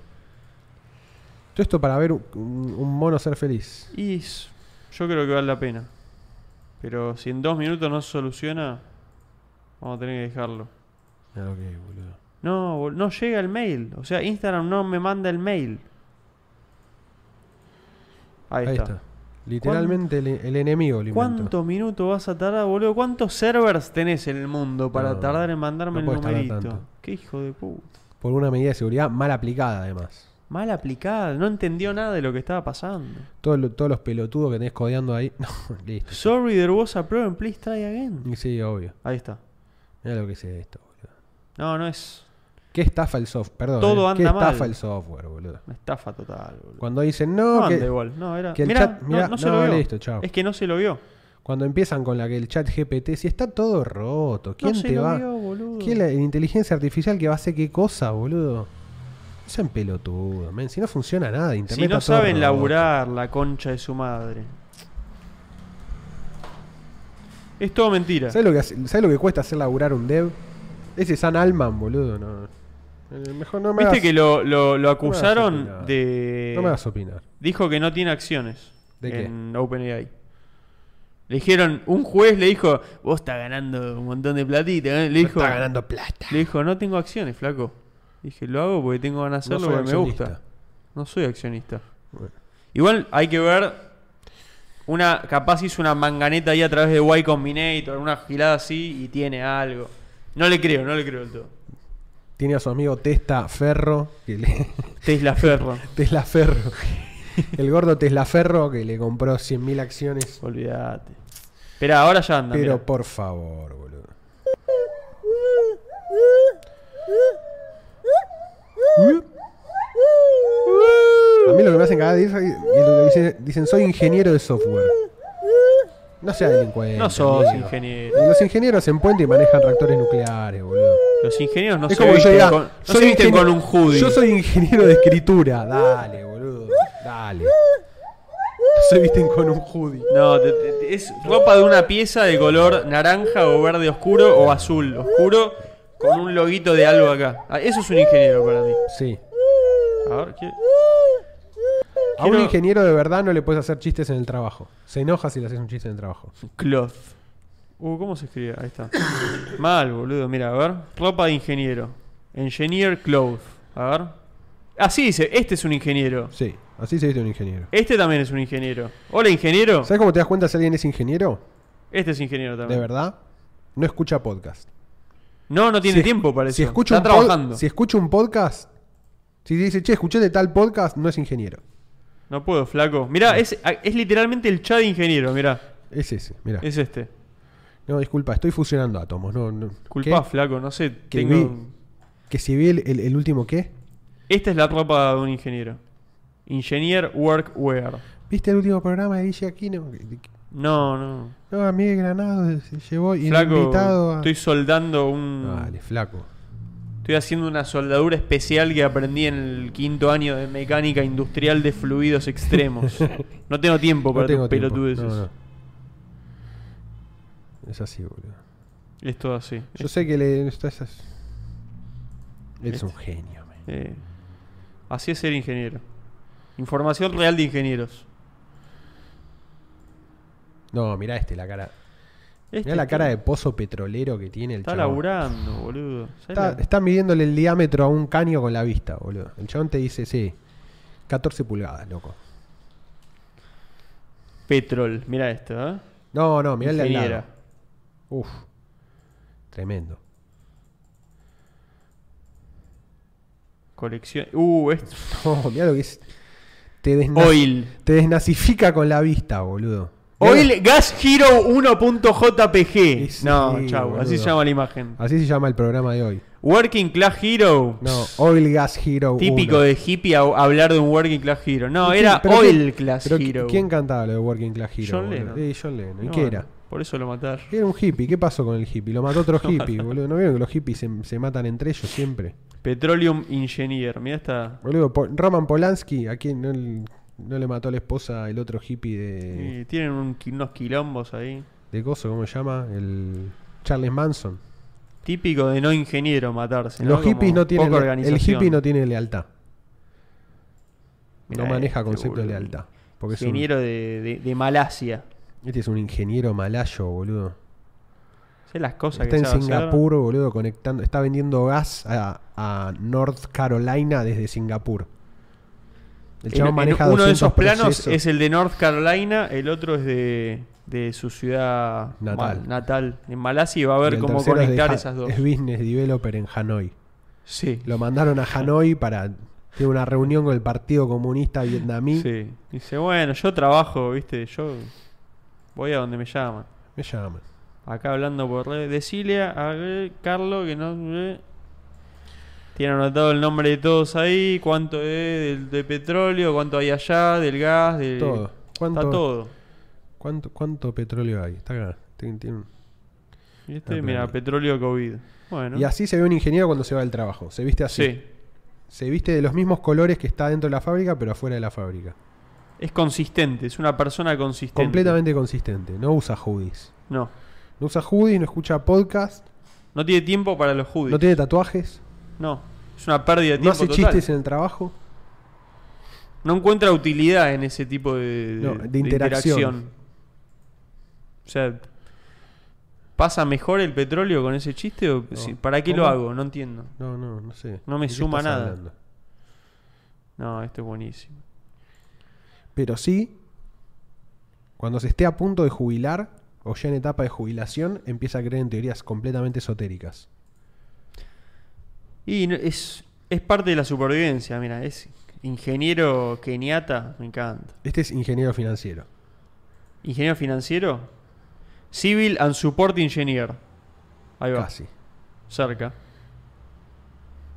S2: Todo esto para ver un, un mono ser feliz.
S1: Y es- yo creo que vale la pena. Pero si en dos minutos no se soluciona, vamos a tener que dejarlo.
S2: Mirá lo que es, Ah, boludo.
S1: No, bol- no llega el mail. O sea, Instagram no me manda el mail. Ahí,
S2: Ahí,
S1: está.
S2: está. Literalmente el, el enemigo lo inventó.
S1: ¿Cuántos minutos vas a tardar, boludo? ¿Cuántos servers tenés en el mundo para
S2: No,
S1: tardar en mandarme
S2: no
S1: el
S2: podés tardar
S1: numerito?
S2: tanto.
S1: Qué hijo de puta.
S2: Por una medida de seguridad mal aplicada, además.
S1: Mal aplicada, no entendió nada de lo que estaba pasando.
S2: Todo lo- todos los pelotudos que tenés codeando ahí. <laughs> No, listo.
S1: Sorry, there was a problem, please try again.
S2: Y Sí, obvio.
S1: Ahí está.
S2: Mira lo que es esto, boludo.
S1: No, no es
S2: ¿Qué estafa el software? Perdón.
S1: Todo
S2: ¿eh? ¿Qué
S1: anda mal.
S2: estafa el software, boludo?
S1: una estafa total, boludo.
S2: Cuando dicen
S1: No
S2: no,
S1: anda
S2: que-
S1: igual, no, era.
S2: que el
S1: mirá,
S2: chat-
S1: no-
S2: mirá,
S1: no, se
S2: no,
S1: lo vio.
S2: listo, chao.
S1: Es que no se lo vio.
S2: cuando empiezan con la que el chat GPT, si está todo roto, ¿quién
S1: no se
S2: te
S1: lo
S2: va?
S1: vio, boludo.
S2: ¿Qué es la inteligencia artificial que va a hacer qué cosa, boludo? No sean pelotudos, men. Si no funciona nada, internet
S1: Si no
S2: está todo
S1: saben
S2: roto.
S1: laburar la concha de su madre. Es todo mentira.
S2: ¿Sabes lo, que hace- ¿sabes lo que cuesta hacer laburar un dev? Ese San Alman, boludo. No. Eh, Mejor no me
S1: Viste
S2: hagas-
S1: que lo, lo- lo
S2: me hagas
S1: acusaron
S2: opinar.
S1: de.
S2: No me vas a opinar.
S1: Dijo que no tiene acciones
S2: ¿De qué?
S1: en OpenAI. Le dijeron, un juez le dijo, vos estás ganando un montón de platita. ¿eh?". Le dijo,
S2: está ganando plata.
S1: le dijo, no tengo acciones, flaco. Dije, lo hago porque tengo ganas de
S2: No
S1: hacerlo
S2: soy
S1: porque me gusta.
S2: accionista.
S1: No soy accionista.
S2: Bueno.
S1: Igual hay que ver. Una, capaz hizo una manganeta ahí a través de Y Combinator, una gilada así y tiene algo. No le creo, no le creo del todo.
S2: Tiene a su amigo Testa Ferro. Que le... <laughs>
S1: Tesla Ferro.
S2: Tesla Ferro. El gordo Tesla Ferro que le compró 100.000 acciones.
S1: Olvídate. Espera, ahora ya anda.
S2: Pero
S1: mirá.
S2: por favor, boludo. A mí lo que me hacen cagar es es lo que dicen, dicen, soy ingeniero de software. No sea delincuente.
S1: No sos
S2: amigo.
S1: ingeniero.
S2: Los ingenieros en puente y manejan reactores nucleares, boludo.
S1: Los ingenieros no
S2: es
S1: se
S2: como que yo
S1: visten,
S2: diga,
S1: con, no
S2: soy
S1: se visten
S2: ingeniero-
S1: con un hoodie.
S2: Yo soy ingeniero de escritura. Dale, boludo.
S1: <laughs>
S2: Dale. Se visten con un hoodie.
S1: No, te- te- te- es ropa de una pieza de color naranja o verde oscuro o azul oscuro con un loguito de algo acá. Ah, Eso es un ingeniero para mí.
S2: Sí.
S1: A ver, ¿qué?
S2: A un
S1: Quiero-
S2: ingeniero de verdad no le puedes hacer chistes en el trabajo. Se enoja si le haces un chiste en el trabajo.
S1: Cloth. Uh, ¿cómo se escribe? Ahí está. Mal, boludo. Mira, a ver. Ropa de ingeniero. Engineer cloth. A ver. Así dice, este es un ingeniero.
S2: Sí, así se viste un ingeniero.
S1: Este también es un ingeniero. Hola, ingeniero.
S2: ¿Sabes cómo te das cuenta si alguien es ingeniero?
S1: Este es ingeniero
S2: De
S1: también.
S2: verdad, no escucha podcast.
S1: No, no tiene
S2: Si-
S1: tiempo para eso.
S2: Si escucha,
S1: Está
S2: un pod-
S1: trabajando.
S2: si escucha un podcast, si dice, che, escuché de tal podcast, no es ingeniero.
S1: No puedo, flaco. Mirá, es, es literalmente el chat de ingeniero, mirá.
S2: Es ese, mira.
S1: Es este.
S2: No, disculpa, estoy fusionando átomos. No, no.
S1: Culpá,
S2: ¿Qué?
S1: flaco, no sé.
S2: Que
S1: tengo-
S2: vi- Que si vi el, el- el último qué.
S1: Esta es la ropa de un ingeniero. Engineer Workwear.
S2: ¿Viste el último programa de Guille Aquino?
S1: No, no.
S2: No, a Miguel Granado se llevó y
S1: Flaco,
S2: invitado a.
S1: estoy soldando un...
S2: Dale, flaco.
S1: Estoy haciendo una soldadura especial que aprendí en el quinto año de mecánica industrial de fluidos extremos.
S2: <laughs>
S1: no tengo tiempo para
S2: No tengo
S1: tus
S2: tiempo.
S1: pelotudeces.
S2: No, no. Es así, boludo.
S1: Es todo así.
S2: Yo sé que le. Estás... Es
S1: Este.
S2: un genio, man.
S1: Eh, así es ser ingeniero. Información real de ingenieros.
S2: No, mirá este, la cara.
S1: Este
S2: Mirá la cara
S1: tío
S2: de pozo petrolero que tiene el
S1: Está
S2: chabón.
S1: laburando, boludo. ¿Sabés
S2: Está,
S1: la-
S2: está midiéndole el diámetro a un caño con la vista, boludo. El chabón te dice, sí, 14 pulgadas, loco.
S1: Petrol, mira esto, ¿eh?
S2: No, no, mirá el de al
S1: Ingeniera.
S2: lado. Uf. Tremendo. <laughs>
S1: Colección. Uh, esto.
S2: No, mirá lo que es. Te, desna-
S1: Oil.
S2: te desnazifica con la vista, boludo. Mirá lo-
S1: Oil Gas Hero 1.jpg.
S2: Sí,
S1: no,
S2: sí,
S1: chau,
S2: boludo.
S1: así se llama la imagen.
S2: Así se llama el programa de hoy.
S1: Working Class Hero.
S2: No, Oil Gas Hero.
S1: Típico
S2: 1.
S1: de hippie a- hablar de un Working Class Hero. No,
S2: ¿Quién-
S1: era
S2: pero
S1: Oil
S2: quién-
S1: Class
S2: pero
S1: Hero.
S2: ¿Quién cantaba lo de Working Class Hero?
S1: John
S2: boludo?
S1: Lennon.
S2: Sí, John Lennon. ¿Y
S1: No,
S2: qué
S1: no.
S2: era?
S1: Por eso lo mataron.
S2: Era un hippie. ¿Qué pasó con el hippie? Lo
S1: <laughs>
S2: mató otro hippie, boludo. ¿No vieron que los hippies se, se matan entre ellos siempre?
S1: Petroleum Engineer. Mira esta.
S2: Boludo, Po- Roman Polanski, ¿a quién no, l- no le mató a la esposa el otro hippie de,
S1: Y tienen un qui- unos quilombos ahí.
S2: de Coso? ¿Cómo se llama? El Charles Manson.
S1: Típico de no ingeniero matarse.
S2: los hippies
S1: Como
S2: no tienen.
S1: poca
S2: le- El
S1: organización.
S2: hippie no tiene lealtad.
S1: Mirá
S2: no maneja
S1: este,
S2: concepto de
S1: boludo.
S2: lealtad. Porque es un-
S1: Ingeniero de, de- de Malasia.
S2: este es un ingeniero malayo, boludo.
S1: Sé las cosas
S2: Está
S1: que
S2: en
S1: sabe hacer?
S2: Singapur, boludo, conectando. Está vendiendo gas a, a North Carolina desde Singapur.
S1: En-
S2: El chabón
S1: en
S2: maneja
S1: uno de esos
S2: 200
S1: planos
S2: procesos.
S1: es el de North Carolina, el otro es de, de su ciudad
S2: Natal.
S1: mal- natal en Malasia y va a
S2: Y
S1: ver
S2: el
S1: cómo
S2: tercero es de
S1: conectar
S2: Ha-
S1: esas dos.
S2: Es business developer en Hanoi.
S1: Sí,
S2: Lo mandaron a Hanoi para. Tiene una reunión con el Partido Comunista Vietnamí.
S1: sí. Dice, bueno, yo trabajo, viste, yo voy a donde me llaman.
S2: Me llaman.
S1: Acá hablando por red. Decile a eh, Carlos que no. eh. Tiene anotado el nombre de todos ahí, cuánto es del, de petróleo, cuánto hay allá, del gas, del.
S2: Todo. ¿Cuánto?
S1: Está todo.
S2: ¿Cuánto, cuánto petróleo hay? Está acá. Tiene- tiene-
S1: Y
S2: Ah,
S1: este,
S2: pero
S1: mira,
S2: no.
S1: petróleo COVID. Bueno.
S2: Y así se ve un ingeniero cuando se va del trabajo. Se viste así.
S1: sí.
S2: Se viste de los mismos colores que está dentro de la fábrica, pero afuera de la fábrica.
S1: Es consistente, es una persona consistente.
S2: Completamente consistente. No usa hoodies.
S1: No.
S2: No usa hoodies, no escucha podcast,
S1: No tiene tiempo para los judíos.
S2: no tiene tatuajes,
S1: No. Es una pérdida de tiempo.
S2: no hace
S1: total.
S2: chistes en el trabajo.
S1: No encuentra utilidad en ese tipo de,
S2: No, de interacción.
S1: O sea, ¿pasa mejor el petróleo con ese chiste? o si- ¿Para qué lo
S2: ¿Cómo?
S1: hago? No entiendo.
S2: No, no, no sé.
S1: No me
S2: ¿De qué
S1: suma
S2: estás
S1: nada.
S2: hablando?
S1: No, esto es buenísimo.
S2: Pero sí, cuando se esté a punto de jubilar o ya en etapa de jubilación, empieza a creer en teorías completamente esotéricas.
S1: Y no- es, es parte de la supervivencia, mira, es ingeniero keniata, me encanta.
S2: Este es ingeniero financiero.
S1: Ingeniero financiero, civil and support engineer. Ahí va.
S2: Casi.
S1: Cerca.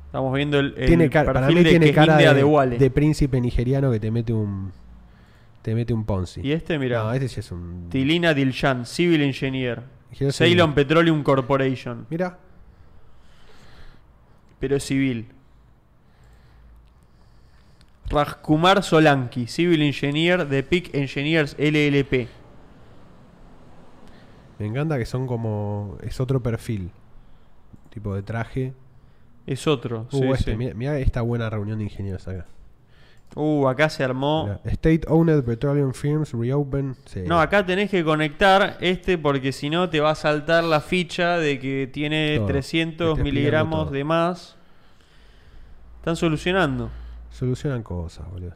S1: Estamos viendo el, el
S2: tiene
S1: perfil
S2: cara, para mí
S1: de
S2: tiene
S1: que es
S2: cara
S1: India
S2: de,
S1: de, Wale.
S2: de príncipe nigeriano que te mete un te mete un ponzi.
S1: Y este, mira,
S2: No, este sí es un
S1: Tilina Diljan, Civil Engineer.
S2: Ingeniero civil.
S1: Ceylon Petroleum Corporation,
S2: Mira,
S1: pero es civil. Rajkumar Solanki, Civil Engineer de Peak Engineers LLP.
S2: me encanta que son como es otro perfil. Tipo de traje.
S1: Es otro.
S2: Uh,
S1: sí,
S2: este,
S1: sí.
S2: Mirá, mirá esta buena reunión de ingenieros acá.
S1: Uh, acá se armó.
S2: Mirá, State Owned Petroleum Firms Reopen. Sí.
S1: No, acá tenés que conectar este porque si no te va a saltar la ficha de que tiene
S2: Todo. Te
S1: 300
S2: está explicando
S1: miligramos
S2: todo.
S1: de más. Están solucionando.
S2: Solucionan cosas, boludo.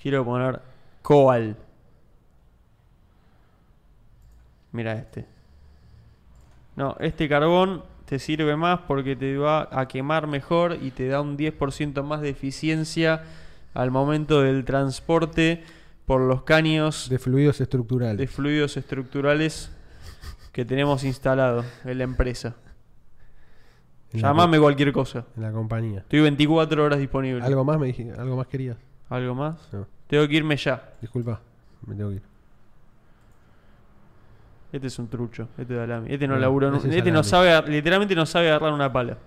S1: Quiero poner Coal. Mira este. No, este carbón te sirve más porque te va a quemar mejor y te da un 10% más de eficiencia al momento del transporte por los caños
S2: De fluidos estructurales.
S1: de fluidos estructurales que tenemos instalado en la empresa.
S2: en la
S1: Llámame cualquier cosa.
S2: co- En la compañía.
S1: Estoy 24 horas disponible.
S2: ¿Algo más me dije? ¿Algo más querías?
S1: ¿Algo más?
S2: No.
S1: Tengo que irme ya.
S2: Disculpa, me tengo que ir.
S1: Este es un trucho, este de Alami. Este no
S2: No,
S1: labura nu-
S2: ese es
S1: Este no
S2: Alami.
S1: sabe, agar- literalmente no sabe agarrar una pala.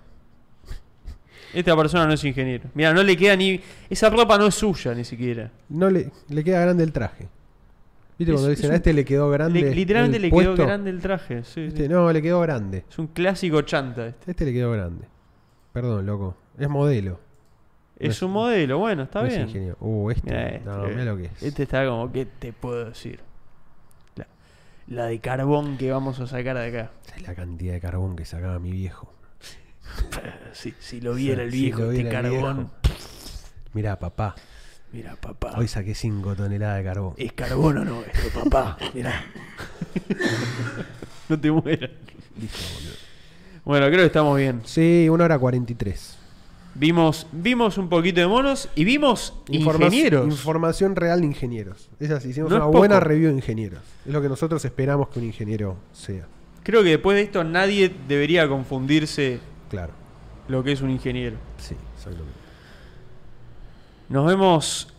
S1: Esta persona no es ingeniero. Mira, no le queda ni. Esa ropa no es suya ni siquiera.
S2: No le, le queda grande el traje. ¿Viste
S1: Es-
S2: cuando
S1: es
S2: dicen,
S1: un-
S2: a este le quedó grande?
S1: Le- literalmente
S2: el
S1: le
S2: puesto"?
S1: quedó grande el traje. sí, sí.
S2: Este, no, le quedó grande.
S1: Es un clásico chanta este.
S2: A Este le quedó grande. Perdón, loco. Es modelo.
S1: Es
S2: es-
S1: un modelo, bueno, está
S2: no es
S1: bien.
S2: ingeniero. Uh, este.
S1: Mirá este,
S2: no, mirá lo que es.
S1: Este está como, ¿qué te puedo decir? La, la de carbón que vamos a sacar de acá.
S2: Esa es la cantidad de carbón que sacaba mi viejo.
S1: Si, si lo viera el
S2: Ah, Si
S1: viejo,
S2: lo
S1: este
S2: viera el
S1: carbón.
S2: viejo. Mirá, papá.
S1: Mira, papá.
S2: Hoy saqué 5 toneladas de carbón.
S1: ¿Es carbón o no
S2: <laughs>
S1: esto, papá? Mirá. no te mueras. Bueno, creo que estamos bien.
S2: Sí, 1 hora 43.
S1: Vimos, vimos un poquito de monos y vimos
S2: Informa-
S1: ingenieros.
S2: Información real de ingenieros. Es así, hicimos
S1: No
S2: una
S1: es poco.
S2: buena review de ingenieros. Es lo que nosotros esperamos que un ingeniero sea.
S1: creo que después de esto nadie debería confundirse
S2: Claro.
S1: lo que es un ingeniero.
S2: Sí, exactamente.
S1: Nos vemos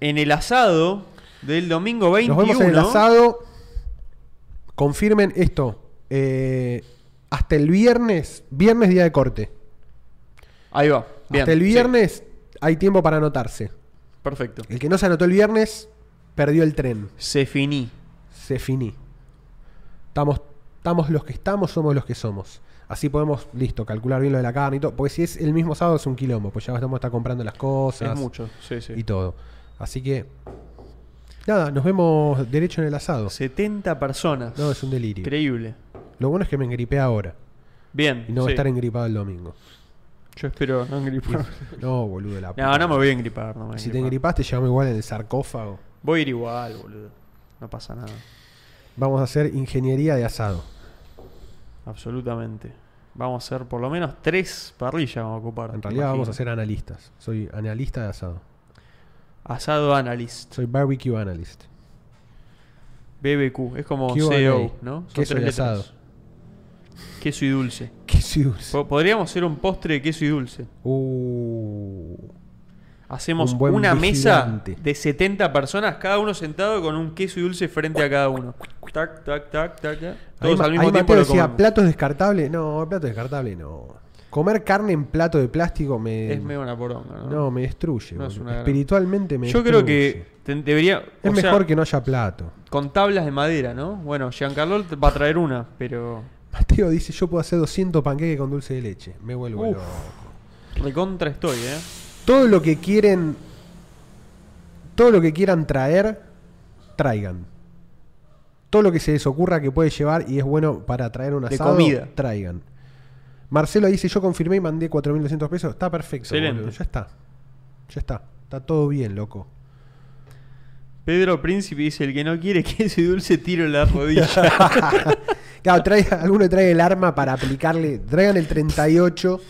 S1: en el asado del domingo 21.
S2: Nos vemos en el asado. Confirmen esto. eh, hasta el viernes, viernes día de corte.
S1: Ahí va. Bien,
S2: hasta el
S1: sí,
S2: viernes Eh, hay tiempo para anotarse.
S1: perfecto.
S2: El que no se anotó el viernes, perdió el tren.
S1: Se finí.
S2: Se finí. Estamos, estamos los que estamos, somos los que somos. Así podemos, listo, calcular bien lo de la carne y todo. Porque si es el mismo sábado es un quilombo, pues ya estamos a estar comprando las cosas
S1: Es mucho. Sí, sí.
S2: y todo. Así que, nada, nos vemos derecho en el asado.
S1: 70 personas.
S2: No, es un delirio.
S1: Increíble.
S2: Lo bueno es que me engripé ahora
S1: Bien.
S2: y no voy
S1: sí.
S2: a estar engripado el domingo.
S1: Yo espero no
S2: <laughs>
S1: engripar.
S2: No, boludo, la
S1: no,
S2: puta.
S1: no me voy a engripar. No me voy a
S2: Si te
S1: engripar.
S2: engripaste, llegamos igual en el sarcófago.
S1: Voy a ir igual, boludo. No pasa nada.
S2: Vamos a hacer ingeniería de asado.
S1: Absolutamente. Vamos a hacer por lo menos tres parrillas vamos a ocupar.
S2: En
S1: te
S2: realidad vamos a
S1: imagino.
S2: ser analistas. Soy analista de asado.
S1: Asado Analyst,
S2: Soy barbecue analyst. <laughs>
S1: BBQ. Es como
S2: Q&A,
S1: CEO, ¿no? Son
S2: queso y asado.
S1: Queso y dulce.
S2: Queso y dulce.
S1: Po- Podríamos hacer un postre de queso y dulce.
S2: Uh,
S1: Hacemos
S2: Un buen
S1: una
S2: vigilante.
S1: mesa de 70 personas, cada uno sentado con un queso y dulce frente a cada uno. Tac, tac, tac, tac. tac. Todos
S2: ahí
S1: al
S2: Ma-
S1: mismo
S2: ahí
S1: tiempo
S2: Mateo
S1: lo
S2: decía,
S1: comemos.
S2: ¿platos descartables? No, platos descartables no. Comer carne en plato de plástico me...
S1: Es medio una poronga, ¿no?
S2: No, me destruye.
S1: No, es
S2: boludo.
S1: una gran-
S2: Espiritualmente me
S1: Yo creo
S2: destruye.
S1: que te- debería.
S2: Es
S1: o sea,
S2: mejor que no haya plato.
S1: Con tablas de madera, ¿no? Bueno, Giancarlo te- va a traer una, pero.
S2: Mateo dice, yo puedo hacer 200 panqueques con dulce de leche. Me vuelvo
S1: Uf.
S2: loco.
S1: Recontra estoy, ¿eh?
S2: Todo lo que quieren... Todo lo que quieran traer, traigan. Todo lo que se les ocurra que puede llevar y es bueno para traer una
S1: De
S2: asado,
S1: comida.
S2: traigan. Marcelo dice, yo confirmé y mandé 4.200 pesos. Está perfecto.
S1: Excelente.
S2: boludo. Ya está. Ya está. Está todo bien, loco.
S1: Pedro Príncipe dice: el que no quiere <laughs> queso y dulce, tiro en la
S2: <laughs>
S1: rodilla.
S2: Claro, trae, <laughs> alguno trae el arma para aplicarle. Traigan el 38.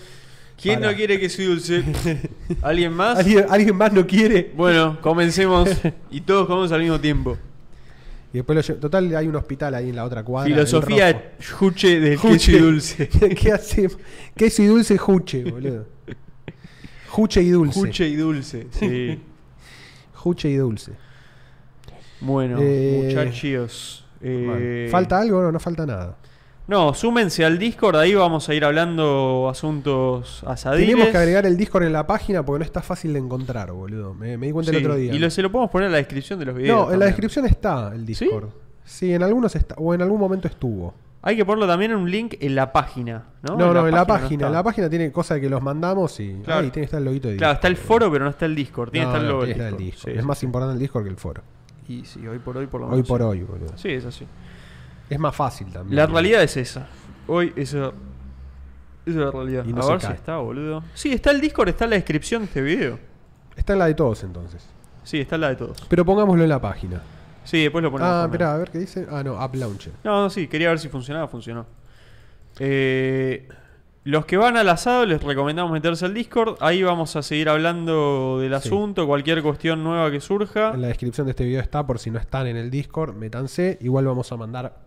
S1: ¿Quién
S2: Pará.
S1: no quiere queso y
S2: <laughs>
S1: dulce? ¿Alguien más?
S2: ¿Alguien, alguien más no quiere.
S1: Bueno,
S2: <laughs>
S1: comencemos. Y todos comemos al mismo tiempo.
S2: Y después lo lle- Total, hay un hospital ahí en la otra cuadra. el rojo.
S1: Filosofía juche del queso y
S2: <laughs>
S1: dulce.
S2: ¿Qué hace? Queso y dulce, juche, boludo. Juche y dulce.
S1: Juche y dulce, sí.
S2: <laughs> Juche y dulce.
S1: Bueno,
S2: Eh,
S1: muchachos. eh,
S2: ¿Falta algo? No, no falta nada.
S1: No, súmense al Discord, ahí vamos a ir hablando asuntos asadiles.
S2: Tenemos que agregar el Discord en la página porque no está fácil de encontrar, boludo. Me, me di cuenta
S1: Sí,
S2: el otro día.
S1: Y lo, se lo podemos poner en la descripción de los
S2: no,
S1: videos.
S2: en la
S1: también.
S2: descripción está el Discord. ¿Sí? en algunos está, o en algún momento estuvo.
S1: Hay que ponerlo también en un link en la página, ¿no?
S2: No, no, en la página.
S1: no
S2: en
S1: está.
S2: la página tiene cosas que los mandamos y
S1: Claro.
S2: ahí tiene que estar el loguito de
S1: Claro, está el
S2: Discord, boludo.
S1: foro, pero no está el Discord. Tiene que
S2: No,
S1: estar el
S2: no,
S1: logo
S2: tiene que
S1: del
S2: estar el
S1: Discord.
S2: Discord.
S1: Sí,
S2: es
S1: sí,
S2: más
S1: sí.
S2: importante el Discord que el foro.
S1: Y sí, hoy por hoy, por lo menos.
S2: Hoy por
S1: sí.
S2: hoy, Mm. boludo.
S1: Sí, es así.
S2: Es más fácil también.
S1: La realidad es esa. Hoy esa, esa es la realidad.
S2: Y no
S1: a
S2: se
S1: ver
S2: cae.
S1: si está, boludo. Sí, está el Discord, está en la descripción de este video.
S2: Está en la de todos entonces.
S1: Sí, está la de todos.
S2: Pero pongámoslo en la página.
S1: Sí, después lo ponemos.
S2: ah,
S1: también.
S2: espera, a ver qué dice. Ah, no, App Launcher.
S1: No, no, sí, quería ver si funcionaba, funcionó. Eh, los que van al asado les recomendamos meterse al Discord. Ahí vamos a seguir hablando del
S2: Sí.
S1: asunto, cualquier cuestión nueva que surja.
S2: En la descripción de este video está, por si no están en el Discord, métanse. Igual vamos a mandar.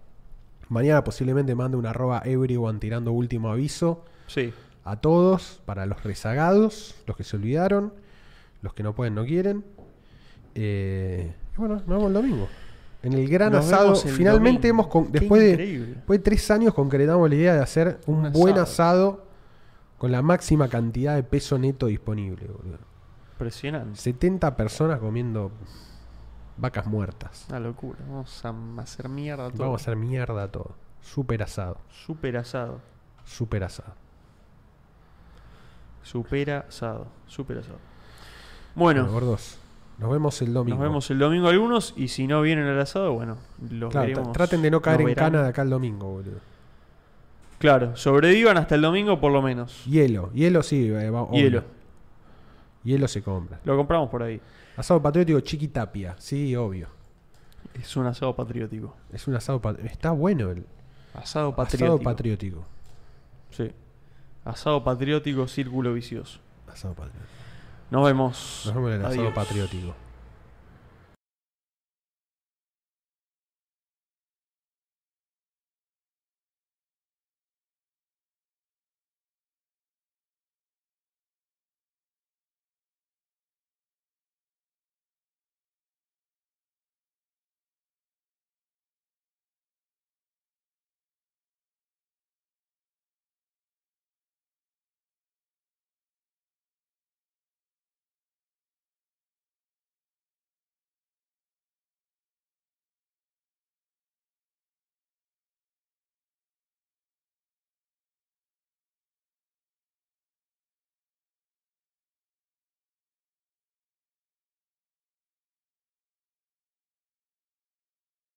S2: Mañana posiblemente mande un arroba everyone tirando último aviso
S1: Sí,
S2: a todos, para los rezagados, los que se olvidaron, los que no pueden, no quieren. Eh, y bueno, nos vemos el domingo. En el gran
S1: Nos
S2: asado,
S1: vemos el
S2: finalmente
S1: domingo.
S2: hemos con-
S1: Qué
S2: después, de,
S1: increíble.
S2: después de tres años concretamos la idea de hacer un,
S1: Un
S2: buen
S1: asado.
S2: asado con la máxima cantidad de peso neto disponible. boludo.
S1: impresionante.
S2: 70 personas comiendo vacas muertas.
S1: Una locura. Vamos a m- hacer mierda todo.
S2: Vamos a hacer mierda todo. Super asado.
S1: Super asado.
S2: Super asado.
S1: Super asado. Super asado. Bueno,
S2: gordos. Nos vemos el domingo.
S1: nos vemos el domingo algunos y si no vienen al asado, bueno, los
S2: Claro, tra-
S1: veremos.
S2: traten de no caer
S1: nos
S2: en
S1: verán.
S2: cana de acá el domingo, boludo.
S1: Claro, sobrevivan hasta el domingo por lo menos.
S2: Hielo, hielo sí, eh, va- obvio.
S1: Hielo.
S2: Hielo se compra.
S1: Lo compramos por ahí.
S2: Asado patriótico chiquitapia, sí, obvio.
S1: Es un asado patriótico.
S2: Es un asado patriótico. Está bueno el
S1: Asado
S2: asado
S1: patriótico.
S2: patriótico.
S1: Sí. Asado patriótico, círculo vicioso.
S2: Asado patriótico.
S1: Nos vemos.
S2: Nos vemos en el asado
S1: Adiós.
S2: patriótico.